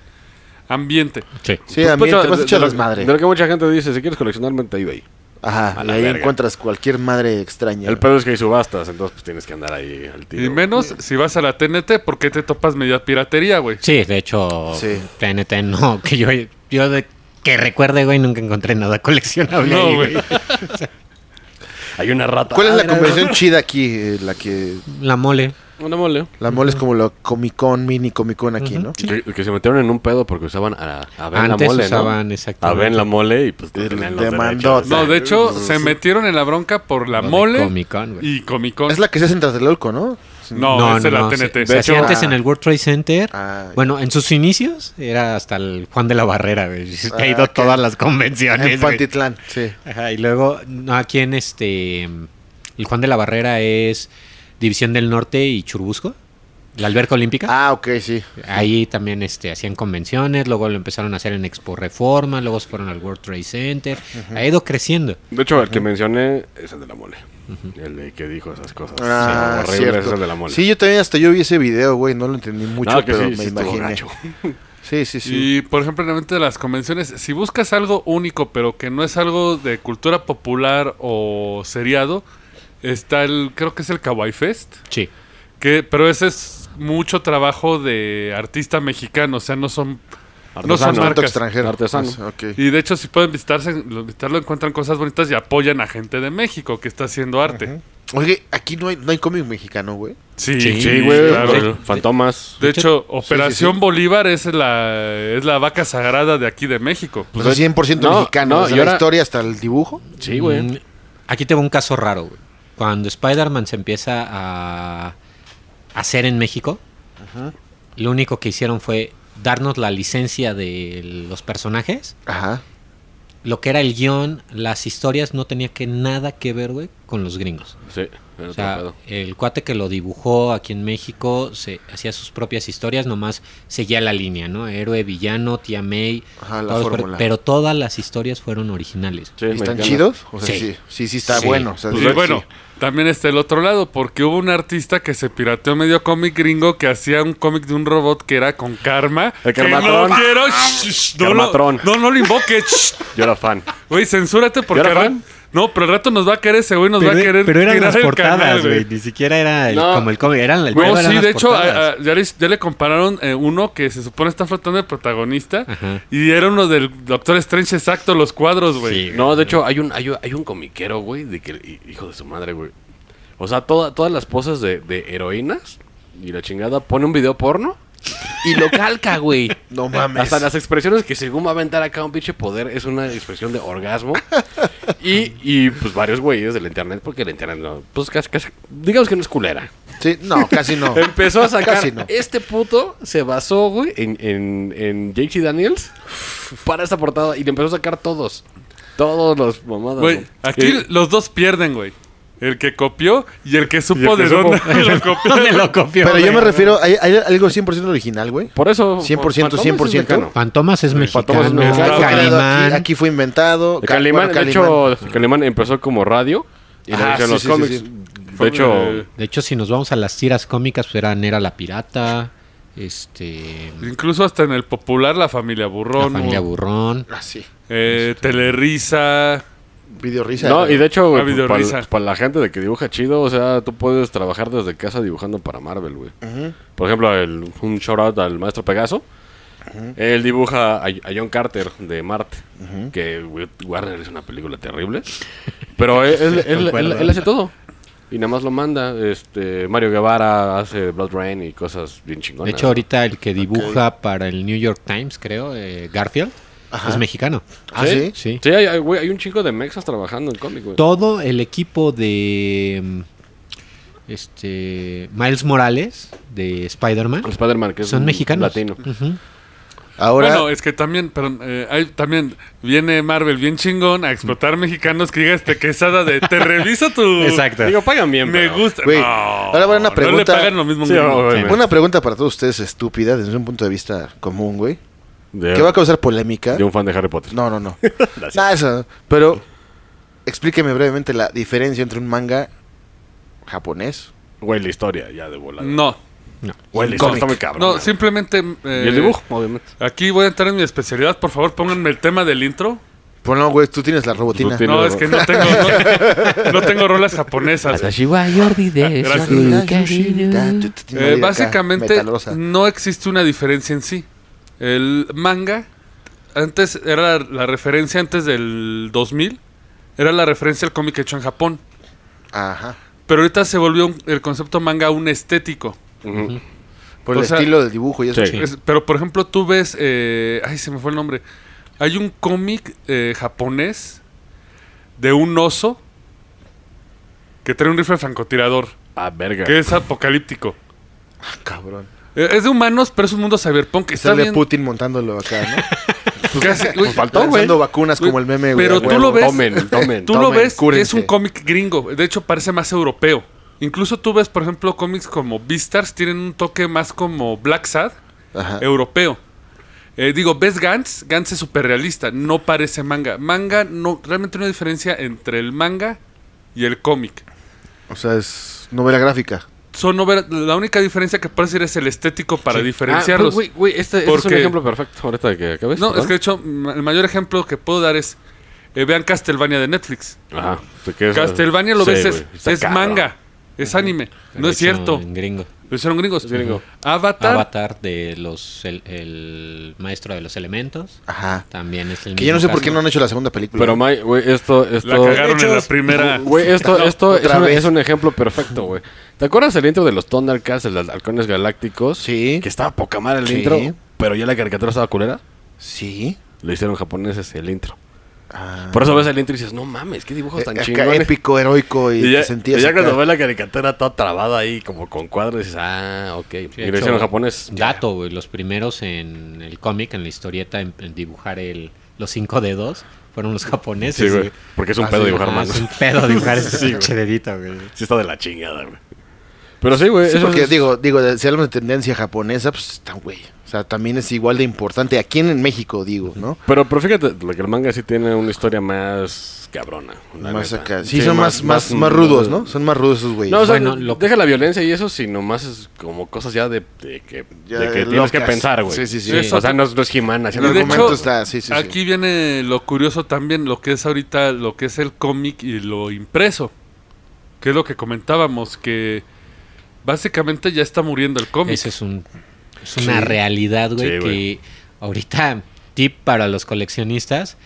S3: ambiente.
S4: Sí.
S1: Sí,
S2: Pues,
S1: ambiente,
S2: puta,
S1: vas a
S2: de-
S1: echar
S2: de lo-
S1: desmadre.
S2: De lo que mucha gente dice, si quieres coleccionar, vente a eBay.
S1: Ajá,
S2: A
S1: y
S2: la
S1: ahí
S2: verga.
S1: encuentras cualquier madre extraña.
S2: El pedo es que hay subastas, entonces pues tienes que andar ahí al tiro.
S3: Y menos si vas a la TNT, porque te topas media piratería, güey.
S4: Sí, de hecho,
S1: Sí.
S4: TNT no, que yo, yo de, que recuerde, güey, nunca encontré nada coleccionable.
S3: No,
S4: ahí,
S3: güey.
S2: Hay una rata.
S1: ¿Cuál es la
S4: Ah, mira,
S1: convención chida aquí? eh, La que
S4: La mole.
S2: Una mole.
S1: la mole es como la Comic Con, mini Comic Con aquí, ¿no?
S2: Que, que se metieron en un pedo porque usaban a, a Ben
S4: Antes
S2: la mole.
S4: usaban,
S2: ¿no? A
S4: exactamente.
S2: Ben la mole y pues no
S1: El
S2: tenían los derechos.
S1: demandote.
S3: No, de hecho,
S2: Sí.
S3: se metieron en la bronca por la
S4: Lo de
S3: mole
S4: Comic-Con, güey.
S3: y Comic Con.
S1: Es la que se hace en Tlatelolco, ¿no?
S3: No, es de la
S4: se-
S3: TNT.
S4: Se,
S2: De
S4: hacía
S2: hecho-
S4: antes
S1: Ah.
S4: en el World Trade Center.
S1: Ah, ya.
S4: bueno, en sus inicios era hasta el Juan de la Barrera, güey.
S1: Ah,
S4: He ido a
S1: ok.
S4: todas las convenciones.
S1: En
S4: güey.
S1: Pantitlán, sí.
S4: Ajá, y luego, no, aquí en este. El Juan de la Barrera es División del Norte y Churubusco. La alberca olímpica.
S1: Ah, ok, sí.
S4: Ahí también este, hacían convenciones, luego lo empezaron a hacer en Expo Reforma, luego se fueron al World Trade Center. Ha ido creciendo.
S2: De hecho, el que mencioné es el de la mole. El de que dijo esas cosas.
S1: Ah,
S2: horribles,
S1: cierto.
S2: es el de la mole.
S1: Sí, yo también hasta yo vi ese video, güey, no lo entendí mucho,
S2: No, que
S1: pero
S2: sí,
S1: me
S2: sí estuvo
S1: imaginé.
S2: gacho.
S1: Sí, sí, sí.
S3: Y por ejemplo, realmente de las convenciones, si buscas algo único, pero que no es algo de cultura popular o seriado, está el, creo que es el Kawaii Fest,
S4: Sí.
S3: que, pero ese es mucho trabajo de artista mexicano, o sea, no son... No
S2: Artesano.
S3: son
S1: Tanto
S3: marcas.
S1: extranjero.
S2: Artesano.
S1: Ah, ok.
S3: Y de hecho, si pueden visitarse, lo- visitarlo, encuentran cosas bonitas y apoyan a gente de México que está haciendo arte.
S1: Oye, aquí no hay, no hay cómic mexicano, güey.
S3: Sí,
S2: Sí, güey.
S3: claro.
S2: sí. Fantomas.
S3: De hecho,
S1: sí,
S3: Operación
S1: sí.
S3: Bolívar es la, es la vaca sagrada de aquí de México.
S1: Pues es 100%
S2: no,
S1: mexicano,
S2: no,
S1: desde
S2: y
S1: la
S2: ahora-
S1: historia hasta el dibujo.
S2: Sí, güey.
S4: Mm, Aquí te va un caso raro, güey. Cuando Spider-Man se empieza a hacer en México, lo único que hicieron fue darnos la licencia de los personajes.
S1: Ajá.
S4: Lo que era el guión, las historias, no tenía que nada que ver, güey, con los gringos.
S2: Sí, era
S4: O
S2: otro
S4: sea,
S2: pedo.
S4: el cuate que lo dibujó aquí en México se hacía sus propias historias, nomás seguía la línea, ¿no? Héroe, villano, tía May,
S1: Ajá, la
S4: todos fueron-
S1: fórmula.
S4: pero todas las historias fueron originales.
S2: Sí,
S1: ¿Y ¿Están
S2: mexicano.
S1: chidos? O sea,
S4: Sí.
S1: sí. Sí, sí, está
S4: Sí.
S1: bueno. o sea,
S3: Pues
S1: sí,
S3: bueno,
S1: sí.
S3: también está el otro lado, porque hubo un artista que se pirateó medio cómic gringo que hacía un cómic de un robot que era con karma.
S2: El
S3: Que
S2: Karmatron.
S3: No quiero. shh, shh, no, lo,
S2: Karmatron.
S3: no, no lo invoques. shh.
S2: Yo era fan.
S3: Güey, censúrate porque.
S2: era
S3: al ra-
S2: fan?
S3: No, pero el rato nos va a querer ese güey, nos va
S4: e-
S3: a querer. tirar el canal,
S4: ni siquiera era
S2: el- No. como el
S4: cómic, eran el
S3: No, sí, de hecho, ah, a- a- ya, les- ya le compararon eh, uno que se supone está flotando el protagonista
S4: Ajá.
S3: y era uno del Doctor Strange exacto, los cuadros, güey.
S2: No, de hecho, hay un, hay, un- hay un comiquero, güey, de que, hi- hijo de su madre, güey. O sea, toda- todas las poses de, de heroínas y la chingada pone un video porno
S3: ah,
S2: y lo calca, güey.
S1: No mames.
S2: eh, Hasta las expresiones que según va a aventar acá un pinche poder es una expresión de orgasmo. Y, y pues varios güeyes del internet, porque el internet no, pues casi, casi- digamos que no es culera.
S1: Sí, no, casi no.
S2: Empezó a sacar.
S1: Casi no.
S2: Este puto se basó, güey, en, en, en JC Daniels para esta portada y le empezó a sacar todos. Todos los mamadas.
S3: Güey,
S2: güey.
S3: aquí
S2: Y-
S3: los dos pierden, güey. el que copió y el que supo
S2: que
S3: de
S2: supo.
S3: dónde lo copió.
S4: ¿Dónde lo copió?
S1: Pero yo me
S4: güey?
S1: refiero, ¿hay, hay algo 100% original, güey?
S2: Por eso.
S1: 100%,
S2: Fantomas es
S1: 100%.
S2: mexicano.
S4: Fantomas es mexicano.
S2: Fantomas es mexicano.
S4: Calimán.
S1: Aquí, aquí fue inventado.
S2: De Calimán,
S1: Ca- bueno,
S2: de
S1: Calimán.
S2: hecho, Calimán empezó como radio y
S1: Ajá,
S2: le hicieron
S1: sí,
S2: los
S1: sí,
S2: cómics.
S1: sí, sí.
S2: De hecho,
S3: Eh,
S4: De hecho, si nos vamos a las tiras cómicas, pues era Nera la Pirata, este,
S3: Incluso hasta en el popular La Familia
S4: La
S3: Burrón.
S4: Familia Burrón.
S1: Ah, sí.
S3: eh, Telerisa.
S1: Video risa.
S2: no, y de hecho, güey,
S3: Rápido,
S2: para,
S3: risa.
S2: para la gente de que dibuja chido, o sea, tú puedes trabajar desde casa dibujando para Marvel, güey.
S1: Ujú.
S2: Por ejemplo, el- un shout out al maestro Pegaso. Él dibuja a, a John Carter de Marte, que güey, Warner es una película terrible. Pero él, él- él-
S4: Concuerdo.
S2: él- él hace todo. Y nada más lo manda. Este, Mario Guevara hace Blood Rain y cosas bien chingonas.
S4: De hecho, ahorita el que dibuja para el New York Times, creo, eh, Garfield,
S1: Ajá.
S4: es mexicano.
S1: Ah, sí.
S4: Sí.
S2: Sí, hay, hay, güey, hay un chingo de mexas trabajando en cómic, güey.
S4: Todo el equipo de mm, este Miles Morales de Spider-Man.
S2: Spider-Man, que es
S4: Son
S2: un
S4: mexicanos.
S2: Latino.
S4: Ujú.
S1: Ahora.
S3: Bueno, es que también, perdón, eh, hay, también viene Marvel bien chingón a explotar mexicanos que llega este quesada de te reviso tu.
S4: Exacto.
S2: Digo, pagan bien,
S3: Me
S2: pero-
S3: gusta.
S1: Güey,
S3: No,
S1: ahora va una
S3: No le
S1: pregunta-
S3: pagan lo mismo. a un
S2: Sí,
S3: gringo.
S2: obviamente.
S1: Una pregunta para todos ustedes estúpida desde un punto de vista común, güey.
S2: De,
S1: Que va a causar polémica.
S2: de un fan de Harry Potter.
S1: ¿Eh? No, no, no. Nada, eso. no. Pero explíqueme brevemente la diferencia entre un manga japonés.
S2: Güey, la historia ya de volada.
S3: no,
S2: Güey,
S1: Un
S2: la historia
S1: cómic.
S2: está muy cabrón.
S3: no,
S2: güey.
S3: simplemente. eh,
S2: Y el dibujo, obviamente.
S3: Aquí voy a entrar en mi especialidad. Por favor, pónganme el tema del intro.
S1: Pues no, güey, tú tienes la robotina.
S2: Rutina.
S3: No, es que no tengo, no, no tengo rolas japonesas. Gracias. Eh, básicamente,
S1: Metalosa.
S3: no existe una diferencia en sí. El manga, antes era la, la referencia, antes del 2000, era la referencia al cómic hecho en Japón.
S1: Ajá.
S3: Pero ahorita se volvió un- el concepto manga un estético.
S2: Ujú.
S1: Por
S3: O
S1: el
S3: sea-
S1: estilo del dibujo y eso.
S2: Sí.
S3: Es- pero por ejemplo, tú ves. eh, ay, se me fue el nombre. Hay un cómic eh, japonés de un oso que trae un rifle francotirador,
S2: Ah, verga.
S3: que es apocalíptico.
S1: Ah, cabrón.
S3: Eh, es de humanos, pero es un mundo cyberpunk. Está
S1: Sale
S3: bien.
S1: Putin montándolo acá, ¿no? Pues,
S3: Casi, güey.
S2: faltó, güey.
S1: Lanzando vacunas como el meme, güey.
S3: Pero
S1: a
S3: tú
S1: huevo.
S3: lo ves.
S2: Tomen, tomen,
S3: tú lo
S1: tomen,
S3: ves que es
S1: cúrense.
S3: un cómic gringo. De hecho, parece más europeo. Incluso tú ves, por ejemplo, cómics como Beastars tienen un toque más como Black Sad.
S1: Ajá.
S3: europeo. Eh, digo, ves Gantz, Gantz es súper realista, no parece manga. Manga, no, realmente no hay diferencia entre el manga y el cómic.
S1: O sea, es novela gráfica.
S3: Son novelas- la única diferencia que puede decir es el estético para
S2: Ah,
S3: diferenciarlos.
S2: güey, güey, este, este es un
S3: Porque-
S2: ejemplo perfecto ahorita que acabes.
S3: no,
S2: ¿verdad?
S3: es que de hecho, ma- el mayor ejemplo que puedo dar es, eh, vean Castlevania de Netflix.
S2: Ajá. te quedas-
S3: Castlevania lo
S2: Sí,
S3: ves,
S2: güey,
S3: es,
S2: está
S3: es
S2: cabrón.
S3: manga, es anime, no
S4: Lo
S3: es
S4: hizo
S3: cierto.
S4: en gringo.
S3: Lo hicieron gringos.
S2: Es gringo.
S3: Avatar,
S4: Avatar de los el, el maestro de los elementos.
S1: Ajá.
S4: También es el
S1: Que yo no
S4: mismo
S1: sé por qué
S4: caso.
S1: no han hecho la segunda película.
S2: Pero, May, güey, esto. esto
S3: la cagaron en la primera.
S2: Güey, esto, esto es,
S1: otra
S2: un,
S1: vez.
S2: es un ejemplo perfecto, güey. ¿Te acuerdas el intro de los Thundercats, el de los Halcones Galácticos?
S1: Sí.
S2: Que estaba poca madre el
S1: Sí.
S2: intro, pero ya la caricatura estaba culera.
S1: Sí.
S2: Lo hicieron japoneses el intro.
S1: Ah. Eh,
S2: Por eso ves el intro y dices, no mames, qué dibujos tan
S1: Acá
S2: chingones.
S1: épico, heroico y,
S2: Y ya,
S1: te sentías
S2: y ya
S1: acá.
S2: cuando ves la caricatura toda trabada ahí, como con cuadros, dices, ah, ok.
S4: Sí,
S2: y
S4: de
S2: lo
S4: hecho,
S2: hicieron japonés.
S4: Dato, güey. Los primeros en el cómic, en la historieta, en, en dibujar el, los cinco dedos, fueron los japoneses.
S2: Sí, güey. Porque es un
S1: Ah,
S2: pedo
S1: sí,
S2: dibujar
S4: Ah,
S2: manos.
S4: es un pedo dibujar ese
S2: Sí, güey.
S4: pinche dedito, güey.
S2: Sí está de la chingada, güey. Pero sí, güey.
S1: Sí,
S2: eso
S1: porque
S2: es-
S1: digo, digo, de- si hablamos de tendencia japonesa, pues está, güey. O sea, también es igual de importante. Aquí en, en México, digo, ¿no?
S2: Pero, pero fíjate, lo que el manga sí tiene una historia más cabrona. la
S1: Más
S2: neta.
S1: acá. Sí, son más, más, más rudos, ¿no? Son más rudos esos güeyes.
S2: No, o sea,
S4: Bueno, lo-
S2: deja la violencia y eso, sino más es como cosas ya de, de que,
S1: Ya
S2: de que
S1: locas.
S2: tienes que pensar, güey.
S1: Sí, sí, sí.
S3: Sí, eso-
S2: O sea, no es, no es He-Man, así
S1: El
S3: Y
S2: no-
S3: de
S1: argumento
S3: hecho,
S1: está, sí, sí, sí.
S3: Aquí viene lo curioso también, lo que es ahorita, lo que es el cómic y lo impreso. Que es lo que comentábamos, que básicamente ya está muriendo el cómic.
S4: Esa es, un, es una
S1: Sí.
S4: realidad,
S2: Sí,
S4: güey,
S2: güey.
S4: que ahorita, tip para los coleccionistas,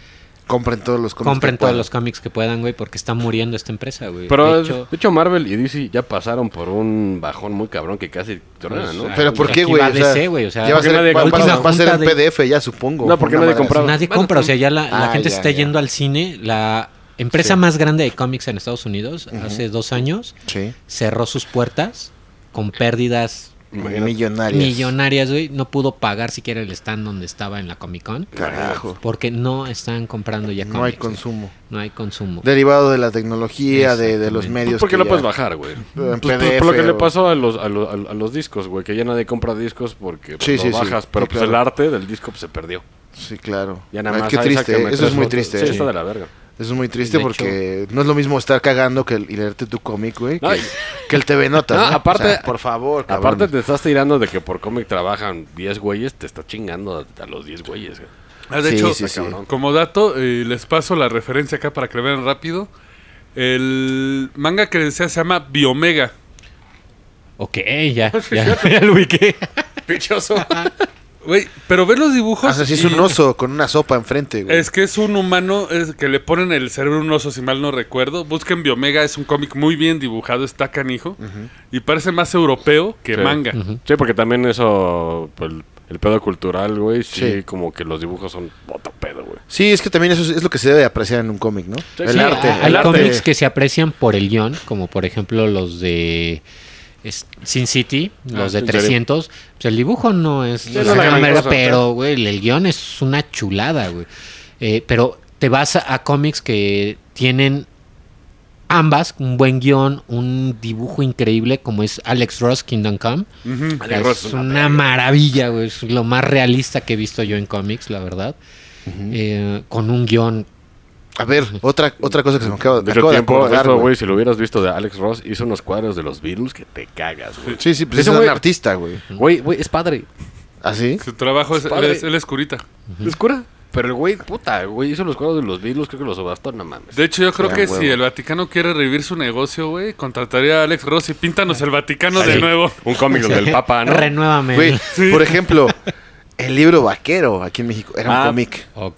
S1: Compren todos los cómics
S4: compren
S1: que
S4: todos
S1: puedan.
S4: los cómics que puedan, güey, porque está muriendo esta empresa, güey.
S2: Pero
S4: de
S2: de
S4: hecho,
S2: hecho, Marvel y DC ya pasaron por un bajón muy cabrón que casi tronan, ¿no?
S4: Pues,
S1: Pero ¿por
S4: Aquí
S1: qué,
S4: va
S1: güey? O sea,
S4: DC, güey, o sea,
S1: ya va a
S2: porque
S1: ser,
S2: nadie
S1: va- va-
S4: compra.
S1: va a ser en
S4: Última junta de-
S1: PDF, ya supongo.
S2: No, porque
S1: Una
S2: nadie
S1: madre
S2: compraba.
S4: nadie
S3: Bueno,
S4: compra, o
S3: sí.
S4: sea, ya la, la
S1: Ah,
S4: gente
S1: ya,
S4: se está
S1: ya.
S4: yendo al cine. La empresa más grande de cómics en Estados Unidos hace dos años
S1: así. Sí.
S4: cerró sus puertas con pérdidas
S2: Imagínate.
S1: Millonarias.
S4: millonarias, güey, no pudo pagar siquiera el stand donde estaba en la Comic Con.
S1: Carajo.
S4: Porque no están comprando ya
S1: No hay
S4: cómics, güey.
S1: consumo.
S4: No hay consumo.
S1: Derivado de la tecnología, de, de los
S4: Exactamente.
S1: medios.
S2: ¿Por qué Pues,
S1: que
S2: lo
S1: ya-
S2: puedes bajar, güey?
S1: En
S2: Pues, pues, por lo
S1: PDF
S2: que le
S1: o-
S2: pasó a los, a, los, a los discos, güey, que ya nadie compra discos porque pues,
S1: Sí,
S2: lo
S1: sí, sí.
S2: bajas, pero
S1: Sí,
S2: pues
S1: claro.
S2: el arte del disco pues, se perdió.
S1: Sí, claro.
S2: Ya nada
S1: Ay,
S2: más.
S1: Qué
S2: ahí
S1: triste.
S2: sácame
S1: Eso
S2: tres
S1: es muy
S2: fotos.
S1: triste.
S2: Sí,
S1: eh.
S2: está de la verga.
S1: Eso es muy triste
S4: De hecho-
S1: porque no es lo mismo estar cagando que el, y leerte tu cómic, güey,
S2: No,
S1: que,
S2: y-
S1: que el TV Notas.
S2: No,
S1: ¿no?
S2: aparte-
S1: O sea, por favor, cabrón.
S2: Aparte te estás tirando de que por cómic trabajan 10 güeyes, te está chingando a, a los 10 güeyes. güey.
S3: Ah, de
S1: Sí,
S3: hecho,
S1: sí, sí.
S3: cabrón. como dato, eh, les paso la referencia acá para que lo vean rápido. El manga que decía se llama Biomega.
S4: Ok, ya, ya, ya lo ubiqué.
S2: Pichoso.
S3: Güey, pero ve los dibujos.
S1: Ah, O sea, sí es
S3: y-
S1: un oso con una sopa enfrente, güey.
S3: Es que es un humano es que le ponen el cerebro a un oso, si mal no recuerdo. Busquen Biomega, es un cómic muy bien dibujado, está canijo. Y parece más europeo que
S2: Sí.
S3: manga.
S2: Sí, porque también eso, pues, el, el pedo cultural, güey, sí,
S1: Sí.
S2: como que los dibujos son otro pedo, güey.
S1: Sí, es que también eso es, es lo que se debe apreciar en un cómic, ¿no? el
S2: sí,
S1: arte.
S4: Hay
S1: el arte.
S4: cómics que se aprecian por el guión, como por ejemplo los de es- Sin City, los
S2: Ah,
S4: de
S2: sí,
S4: 300. Pues el dibujo no es
S2: no es
S4: es
S2: la
S4: una
S2: gran
S4: verga,
S2: cosa,
S4: pero güey, el- el guión es una chulada, güey. Eh, pero te vas a, a cómics que tienen ambas, un buen guión, un dibujo increíble, como es Alex Ross, Kingdom Come.
S3: Ujú.
S2: Alex Ross
S4: Es
S2: es
S4: una,
S2: una
S4: maravilla, güey. Es lo más realista que he visto yo en cómics, la verdad. Eh, con un guión
S1: A ver, otra, otra cosa que se me
S2: De
S1: acaba me
S2: hecho,
S1: acabo de
S2: tiempo,
S1: acordar,
S2: esto,
S1: güey.
S2: güey, si lo hubieras visto de Alex Ross, hizo unos cuadros de los Beatles que te cagas, güey.
S1: Sí, sí, pues
S2: Ese
S1: es
S2: güey-
S1: un artista, güey. ¿Ah,
S2: Güey, güey, es padre.
S1: ¿Así?
S3: Su trabajo es,
S2: Es padre.
S3: él es, él es curita.
S2: Es cura. Pero el güey, puta, güey, hizo los cuadros de los Beatles, creo que los subastó, no mames.
S3: De hecho, yo creo
S1: Ya,
S3: que
S1: huevo.
S3: si el Vaticano quiere revivir su negocio, güey, contrataría a Alex Ross y píntanos el Vaticano
S2: Sí.
S3: de nuevo.
S2: Un cómic donde el Papa, ¿no?
S4: Renuévame.
S1: Güey, por ejemplo, el libro Vaquero aquí en México era
S2: Ah,
S1: un cómic.
S4: Ok.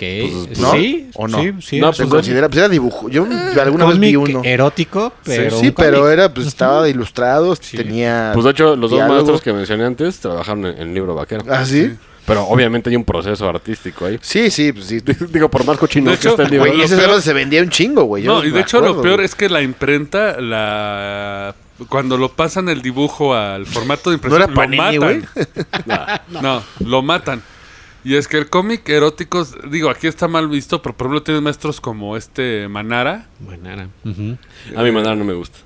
S2: Pues,
S1: ¿no?
S4: Sí,
S1: ¿O no?
S4: sí, sí.
S2: No,
S4: es
S1: Se
S4: un
S2: pues,
S1: considera, pues era dibujo. Yo
S2: Eh,
S1: alguna vez vi
S4: cómic
S1: uno.
S4: erótico, pero
S1: sí,
S4: un
S1: pero
S4: cómic.
S1: era, pues estaba ilustrado, tenía.
S2: Pues de hecho, los
S1: diálogo.
S2: dos maestros que mencioné antes trabajaron en, en libro vaquero.
S1: ¿Ah, sí?
S2: Pero obviamente hay un proceso artístico ahí.
S1: Sí, sí, pues sí.
S2: Digo, por más cochino
S3: De
S2: que
S3: hecho,
S2: esté el libro.
S1: Güey,
S3: lo
S1: ese
S3: peor-
S1: cerdo se vendía un chingo, güey. Yo
S3: No, y
S1: me
S3: de hecho
S1: acuerdo,
S3: lo peor
S1: güey.
S3: es que la imprenta, la cuando lo pasan el dibujo al formato de impresión,
S1: era
S3: lo
S1: Panini,
S3: matan. no. lo matan. Y es que el cómic erótico, digo, aquí está mal visto, pero por ejemplo tienes maestros como este Manara.
S4: Bueno, era. ujú.
S2: A mi manera no me gusta.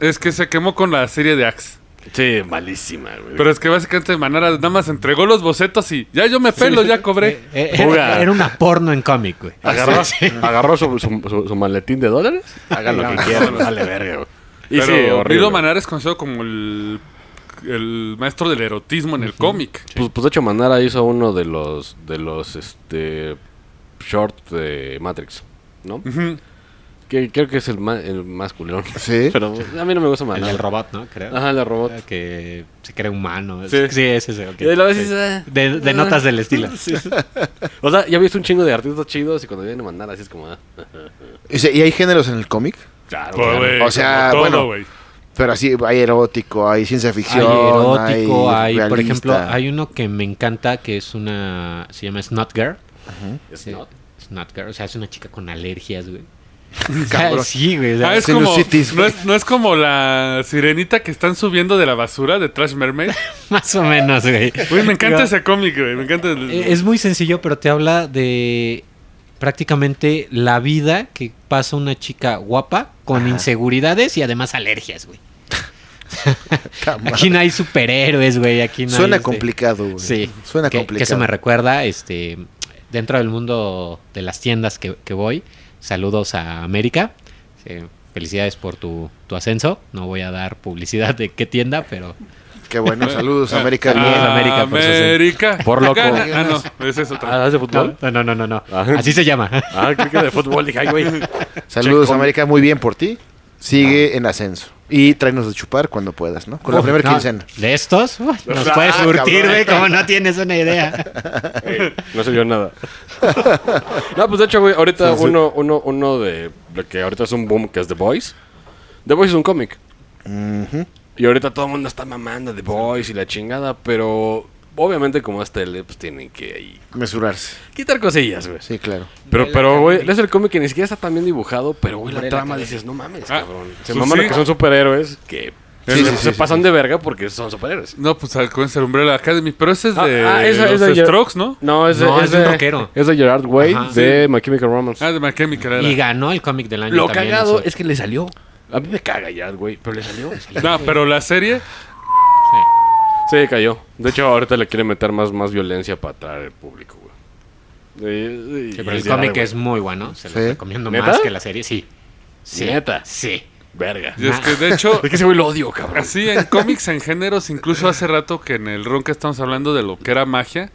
S3: Es que se quemó con la serie de Axe.
S2: Sí, malísima, güey.
S3: Pero es que básicamente Manara nada más entregó los bocetos y ya yo me pelo, ya cobré.
S4: Eh,
S2: Fuga.
S4: Era, era una porno en cómic, güey.
S2: agarró, agarró su, su- su- su maletín de dólares. Hagan lo que quieran, vale verga, güey. Y
S3: Pero
S2: sí, horrible.
S3: Milo Manara es conocido como el, el maestro del erotismo en el cómic.
S2: Pues, pues de hecho Manara hizo uno de los de los este short de Matrix, ¿no?
S3: Ujú.
S2: Que creo que es el más el más culón.
S1: Sí.
S2: Pero a mí no me gusta
S4: El
S2: Manara.
S4: del robot, ¿no? Creo.
S2: Ajá, el del robot.
S4: Que se cree humano.
S2: Sí.
S4: Sí, sí es ese. ok.
S2: Y de la vez dices,
S4: Sí.
S2: "Ah".
S4: de, de notas del estilo.
S2: O sea, ya viste un chingo de artistas chidos y cuando viene Manara así es como, ah,
S1: O sea, ¿Y hay géneros en el cómic?
S2: claro.
S3: Pues,
S2: claro.
S3: güey,
S1: O sea,
S3: como
S1: bueno,
S3: güey.
S1: Pero así, hay erótico, hay ciencia
S4: Hay
S1: ficción.
S4: erótico, hay, por
S1: realista.
S4: ejemplo, hay uno que me encanta que es una. Se llama Snot Girl.
S2: Es
S4: Sí,
S2: not.
S4: Snot Girl. O sea, es una chica con alergias, güey. O sea,
S1: Cabrón.
S4: sí, güey. o sea,
S3: Ah, es como,
S1: sinusitis,
S3: no,
S1: güey.
S3: es, no es como la sirenita que están subiendo de la basura de Trash Mermaid.
S4: Más o menos, güey.
S3: Güey, me encanta
S4: Digo,
S3: ese cómic, güey. Me encanta. el-
S4: eh, Es muy sencillo, pero te habla de prácticamente la vida que pasa una chica guapa con inseguridades y además alergias, güey.
S1: Cámara.
S4: Aquí no hay superhéroes, güey. Aquí no
S1: Suena
S4: hay, este-
S1: complicado, güey.
S4: Sí.
S1: Suena
S4: que,
S1: complicado.
S4: Que eso me recuerda, este, dentro del mundo de las tiendas que, que voy, saludos a América. Sí, felicidades por tu, tu ascenso. No voy a dar publicidad de qué tienda, pero
S1: Qué bueno, saludos, América.
S4: Saludos,
S1: bien.
S4: Ah, América, por eso sí.
S3: América.
S2: Por loco.
S3: Gana. Ah, no. Esa es otra.
S2: Ah, ¿es de
S4: No,
S2: fútbol?
S4: no, no, no, no. no.
S2: Ajá.
S4: Así se llama.
S2: Ah, creo que de fútbol dije, ay, güey.
S1: Saludos,
S2: Checo.
S1: América, muy bien por ti. Sigue en ascenso. Y tráenos de chupar cuando puedas, ¿no? Con la primera
S4: No,
S1: quincena.
S4: De estos, uy, nos
S1: Ah,
S4: puedes surtir,
S1: cabrón.
S4: güey, como no tienes una idea.
S2: Ey, no se vio nada. no, pues de hecho, güey, ahorita uno, uno, uno de lo que ahorita es un boom, que es The Boys. The Boys es un cómic. Y ahorita todo el mundo está mamando The Boys y la chingada, pero obviamente como es tele, pues tienen que ahí
S1: Mesurarse.
S2: quitar cosillas, güey.
S1: Sí, claro.
S2: Pero, pero, güey, es el cómic que ni siquiera está tan bien dibujado, pero, güey, la
S4: Hombre, la
S2: trama
S4: cabeza.
S2: dices, no mames,
S3: Ah,
S2: cabrón. Se
S3: pues
S2: maman
S3: sí.
S2: que son superhéroes, que Pero
S1: Sí,
S2: se,
S1: sí,
S2: se
S1: sí,
S2: pasan
S1: sí.
S2: de verga porque son superhéroes.
S3: No, pues acuérdense el Umbrella Academy. Pero ese es
S2: Ah,
S3: de
S2: ah, esa-
S3: los
S2: esa yo-
S3: Strokes, ¿no?
S2: No, es de,
S4: No,
S2: es
S4: es de
S2: de-
S4: un rockero.
S2: Es de Gerard Way
S4: Ajá.
S2: de My Chemical Romance.
S3: Ah, de My Chemical era.
S4: Y ganó el cómic del año.
S2: Lo
S4: también,
S2: cagado
S4: o sea,
S2: es que le salió. A mí me caga Gerard Way, pero le salió.
S3: No, pero la serie.
S2: Sí, cayó. De hecho, ahorita le quiere meter más, más violencia para atraer el público, güey. Sí, sí,
S4: sí, pero
S2: y
S4: el
S2: Gerard
S4: cómic
S2: Way.
S4: es muy bueno. Se lo
S1: Sí.
S4: recomiendo
S2: ¿Neta?
S4: más que la serie. Sí. sí.
S2: Neta.
S4: Sí.
S2: Verga.
S3: y es que de hecho.
S2: Es que ese güey lo odio, cabrón.
S3: Así en cómics, en géneros, incluso hace rato que en el ron que estamos hablando de lo que era magia,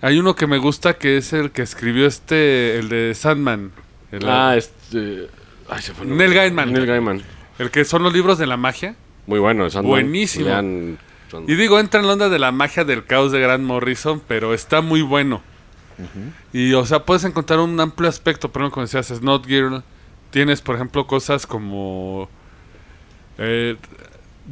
S3: hay uno que me gusta que es el que escribió este, el de Sandman, el,
S2: Ah, este. Ay, se fue el nombre.
S3: Neil Gaiman.
S2: Neil Gaiman.
S3: el que son los libros de la magia.
S2: Muy bueno, Sandman.
S3: Buenísimo.
S2: Lean-
S3: Y digo, entra en la onda de la magia del caos de Grant Morrison, pero está muy bueno. Y, o sea, puedes encontrar un amplio aspecto, por ejemplo, como decías, Snot Girl. Tienes, por ejemplo, cosas como eh,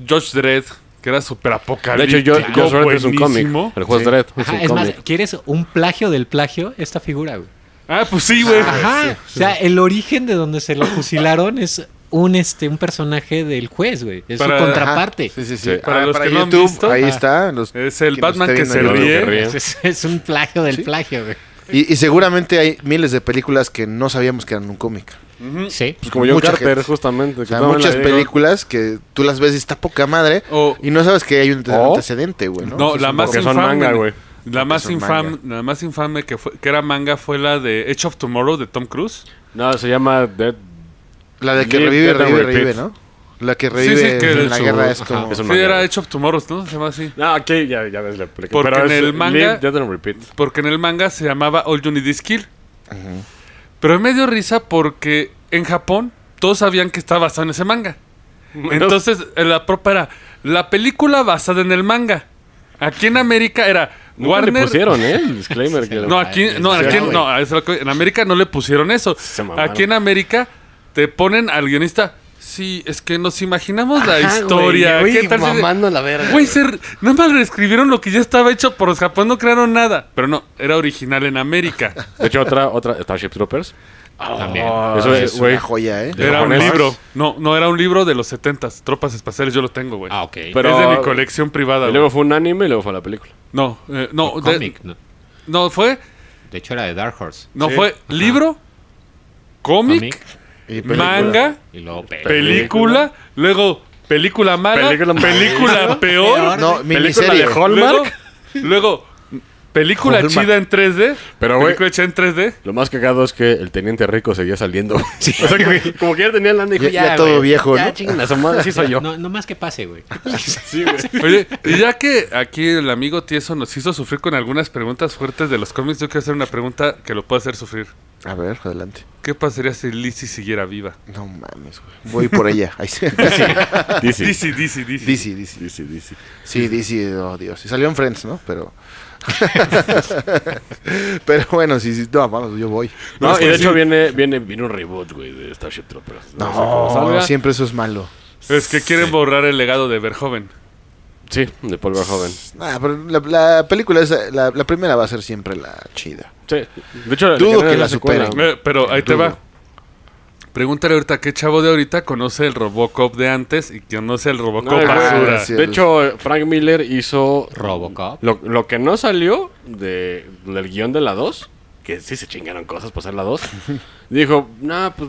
S3: George Dredd, que era súper
S2: De hecho,
S3: apocalíptico.
S2: yo, Josh Dredd es un cómic.
S3: buenísimo.
S2: El juez Dredd es
S1: Ah,
S4: Ajá,
S2: un
S4: es más,
S2: cómic.
S4: ¿quieres un plagio del plagio? Esta figura, güey.
S3: Ah, pues sí, güey.
S4: Ajá. O sea, el origen de donde se lo fusilaron es un, este, un personaje del juez, güey. Es
S3: Para-
S4: su
S1: Ajá.
S4: contraparte.
S1: Sí, sí, sí.
S2: Sí.
S1: Para,
S3: Para los
S1: para
S3: que no han
S1: YouTube,
S3: visto,
S1: ahí
S3: ah,
S1: está. los-
S3: es el
S1: quien nos
S3: Batman
S1: esté
S3: que
S1: viendo
S3: se
S1: en YouTube.
S3: ríe.
S4: Es, es un plagio del plagio, güey.
S1: Y, y seguramente hay miles de películas que no sabíamos que eran un cómic.
S4: Sí.
S2: Pues como John
S1: Mucha
S2: Carter,
S1: gente.
S2: justamente. que
S1: O sea,
S2: también
S1: muchas
S2: la digo.
S1: películas que tú las ves y está poca madre
S3: O-
S1: y no sabes que hay un
S2: O-
S1: antecedente, güey. No,
S3: No,
S1: Eso es
S3: la
S1: un
S3: más
S2: Porque
S1: poco-
S2: son
S3: infame.
S2: manga, güey.
S3: La más
S1: son
S3: infame,
S1: manga.
S3: la más infame que fue, que era manga fue la de Edge of Tomorrow de Tom Cruise.
S2: No, se llama Dead.
S1: La de que
S2: Live,
S1: revive,
S2: Death and
S1: revive,
S2: Repeat.
S1: revive, ¿no? La que
S3: sí,
S1: revive
S3: que
S1: en
S3: de
S1: la
S3: su-
S1: guerra es
S4: ajá,
S1: como...
S2: es un
S3: Sí,
S2: manga,
S3: era
S2: güey.
S3: Edge of Tomorrow, ¿no? Se llama así.
S2: No, aquí ya, ya les le expliqué.
S3: Porque en
S2: es
S3: el manga-
S2: Live, Dead and Repeat.
S3: Porque en el manga se llamaba All You Need Is Kill. Pero me dio risa porque en Japón todos sabían que estaba basado en ese manga. Entonces eh, la propa era la película basada en el manga. Aquí en América era
S2: Nunca le
S3: Warner
S2: pusieron, ¿eh? El disclaimer. que
S3: No, aquí, no,
S2: Sí,
S3: aquí-
S2: güey.
S3: no, es lo que- en América no le pusieron eso.
S2: Se mamaron.
S3: Aquí en América te ponen al guionista. Sí, es que nos imaginamos la
S2: Ajá,
S3: historia.
S2: güey,
S3: ¿Qué
S2: güey,
S3: tal si-
S2: mamando la verga.
S3: Güey, se re- nada más reescribieron lo que ya estaba hecho por los Japón, no crearon nada. Pero no, era original en América.
S2: De hecho, otra, otra, Starship Troopers.
S3: Ah,
S4: También.
S2: Eso
S1: es
S2: es, güey.
S1: una joya, ¿eh?
S2: ¿De
S3: Era un
S2: japoneses?
S3: libro. No, no, era un libro de los 70s. Tropas espaciales, yo lo tengo, güey.
S4: Ah, ok.
S2: Pero-
S3: es de mi colección privada.
S2: Y
S3: güey.
S2: luego fue un anime y luego fue la película.
S3: no, eh, no, de-
S4: Cómic, ¿no?
S3: no fue,
S4: De hecho, era de Dark Horse.
S3: no
S2: Sí.
S3: fue libro, cómic,
S4: Cómic.
S1: Y película.
S3: manga.
S4: Y luego pe-
S3: película, luego película mala, película,
S2: Película mala.
S3: peor,
S1: No,
S2: Película de
S1: miniserie.
S2: Hulk.
S3: luego, luego película
S1: Hallmark.
S3: chida en 3D,
S2: Pero, güey-
S3: película chida en 3D.
S2: Lo más cagado es que el teniente rico seguía saliendo. o sea, que, como que ya tenía lana y dijo,
S1: Ya-
S2: ya,
S1: ya todo
S2: güey,
S1: viejo,
S2: Ya,
S1: ¿no?
S2: chinguen a su madre, sí soy yo.
S4: No, no más que pase, güey.
S2: Sí, güey.
S3: Oye, y ya que aquí el amigo Tieso nos hizo sufrir con algunas preguntas fuertes de los cómics, yo quiero hacer una pregunta que lo pueda hacer sufrir.
S1: A ver, adelante.
S3: ¿Qué pasaría si Lizzie siguiera viva?
S1: No mames, güey. Voy por ella. Ahí sí.
S2: Dice. Dice.
S3: Lizzie, Lizzie, Lizzie.
S1: DC, DC.
S2: Dice, dice.
S1: Sí, DC, oh Dios. Y salió en Friends, ¿no? Pero... Pero bueno, sí, sí. No, vamos, yo voy.
S2: No,
S1: Es
S2: y
S1: que
S2: de
S1: sí.
S2: hecho viene, viene, viene un reboot, güey, de Starship Troopers. sé cómo
S1: No,
S2: salga.
S1: siempre eso es malo.
S3: Es que quieren borrar el legado de Verjoven.
S2: Sí, de Paul Verhoeven.
S1: Ah, pero la, la película, es, la, la primera va a ser siempre la chida.
S2: Sí. De hecho,
S1: Dudo
S2: generan
S1: que la
S2: secuela.
S1: superen.
S3: Eh, Pero ahí te va. Pregúntale ahorita qué chavo de ahorita conoce el Robocop de antes y conoce el
S2: No,
S3: Robocop
S2: güey.
S3: basura.
S1: sí.
S2: De hecho, Frank Miller hizo
S4: Robocop.
S2: Lo, lo que no salió de, del guión de la 2, que sí se chingaron cosas por ser la 2, dijo, nah, pues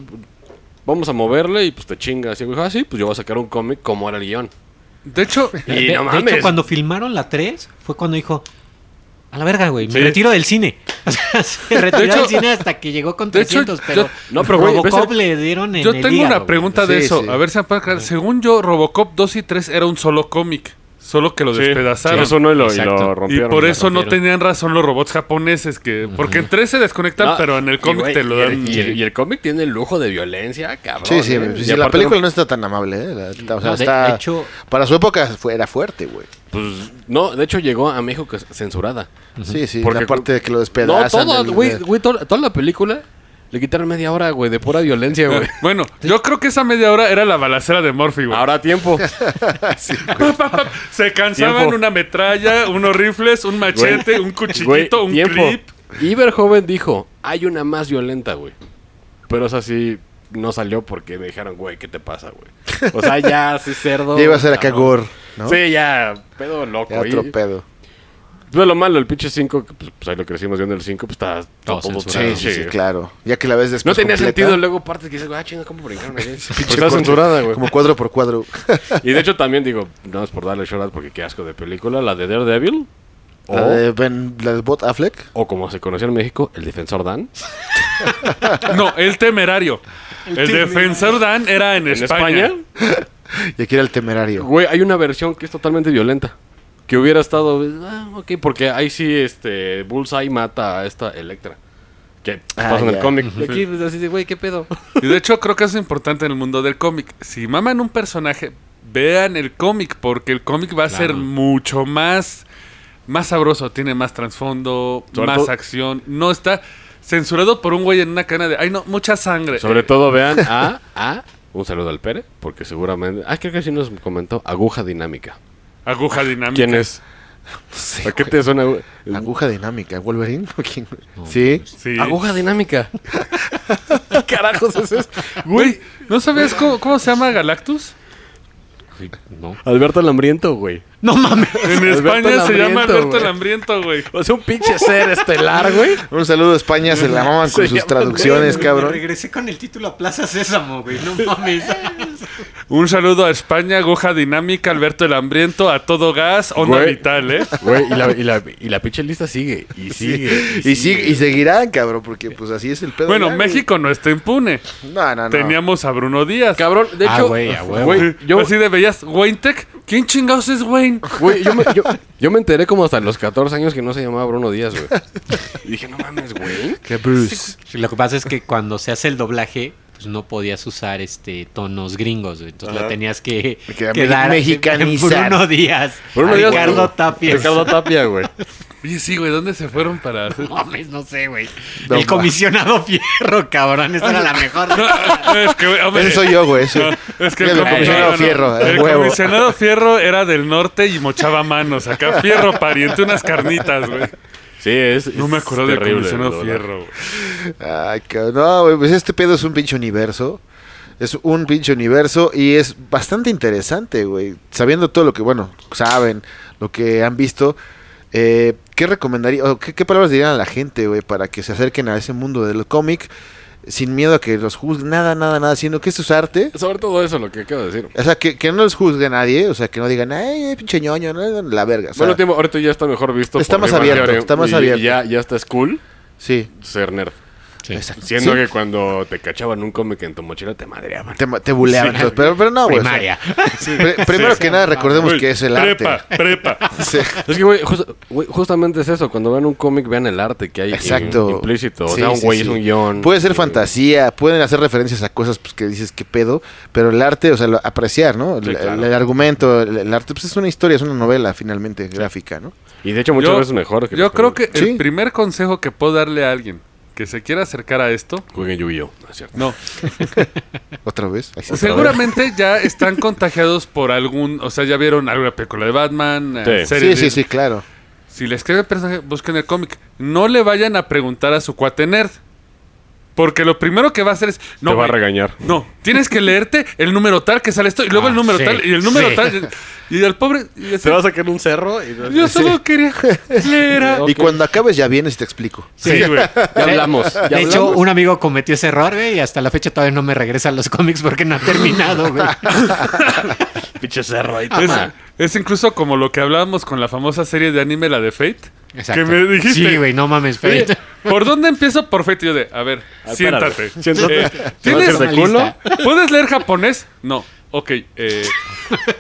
S2: vamos a moverle y pues te chingas. Y dijo, ah, sí, pues yo voy a sacar un cómic como era el guión.
S3: De hecho,
S4: De,
S2: Y
S4: de
S2: no
S4: hecho,
S2: mames.
S4: cuando filmaron la 3, fue cuando dijo: A la verga, güey, me
S2: Sí.
S4: retiro del cine. O sea, se retiró
S3: De hecho-
S4: del cine hasta que llegó con
S3: de hecho,
S4: 300,
S3: yo-
S4: pero.
S2: no, pero, güey,
S4: Robocop
S2: ves
S4: le dieron en
S3: yo
S4: el
S3: tengo
S4: hígado,
S3: una
S4: güey.
S3: pregunta de
S1: Sí,
S3: eso.
S1: sí.
S3: A ver si me puede aclarar. Según yo, Robocop 2 y 3 era un solo cómic. Solo que lo
S2: Sí,
S3: despedazaron.
S2: sí, es uno y lo, y
S4: Exacto.
S2: lo
S4: Y
S3: y
S2: rompieron.
S3: por eso no
S4: rompieron.
S3: tenían razón los robots japoneses. que Porque en 3 se desconectan,
S2: No,
S3: pero en el
S2: y,
S3: cómic
S2: güey,
S3: te lo
S2: y el-
S3: dan.
S2: Y el, y el cómic tiene el lujo de violencia, cabrón.
S1: Sí, sí,
S2: ¿eh?
S1: sí,
S2: Y
S1: sí, la
S2: aparte
S1: película no está tan amable, ¿eh? La- o sea,
S4: No, de
S1: está-
S4: hecho-
S1: para su época fue, era fuerte, güey.
S2: Pues no, de hecho llegó a México censurada.
S1: Sí, sí,
S2: Porque-
S1: la parte de que lo
S2: No,
S1: despedazan.
S2: todo,
S1: el-
S2: güey,
S1: el-
S2: güey, toda, toda la película le quitaron media hora, güey, de pura violencia, güey.
S3: Bueno, yo creo que esa media hora era la balacera de Morphy, güey.
S2: Ahora tiempo.
S3: Pa, pa, pa. Se cansaban
S2: Tiempo.
S3: una metralla, unos rifles, un machete, un cuchillito, un clip.
S2: Y Verhoeven dijo, hay una más violenta, güey. Pero es así, no salió porque me dijeron, güey, ¿qué te pasa, güey? O sea, ya, sí, cerdo.
S1: Ya iba a ser acá
S2: cabrón.
S1: gore, ¿no?
S2: Sí, ya, pedo loco.
S1: Ya
S2: y-
S1: otro pedo.
S2: No es lo malo, el pinche 5, pues, pues ahí lo crecimos viendo el 5, pues está
S4: Todo
S2: todo
S4: censurado.
S1: Sí, sí, sí, claro. Ya que la ves después
S2: No tenía
S1: completa,
S2: sentido luego partes que dices, güey, ah, chinga, ¿cómo brincaron ahí? Pues
S1: pinche
S2: está
S1: corte,
S2: censurada, güey.
S1: Como cuadro por cuadro.
S2: Y de hecho también digo, no es por darle shout out porque qué asco de película, la de Daredevil. O,
S1: La de Ben, la de Bot Affleck.
S2: o como se conoció en México, el Defensor Dan.
S3: No, el temerario. El, defensor Dan era en,
S2: En
S3: España.
S2: España,
S1: Y aquí era el temerario.
S2: güey, hay una versión que es totalmente violenta. Que hubiera estado, ah, ok, porque ahí sí, este, Bullseye mata a esta Electra. Que
S1: Ah,
S2: pasa en el
S1: ya.
S2: cómic. Y aquí, pues, así de, güey, qué pedo.
S3: Y de hecho creo que eso es importante en el mundo del cómic. Si maman un personaje, vean el cómic, porque el cómic va a ser
S4: Claro.
S3: mucho más, más sabroso, tiene más trasfondo,
S2: Sobre
S3: más
S2: todo-
S3: acción. No está censurado por un güey en una cana de, ay no, mucha sangre.
S2: Sobre
S3: Eh,
S2: todo vean a, a un saludo al Pere, porque seguramente, ah, creo que sí nos comentó Aguja Dinámica.
S3: Aguja dinámica.
S2: ¿Quién es?
S1: Sí,
S2: ¿A qué te suena? güey?
S1: güey. Aguja dinámica. ¿Wolverine? ¿O quién? sí.
S3: Sí.
S2: Aguja Dinámica. ¿Qué carajos es eso?
S3: Güey, ¿no sabías cómo, cómo se llama Galactus?
S4: Sí, No.
S2: Alberto el Hambriento, güey.
S4: No mames.
S3: En
S2: Alberto
S3: España se
S2: Hambriento,
S3: llama Alberto el
S2: güey.
S3: Hambriento, güey.
S2: O sea, un pinche ser estelar, güey.
S1: Un saludo a España, se la maman con
S2: Se
S1: sus
S2: llama-
S1: traducciones,
S2: Güey,
S1: cabrón.
S5: Regresé con el título a Plaza Sésamo, güey. No mames.
S3: Un saludo a España, Aguja Dinámica, Alberto el Hambriento, a todo gas, onda
S2: Güey.
S3: vital, ¿eh?
S2: Güey, y la, y, la, y la pinche lista sigue. Y sigue.
S1: Y, sí, y seguirán, cabrón, porque pues así es el pedo.
S3: Bueno,
S1: ya, güey.
S3: México no está impune.
S1: No, no, no.
S3: Teníamos a Bruno Díaz.
S2: Cabrón, de
S4: Ah,
S2: hecho.
S4: güey, a huevo.
S2: güey, yo,
S3: Así de bellas, Wayne Tech. ¿Quién chingados es Wayne?
S2: güey, yo, me, yo, yo me enteré como hasta los 14 años que no se llamaba Bruno Díaz, güey. Y dije, no mames, güey.
S1: Que Bruce.
S4: Lo que pasa es que cuando se hace el doblaje, pues no podías usar este tonos gringos, güey. entonces la tenías que,
S1: Que
S4: que
S1: me-
S4: dar
S1: mexicanizar.
S4: Bruno Díaz,
S2: Bruno
S4: a
S2: Díaz,
S4: Ricardo
S2: güey.
S4: Tapia.
S2: Ricardo Tapia, güey.
S3: Oye, sí, güey, ¿dónde se fueron para hacer?
S4: No mames, no sé, güey.
S1: No
S4: el
S1: mames.
S4: comisionado Fierro, cabrón, esta era la mejor.
S3: es que, güey, hombre,
S1: Ese soy yo, güey. ese.
S3: es que
S1: Yo lo comisionado
S3: comisionado- no,
S1: fierro,
S3: el
S1: el huevo.
S3: comisionado Fierro era del norte y mochaba manos. Acá Fierro pariente unas carnitas, güey.
S2: Sí, es.
S3: No me acuerdo
S2: de
S3: del comisionado Fierro, güey.
S1: Ay, cabrón. No, güey, pues este pedo es un pinche universo. Es un pinche universo y es bastante interesante, güey. Sabiendo todo lo que, bueno, saben, lo que han visto, eh, ¿qué recomendaría, o qué, qué palabras dirían a la gente, güey, para que se acerquen a ese mundo del cómic sin miedo a que los juzguen? Nada, nada, nada, sino que esto es arte.
S2: Sobre todo eso, lo que acabo de decir.
S1: O sea, que, que no los juzgue nadie, o sea, que no digan, ay, pinche ñoño, no, la verga. o sea,
S2: bueno, tiempo, ahorita ya está mejor visto.
S1: Está
S2: por
S1: más
S2: Iván
S1: abierto,
S2: Guerrero.
S1: está más
S2: Y- y
S1: abierto.
S2: Ya, ya está es cool
S1: sí,
S2: ser nerd.
S4: Sí.
S1: exacto.
S2: Siendo
S1: Sí,
S2: que cuando te cachaban un cómic en tu mochila te madreaban.
S1: te, ma- te buleaban, entonces, pero, pero no, güey. o sea,
S4: Primaria.
S1: pri- primero que nada, recordemos
S3: Güey,
S1: que es el
S3: prepa,
S1: arte.
S3: Prepa,
S1: Sí.
S2: Es que, güey, justa- güey, justamente es eso. Cuando vean un cómic, vean el arte que hay
S1: Exacto.
S2: im- implícito. O
S1: Sí,
S2: sea, un
S1: sí,
S2: güey
S1: sí.
S2: es un guión.
S1: Puede ser
S2: Eh,
S1: fantasía, pueden hacer referencias a cosas pues, que dices qué pedo, pero el arte, o sea, lo- apreciar, ¿no? El,
S2: Sí, claro.
S1: el- el argumento, el, el arte, pues es una historia, es una novela finalmente gráfica, ¿no?
S2: Y de hecho, muchas
S3: Yo-
S2: veces mejor.
S3: Yo creo que
S1: Sí.
S3: el primer consejo que puedo darle a alguien que se quiera acercar a esto,
S2: Jueguen Yu-Gi-Oh! No es cierto.
S3: no,
S1: Otra vez. Ahí está.
S3: Seguramente ya están contagiados por algún, o sea, ya vieron alguna película de Batman, eh,
S2: Sí.
S1: Sí,
S3: series
S1: sí,
S3: de-
S1: sí, claro.
S3: Si les creen el personaje, busquen el cómic. No le vayan a preguntar a su cuate nerd. Porque lo primero que va a hacer es. No,
S2: te va a
S3: güey,
S2: regañar.
S3: No, tienes que leerte el número tal que sale esto, y luego
S4: Ah,
S3: el número
S4: sí,
S3: tal, y el número
S4: sí.
S3: tal. Y el pobre. y así,
S2: Te va a sacar un cerro y...
S3: Yo solo quería leer a-
S1: Y cuando acabes ya vienes y te explico.
S2: Sí, güey. Ya hablamos. ya
S4: De hecho,
S2: hablamos.
S4: un amigo cometió ese error, güey, y hasta la fecha todavía no me regresa los cómics porque no ha terminado, güey.
S2: pinche cerro ahí.
S3: Es,
S2: toma.
S3: es incluso como lo que hablábamos con la famosa serie de anime, la de Fate.
S4: Exacto.
S3: Que me dijiste.
S4: Sí, güey, no mames, Fate.
S3: Oye, ¿Por dónde empiezo? Por Fate. Y yo de, a ver,
S2: Ah,
S3: siéntate.
S2: espérate. Siéntate.
S3: Eh,
S2: ¿Te vas a
S3: ¿Tienes
S2: hacer de
S4: Una
S2: culo?
S4: lista.
S3: ¿Puedes leer japonés? No. Ok. eh,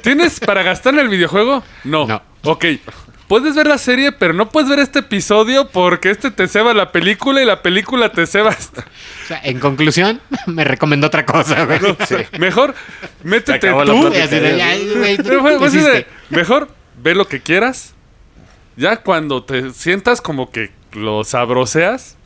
S3: ¿Tienes para gastar en el videojuego? No.
S4: No.
S3: Ok. Puedes ver la serie, pero no puedes ver este episodio porque este te ceba la película y la película te ceba. esta.
S4: O sea, en conclusión, me recomendó otra cosa, güey.
S3: Mejor, métete
S2: acabó la
S3: tú.
S4: Y así de, "Ay, güey, ¿qué
S3: Pero fue- fue así de,
S4: hiciste?".
S3: mejor ve lo que quieras. Ya cuando te sientas como que lo sabroseas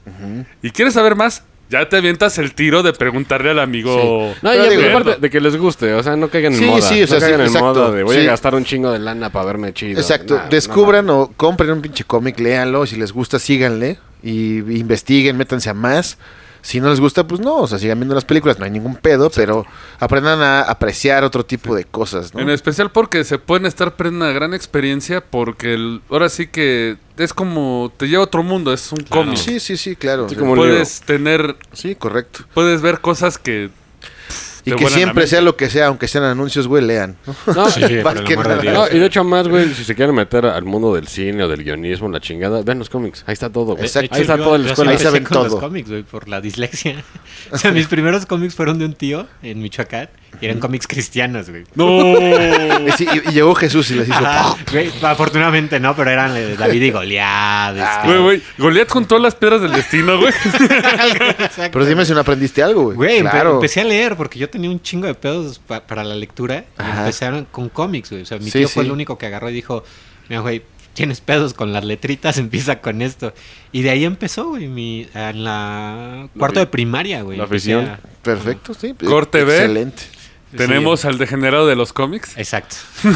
S3: y quieres saber más, ya te avientas el tiro de preguntarle al amigo.
S2: No,
S1: Pero
S2: y
S1: digo-
S2: aparte de que les guste, o sea, no caigan en
S1: Sí,
S2: moda.
S1: sí, o sea,
S2: no caigan
S1: sí,
S2: en
S1: exacto,
S2: moda de voy
S1: sí.
S2: a gastar un chingo de lana para verme chido.
S1: Exacto.
S2: Nah, no
S1: Descubran o compren un pinche cómic, léanlo, si les gusta, síganle y investiguen, métanse a más. Si no les gusta, pues no, o sea, sigan viendo las películas, no hay ningún pedo, pero aprendan a apreciar otro tipo de cosas, ¿no?
S3: En especial porque se pueden estar perdiendo una gran experiencia porque el- ahora sí que es como te lleva a otro mundo, es un cómic.
S1: Sí, sí, sí, claro.
S2: Sí,
S1: Sí,
S2: como un
S3: puedes tener,
S1: correcto.
S3: puedes ver cosas que
S1: Y
S3: te
S1: que
S3: vuelan la
S1: siempre
S3: mente.
S1: sea lo que sea, aunque sean anuncios, güey, lean. ¿no?
S2: No,
S4: Sí, por el
S1: Más que
S4: amor de
S1: nada.
S4: Dios.
S2: "Ah, No, y de hecho más, güey, si se quieren meter al mundo del cine o del guionismo, la chingada, vean los cómics, ahí está todo, güey.
S1: Exacto.
S2: Ahí está todo en la escuela.
S1: Ahí saben
S4: con
S1: todo.
S4: los cómics, güey, por la dislexia. O sea, mis primeros cómics fueron de un tío en Michoacán y eran cómics cristianos, güey.
S1: Y, sí, y- y llegó Jesús y les hizo.
S4: Ajá, güey, afortunadamente no, pero eran eh, David y Goliat. este,
S3: Güey, güey, Goliat juntó las piedras del destino, güey.
S4: exacto.
S1: Pero dime si no aprendiste algo, güey.
S4: Güey, empe-
S1: claro.
S4: empecé a leer porque yo tenía un chingo de pedos pa- para la lectura. Y
S1: Ajá.
S4: empezaron con cómics, güey. O sea, mi
S1: Sí,
S4: tío fue
S1: sí.
S4: el único que agarró y dijo, mira, güey, tienes pedos con las letritas, empieza con esto. Y de ahí empezó, güey, mi, en la cuarto
S2: vi-
S4: de primaria, güey.
S2: la
S4: Empecé a-
S2: afición.
S1: Perfecto, sí.
S3: Corte B.
S1: Excelente.
S3: Tenemos al degenerado de los cómics.
S4: Exacto.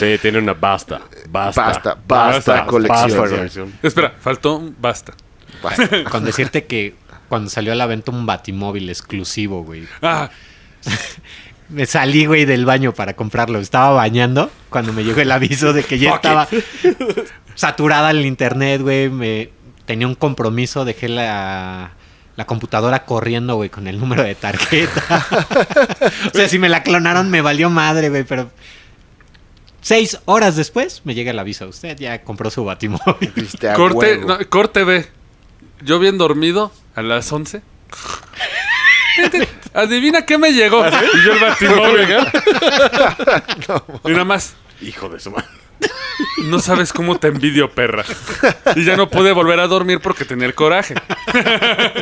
S2: Sí, tiene una basta, basta.
S1: Basta, basta, colección.
S2: basta colección.
S3: Espera, faltó un basta.
S1: Basta.
S4: Con decirte que cuando salió a la venta un batimóvil exclusivo, güey.
S3: Ah,
S4: Me salí, güey, del baño para comprarlo. Estaba bañando cuando me llegó el aviso de que ya estaba saturada el internet, güey. Me tenía un compromiso, dejé la, la computadora corriendo, güey, con el número de tarjeta. o sea, si me la clonaron me valió madre, güey, pero seis horas después me llega el aviso. Usted ya compró su batimóvil.
S2: Ah,
S1: Viste a
S3: corte,
S1: huevo.
S3: no, corte B. Yo bien dormido a las 11. Adivina qué me llegó.
S2: ¿Ah,
S3: Y yo el batimóvil. y nada más.
S2: Hijo de su madre.
S3: No sabes cómo te envidio, perra. Y ya no pude volver a dormir porque tenía el coraje.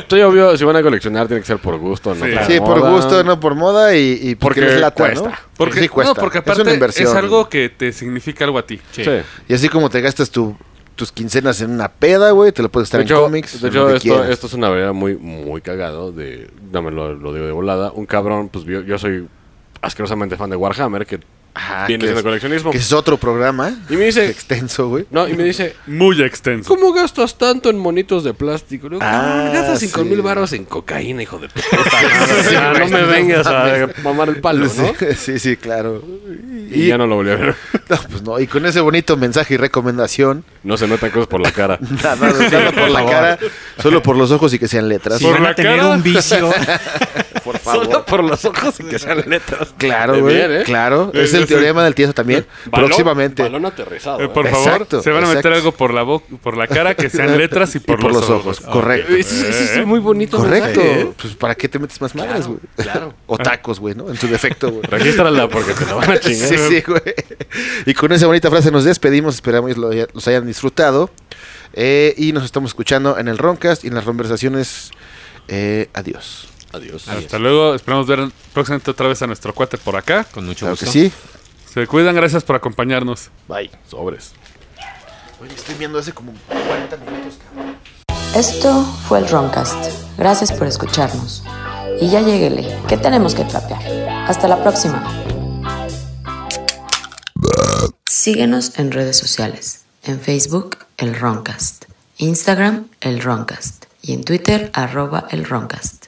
S2: Sí, obvio, si van a coleccionar tiene que ser por gusto, ¿no?
S3: Sí.
S2: Para
S1: Sí, por
S2: moda.
S1: gusto, no por moda y, y
S2: Porque
S1: es
S2: cuesta.
S3: Porque,
S1: sí cuesta.
S3: No, porque
S1: es una
S3: aparte es,
S1: inversión.
S3: algo que te significa algo a ti.
S2: Sí.
S1: Y así como te gastas tu- tus quincenas en una peda, güey, te lo puedes estar
S2: De hecho,
S1: en cómics.
S2: de
S1: en
S2: hecho,
S1: lo que
S2: esto,
S1: quieras.
S2: esto es una manera muy, muy cagado de, dame lo, lo digo de volada, un cabrón, pues yo, yo soy asquerosamente fan de Warhammer, que viene
S1: Ajá, Ah, que
S2: siendo
S1: es-
S2: coleccionismo.
S1: Que es otro programa
S2: Y me dice,
S1: extenso, güey.
S2: no, y me dice,
S3: Muy extenso.
S2: ¿Cómo gastas tanto en monitos de plástico? No,
S1: Ah,
S2: cabrón, gastas
S1: sí.
S2: 5 mil baros en cocaína, hijo de puta. madre. O
S1: Sí,
S2: sea, no
S1: güey,
S2: me
S1: no
S2: vengas a
S1: mames.
S2: mamar el palo,
S1: sí,
S2: ¿no?
S1: sí, sí, claro.
S2: Y, ya no lo volví a ver.
S1: No, pues no. Y con ese bonito mensaje y recomendación,
S2: No se metan cosas por la cara.
S1: nada, nada por la cara, solo por los ojos y que sean letras.
S4: Si
S3: Por
S4: van
S3: la
S4: a tener
S3: cara.
S4: un vicio,
S1: por favor.
S2: por los ojos y que sean letras.
S1: Claro,
S2: Eh,
S1: güey.
S2: bien, ¿eh?
S1: Claro. Es el teorema del tieso también.
S2: Balón-
S1: Próximamente.
S2: Balón aterrizado.
S3: Eh,
S2: ¿eh?
S3: por
S1: Exacto,
S3: favor, se van a meter
S1: exacto.
S3: algo por la boca, por la cara, que sean letras y
S1: Y
S3: por, los, ojos. Ah,
S1: Correcto.
S2: Eh, sí, sí, sí, es muy bonito.
S1: Correcto.
S2: mensaje, ¿eh?
S1: Pues para qué te metes más madres, güey.
S2: claro.
S1: o tacos, güey, ¿no? En su defecto, güey.
S2: Regístrala porque te la van a chingar.
S1: Sí, sí, güey. Y con esa bonita frase nos despedimos. Esperamos lo haya- los hayan disfrutado. Eh, y nos estamos escuchando en el Roncast y en las conversaciones. Eh, adiós.
S2: Adiós.
S3: Hasta luego. Esperamos ver próximamente otra vez a nuestro cuate por acá.
S4: con mucho
S1: Claro
S4: gusto.
S1: que sí.
S3: Se cuidan. Gracias por acompañarnos.
S1: Bye.
S2: Sobres.
S1: Oye, estoy viendo hace como 40 minutos,
S6: Esto fue el Roncast. Gracias por escucharnos. Y ya lleguele, que tenemos que trapear. Hasta la próxima. Síguenos en redes sociales. En Facebook, el Roncast. Instagram, el Roncast. Y en Twitter, arroba el Roncast.